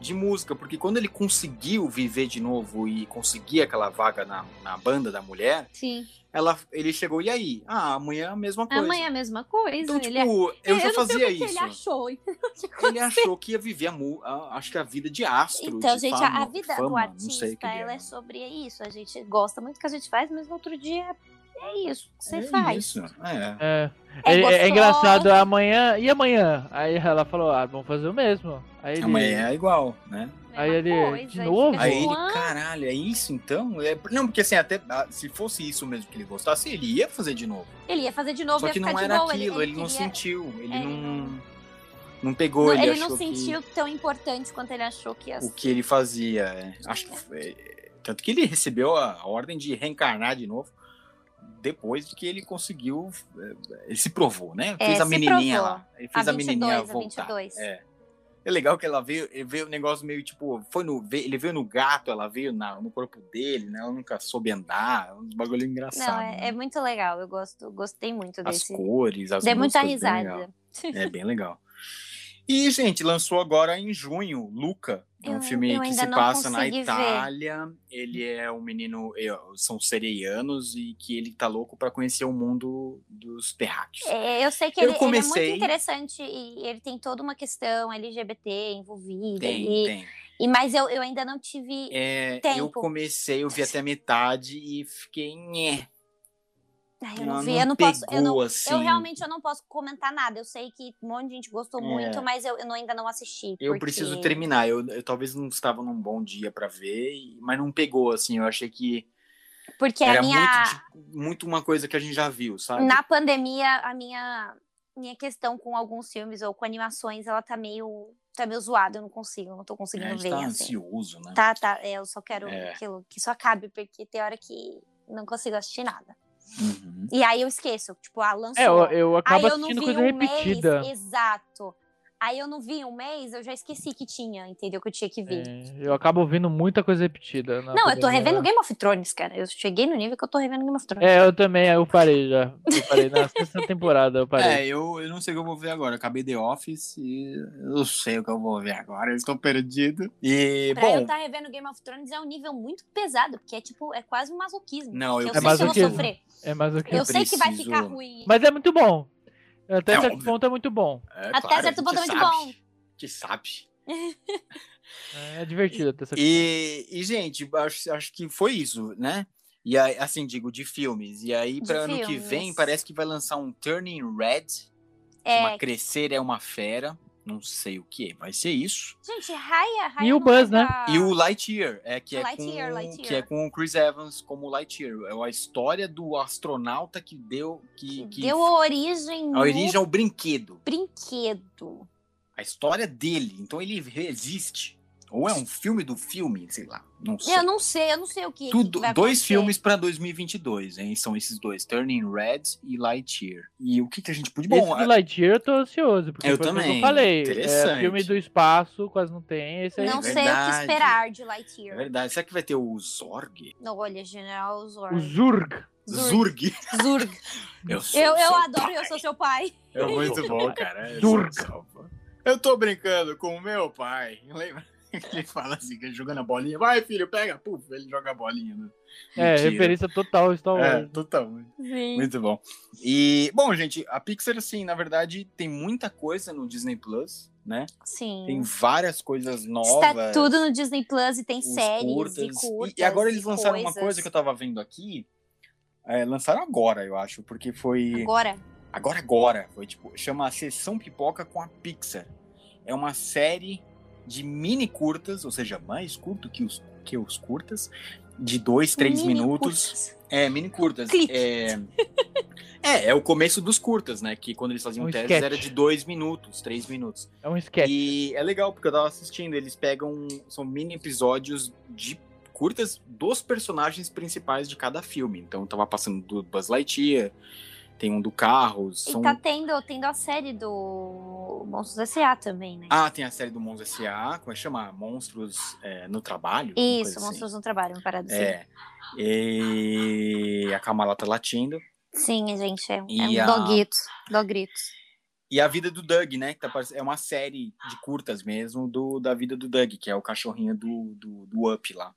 Speaker 3: de música. Porque quando ele conseguiu viver de novo e conseguir aquela vaga na, na banda da mulher,
Speaker 1: sim.
Speaker 3: ela, ele chegou, e aí? Ah, amanhã é a mesma coisa.
Speaker 1: Amanhã é a mesma coisa.
Speaker 3: Então, tipo,
Speaker 1: ele é-
Speaker 3: eu já
Speaker 1: não sei o
Speaker 3: fazia
Speaker 1: que que Ele
Speaker 3: isso.
Speaker 1: achou.
Speaker 3: Ele achou que ia viver a, mu- a- acho que a vida de astro.
Speaker 1: Então,
Speaker 3: de
Speaker 1: gente,
Speaker 3: fama-
Speaker 1: a vida do
Speaker 3: fama, não sei o
Speaker 1: artista,
Speaker 3: que ele
Speaker 1: ela
Speaker 3: era.
Speaker 1: é sobre isso. A gente gosta muito do que a gente faz, mas no outro dia é isso que você
Speaker 3: É
Speaker 1: faz.
Speaker 3: isso, é.
Speaker 2: É,
Speaker 1: É
Speaker 2: é, é
Speaker 1: gostoso.
Speaker 2: engraçado, amanhã. E amanhã? Aí ela falou, ah, vamos fazer o mesmo. Aí ele,
Speaker 3: Amanhã é igual, né?
Speaker 1: Mesma
Speaker 2: Aí ele,
Speaker 1: coisa, tipo,
Speaker 2: de
Speaker 1: e
Speaker 2: novo?
Speaker 1: fica
Speaker 3: Aí ele,
Speaker 1: zoando.
Speaker 3: caralho, é isso então? É, não, porque assim, até ah, se fosse isso mesmo que ele gostasse, ele ia fazer de novo.
Speaker 1: Ele ia fazer de novo,
Speaker 3: Só
Speaker 1: ia
Speaker 3: que
Speaker 1: ficar
Speaker 3: não
Speaker 1: de
Speaker 3: era
Speaker 1: boa.
Speaker 3: aquilo, ele,
Speaker 1: ele
Speaker 3: não
Speaker 1: queria-
Speaker 3: sentiu, ele
Speaker 1: é, ele
Speaker 3: não, não pegou,
Speaker 1: não-
Speaker 3: ele,
Speaker 1: ele não
Speaker 3: achou que-
Speaker 1: sentiu tão importante quanto ele achou que ia
Speaker 3: o
Speaker 1: ser.
Speaker 3: que ele fazia. é. Acho que foi- é, tanto que ele recebeu a ordem de reencarnar de novo depois de que ele conseguiu, é, ele se provou, né?
Speaker 1: É,
Speaker 3: Fez a
Speaker 1: se
Speaker 3: menininha
Speaker 1: provou.
Speaker 3: lá, ele fez a,
Speaker 1: a 22,
Speaker 3: menininha
Speaker 1: a
Speaker 3: voltar.
Speaker 1: 22.
Speaker 3: É. É legal que ela veio, ele veio um negócio meio tipo, foi no, veio- ele veio no gato, ela veio na- no corpo dele, né? Ela nunca soube andar, um bagulho engraçado.
Speaker 1: Não, é,
Speaker 3: né?
Speaker 1: é muito legal. Eu gosto, gostei muito
Speaker 3: as
Speaker 1: desse.
Speaker 3: cores, as
Speaker 1: Dei muita
Speaker 3: músicas, bem legal.
Speaker 1: risada.
Speaker 3: É bem legal. E, gente, lançou agora em junho, Luca. É um
Speaker 1: Eu-
Speaker 3: filme
Speaker 1: eu
Speaker 3: que
Speaker 1: ainda
Speaker 3: se
Speaker 1: não
Speaker 3: passa na
Speaker 1: consegui ver.
Speaker 3: Itália. Ele é um menino, eh, são sereianos e que ele tá louco pra conhecer o mundo dos terráqueos.
Speaker 1: É, eu sei que
Speaker 3: Eu
Speaker 1: ele, ele é
Speaker 3: comecei-
Speaker 1: muito interessante e ele tem toda uma questão LGBT envolvida.
Speaker 3: Tem,
Speaker 1: e,
Speaker 3: tem.
Speaker 1: e- mas eu, eu ainda não tive.
Speaker 3: É, eu
Speaker 1: tempo.
Speaker 3: comecei, eu vi até a metade e fiquei. Nhé,
Speaker 1: Ai, eu
Speaker 3: Ela
Speaker 1: não vi, eu não
Speaker 3: pegou,
Speaker 1: posso. Eu, não,
Speaker 3: assim.
Speaker 1: eu realmente eu não posso comentar nada. Eu sei que um monte de gente gostou
Speaker 3: É.
Speaker 1: muito, mas eu, eu não- ainda não assisti.
Speaker 3: Eu
Speaker 1: porque-
Speaker 3: preciso terminar. Eu, eu talvez não estava num bom dia pra ver, e- mas não pegou, assim. Eu achei que
Speaker 1: Porque
Speaker 3: era
Speaker 1: a minha.
Speaker 3: muito, de- muito uma coisa que a gente já viu, sabe?
Speaker 1: Na pandemia, a minha, minha questão com alguns filmes ou com animações, ela tá meio, tá meio zoada, eu não consigo, eu não tô
Speaker 3: É, a
Speaker 1: conseguindo
Speaker 3: gente
Speaker 1: ver,
Speaker 3: tá
Speaker 1: assim.
Speaker 3: ansioso, né?
Speaker 1: Tá, tá, é, eu só quero
Speaker 3: É.
Speaker 1: aquilo que só cabe, porque tem hora que não consigo assistir nada.
Speaker 3: Uhum.
Speaker 1: E aí eu esqueço, tipo, ah, lançou.
Speaker 2: É, eu, eu acabo
Speaker 1: aí eu não
Speaker 2: assistindo
Speaker 1: vi
Speaker 2: coisa
Speaker 1: um
Speaker 2: repetida.
Speaker 1: mês, exato. Aí eu não vi um mês, eu já esqueci que tinha, entendeu? Que eu tinha que ver.
Speaker 2: É, eu acabo ouvindo muita coisa repetida. na
Speaker 1: Não, eu tô
Speaker 2: pandemia,
Speaker 1: revendo
Speaker 2: né?
Speaker 1: Game of Thrones, cara. Eu cheguei no nível que eu tô revendo Game of Thrones.
Speaker 2: É, eu também, eu parei já. Eu parei na sexta temporada, eu parei.
Speaker 3: É, eu, eu não sei o que eu vou ver agora. Eu acabei The Office e eu não sei o que eu vou ver agora. Eu estou perdido.
Speaker 2: É,
Speaker 3: E,
Speaker 1: Pra eu tá-
Speaker 3: bom,
Speaker 1: estar revendo Game of Thrones é um nível muito pesado, porque é tipo, é quase um masoquismo.
Speaker 3: Não, eu
Speaker 1: eu sei
Speaker 2: É
Speaker 1: que eu
Speaker 2: masoquismo.
Speaker 1: vou sofrer.
Speaker 2: É mais o que.
Speaker 1: Eu, sei que vai
Speaker 3: preciso-
Speaker 1: ficar ruim.
Speaker 2: Mas é muito bom. Até
Speaker 3: É
Speaker 2: certo
Speaker 3: óbvio.
Speaker 2: ponto é muito bom.
Speaker 3: é,
Speaker 1: até certo ponto é muito bom.
Speaker 3: Que sabe.
Speaker 2: É divertido até certo
Speaker 3: E, e, gente, acho, acho que foi isso, né? E aí, assim, digo, de filmes. E aí,
Speaker 1: De
Speaker 3: para ano que
Speaker 1: filmes.
Speaker 3: vem, parece que vai lançar um Turning Red. Uma
Speaker 1: É,
Speaker 3: Crescer é uma Fera. Não sei o que, é. vai ser isso.
Speaker 1: gente, Raya, Raya
Speaker 2: E o
Speaker 1: não
Speaker 2: Buzz, né?
Speaker 1: dá-
Speaker 3: E o Lightyear, é, que, é
Speaker 1: Ah. Lightyear,
Speaker 3: com,
Speaker 1: Lightyear.
Speaker 3: que é com o Chris Evans como Lightyear. É a história do astronauta que deu. Que,
Speaker 1: que
Speaker 3: que
Speaker 1: deu origem
Speaker 3: a origem é um ao brinquedo.
Speaker 1: no brinquedo.
Speaker 3: A história dele. Então ele existe. Ou é um filme do filme, sei lá. Não sei.
Speaker 1: Eu não sei, eu não sei o que. que
Speaker 3: Tudo,
Speaker 1: vai
Speaker 3: dois
Speaker 1: acontecer.
Speaker 3: filmes pra 2022, hein? São esses dois, Turning Red e Lightyear. E o que, que a gente pode.
Speaker 2: Bom,
Speaker 3: Bom, é,
Speaker 2: Esse do
Speaker 3: a-
Speaker 2: Lightyear eu tô ansioso, porque
Speaker 3: Eu
Speaker 2: foi o que
Speaker 3: também,
Speaker 2: eu falei. É,
Speaker 3: interessante.
Speaker 2: filme do espaço, quase não tem. Esse aí.
Speaker 1: Não
Speaker 3: É
Speaker 1: sei o
Speaker 3: verdade.
Speaker 1: que esperar de
Speaker 3: é
Speaker 1: Lightyear.
Speaker 3: verdade. Será que vai ter o Zorg?
Speaker 1: Não, Olha, General
Speaker 2: O
Speaker 1: Zorg.
Speaker 2: Zurg.
Speaker 3: Zurg.
Speaker 1: Zurg.
Speaker 3: Eu, sou
Speaker 1: Eu, eu
Speaker 3: seu
Speaker 1: adoro
Speaker 3: pai.
Speaker 1: Eu Sou Seu Pai.
Speaker 3: É muito bom, cara. É
Speaker 2: Durga.
Speaker 3: sensacional. Eu tô brincando com o meu pai. Lembra? Ele fala assim, que ele jogando a bolinha. Vai, filho, pega. Puf, ele joga a bolinha. Né?
Speaker 2: É,
Speaker 3: Mentira.
Speaker 2: referência total Star
Speaker 3: É,
Speaker 2: Wars.
Speaker 3: totalmente.
Speaker 1: Sim.
Speaker 3: Muito bom. E, bom, gente, a Pixar, assim, na verdade, tem muita coisa no Disney Plus, né? Tem várias coisas novas.
Speaker 1: Está tudo no Disney Plus e tem
Speaker 3: os
Speaker 1: séries e
Speaker 3: curtas.
Speaker 1: curtas.
Speaker 3: E agora eles lançaram uma
Speaker 1: coisas.
Speaker 3: coisa que eu tava vendo aqui. É, lançaram agora, eu acho, porque foi.
Speaker 1: Agora?
Speaker 3: Agora, agora. Foi tipo, chama a Sessão Pipoca com a Pixar. É uma série de mini curtas, ou seja, mais curto que os, que os curtas, de dois, três
Speaker 1: Mini
Speaker 3: minutos.
Speaker 1: curtas.
Speaker 3: É, mini curtas.
Speaker 1: Clique.
Speaker 3: É... é, é o começo dos curtas, né? Que quando eles faziam
Speaker 2: Um
Speaker 3: testes
Speaker 2: sketch.
Speaker 3: era de dois minutos, três minutos.
Speaker 2: É um sketch.
Speaker 3: E é legal, porque eu tava assistindo, eles pegam. São mini episódios de curtas dos personagens principais de cada filme. Então tava passando do Buzz Lightyear, tem um do carro. São...
Speaker 1: E tá tendo, tendo a série do Monstros S.A. também, né?
Speaker 3: Ah, tem a série do Monstros S.A., como é que chama? Monstros é, no Trabalho? uma coisa
Speaker 1: Isso,
Speaker 3: assim.
Speaker 1: Monstros no Trabalho, uma parada assim.
Speaker 3: É. E a Kamala tá latindo.
Speaker 1: Sim, gente, é, é
Speaker 3: E
Speaker 1: um
Speaker 3: a-
Speaker 1: doguito, dogrito.
Speaker 3: E a vida do Doug, né? Que tá parece- é uma série de curtas mesmo do, da vida do Doug, que é o cachorrinho do, do, do Up lá.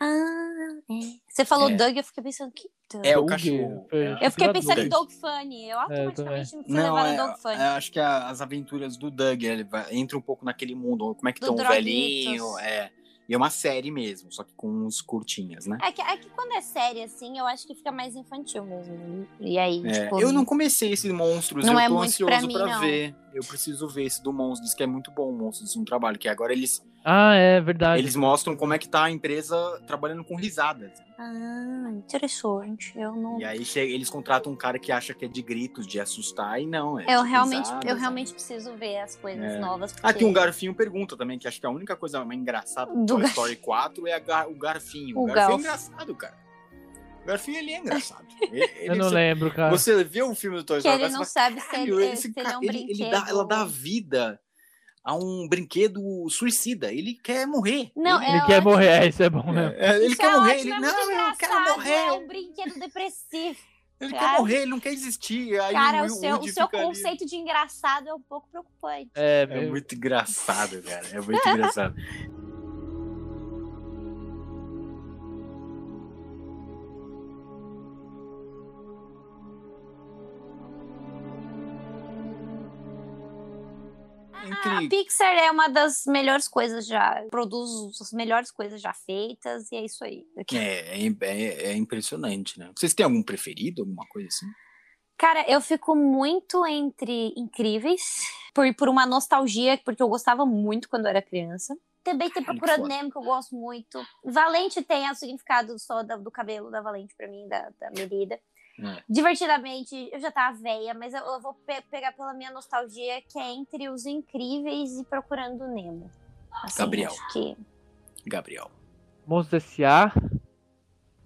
Speaker 1: Ah, é. Você falou
Speaker 3: É.
Speaker 1: Doug, eu fiquei pensando, que Doug?
Speaker 3: É o
Speaker 2: Doug,
Speaker 3: cachorro.
Speaker 2: foi-
Speaker 3: é.
Speaker 1: Eu fiquei
Speaker 2: Lá,
Speaker 1: pensando em
Speaker 3: Doug.
Speaker 1: Doug Funny. Eu
Speaker 2: também.
Speaker 1: automaticamente me fui
Speaker 3: Não,
Speaker 1: levar
Speaker 3: é,
Speaker 1: no Doug Funny.
Speaker 3: é, acho que a- as aventuras do Doug, ele vai- entra um pouco naquele mundo, como é que
Speaker 1: Do
Speaker 3: tá um
Speaker 1: Droguitos.
Speaker 3: velhinho, é. E é uma série mesmo, só que com uns curtinhas, né?
Speaker 1: É que, é que quando é série, assim, eu acho que fica mais infantil mesmo. E aí,
Speaker 3: É,
Speaker 1: tipo.
Speaker 3: eu não comecei esse Monstros,
Speaker 1: Não
Speaker 3: eu
Speaker 1: é
Speaker 3: tô
Speaker 1: muito pra
Speaker 3: ansioso
Speaker 1: mim,
Speaker 3: pra
Speaker 1: não.
Speaker 3: ver. Eu preciso ver esse do Monstros, diz que é muito bom o Monstros um trabalho, que agora eles,
Speaker 2: Ah, é verdade.
Speaker 3: eles mostram como é que tá a empresa trabalhando com risadas.
Speaker 1: Ah, interessante. Eu não.
Speaker 3: E aí che- eles contratam um cara que acha que é de gritos, de assustar, e não. É
Speaker 1: Eu
Speaker 3: tipo
Speaker 1: realmente,
Speaker 3: risadas,
Speaker 1: eu
Speaker 3: né?
Speaker 1: realmente preciso ver as coisas
Speaker 3: É.
Speaker 1: novas.
Speaker 3: Ah,
Speaker 1: Porque
Speaker 3: Aqui um Garfinho pergunta também, que acho que a única coisa mais engraçada do
Speaker 1: Do
Speaker 3: Toy
Speaker 1: Gar-
Speaker 3: Story 4 é a Gar- o Garfinho. O,
Speaker 1: O
Speaker 3: Garfinho é
Speaker 1: Galf.
Speaker 3: engraçado, cara. O Garfinho, ele é engraçado. Ele- ele-
Speaker 2: Eu não
Speaker 3: você,
Speaker 2: lembro, cara.
Speaker 3: Você vê o filme do Toy
Speaker 1: que
Speaker 3: Story
Speaker 1: ele
Speaker 3: 4
Speaker 1: não
Speaker 3: e fala,
Speaker 1: sabe se
Speaker 3: "Caralho,
Speaker 1: ele,
Speaker 3: esse
Speaker 1: se ele
Speaker 3: cara-
Speaker 1: é um
Speaker 3: ele-
Speaker 1: brinquedo.
Speaker 3: ele dá- ela dá vida a um brinquedo suicida. Ele quer morrer.
Speaker 1: Não,
Speaker 3: ele,
Speaker 2: Ele
Speaker 1: eu
Speaker 2: quer
Speaker 1: acho-
Speaker 2: morrer, isso é bom mesmo.
Speaker 3: É, ele
Speaker 1: Isso
Speaker 3: quer
Speaker 1: é
Speaker 3: morrer.
Speaker 1: ótimo,
Speaker 3: ele,
Speaker 1: é muito
Speaker 3: não, eu quero
Speaker 1: engraçado,
Speaker 3: morrer.
Speaker 1: É
Speaker 3: eu-
Speaker 1: um brinquedo depressivo.
Speaker 3: Ele
Speaker 1: Cara.
Speaker 3: quer morrer, ele não quer existir. Aí
Speaker 1: Cara, o
Speaker 3: Will-
Speaker 1: seu, o
Speaker 3: Woody
Speaker 1: seu
Speaker 3: fica ali.
Speaker 1: conceito de engraçado é um pouco preocupante.
Speaker 2: É,
Speaker 3: É
Speaker 2: mesmo.
Speaker 3: muito engraçado, cara. É muito engraçado.
Speaker 1: A Ah,
Speaker 3: Entre
Speaker 1: Pixar é uma das melhores coisas já. Produz as melhores coisas já feitas, e é isso aí.
Speaker 3: É, é, é- é impressionante, né? Vocês têm algum preferido, alguma coisa assim?
Speaker 1: Cara, eu fico muito entre incríveis, por, por uma nostalgia, porque eu gostava muito quando eu era criança. Também tem
Speaker 3: Caralho, que
Speaker 1: Procurando
Speaker 3: foda.
Speaker 1: Nemo, que eu gosto muito. Valente tem o significado só da- do cabelo da Valente pra mim, da, da Merida.
Speaker 3: É.
Speaker 1: Divertidamente, eu já tava velha, mas eu, eu vou pe- pegar pela minha nostalgia, que é entre Os Incríveis e Procurando Nemo. Assim,
Speaker 3: Gabriel.
Speaker 1: acho que-
Speaker 3: Gabriel.
Speaker 2: Monstros S.A.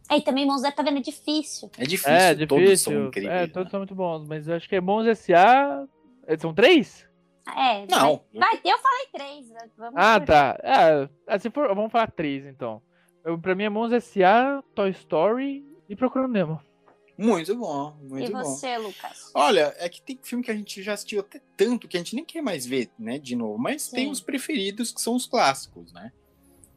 Speaker 1: É, e também Monstros, tá vendo? É difícil.
Speaker 3: É difícil,
Speaker 2: É,
Speaker 3: todos são
Speaker 2: difícil.
Speaker 3: incríveis.
Speaker 2: é,
Speaker 3: né?
Speaker 2: todos são muito bons, mas eu acho que é Monstros S.A. eh, São três?
Speaker 1: É, vai-
Speaker 3: né? Não,
Speaker 1: Vai, eu falei três. né? Vamos
Speaker 2: Ah,
Speaker 1: por-
Speaker 2: tá. É, ah, se for, vamos falar três, então. Eu, pra mim é Monstros S.A., Toy Story e Procurando Nemo.
Speaker 3: muito bom,
Speaker 1: E
Speaker 3: muito bom.
Speaker 1: você, Lucas?
Speaker 3: Olha, é que tem filme que a gente já assistiu até tanto que a gente nem quer mais ver, né, de novo. Mas tem
Speaker 1: Sim.
Speaker 3: os preferidos que são os clássicos, né?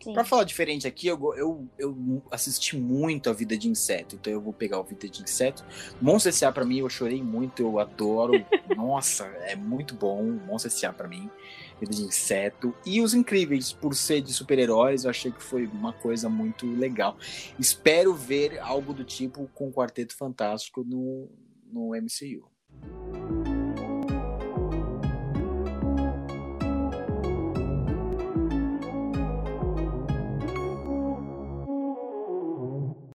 Speaker 1: Sim.
Speaker 3: Pra falar diferente aqui, eu, go- eu, eu assisti muito a Vida de Inseto, então eu vou pegar o Vida de Inseto. Monstro S.A. pra mim, eu chorei muito, eu adoro. Nossa, é muito bom. Monstro S.A. pra mim, Vida de Inseto. E Os Incríveis, por ser de super-heróis, eu achei que foi uma coisa muito legal. Espero ver algo do tipo com o Quarteto Fantástico no, no MCU.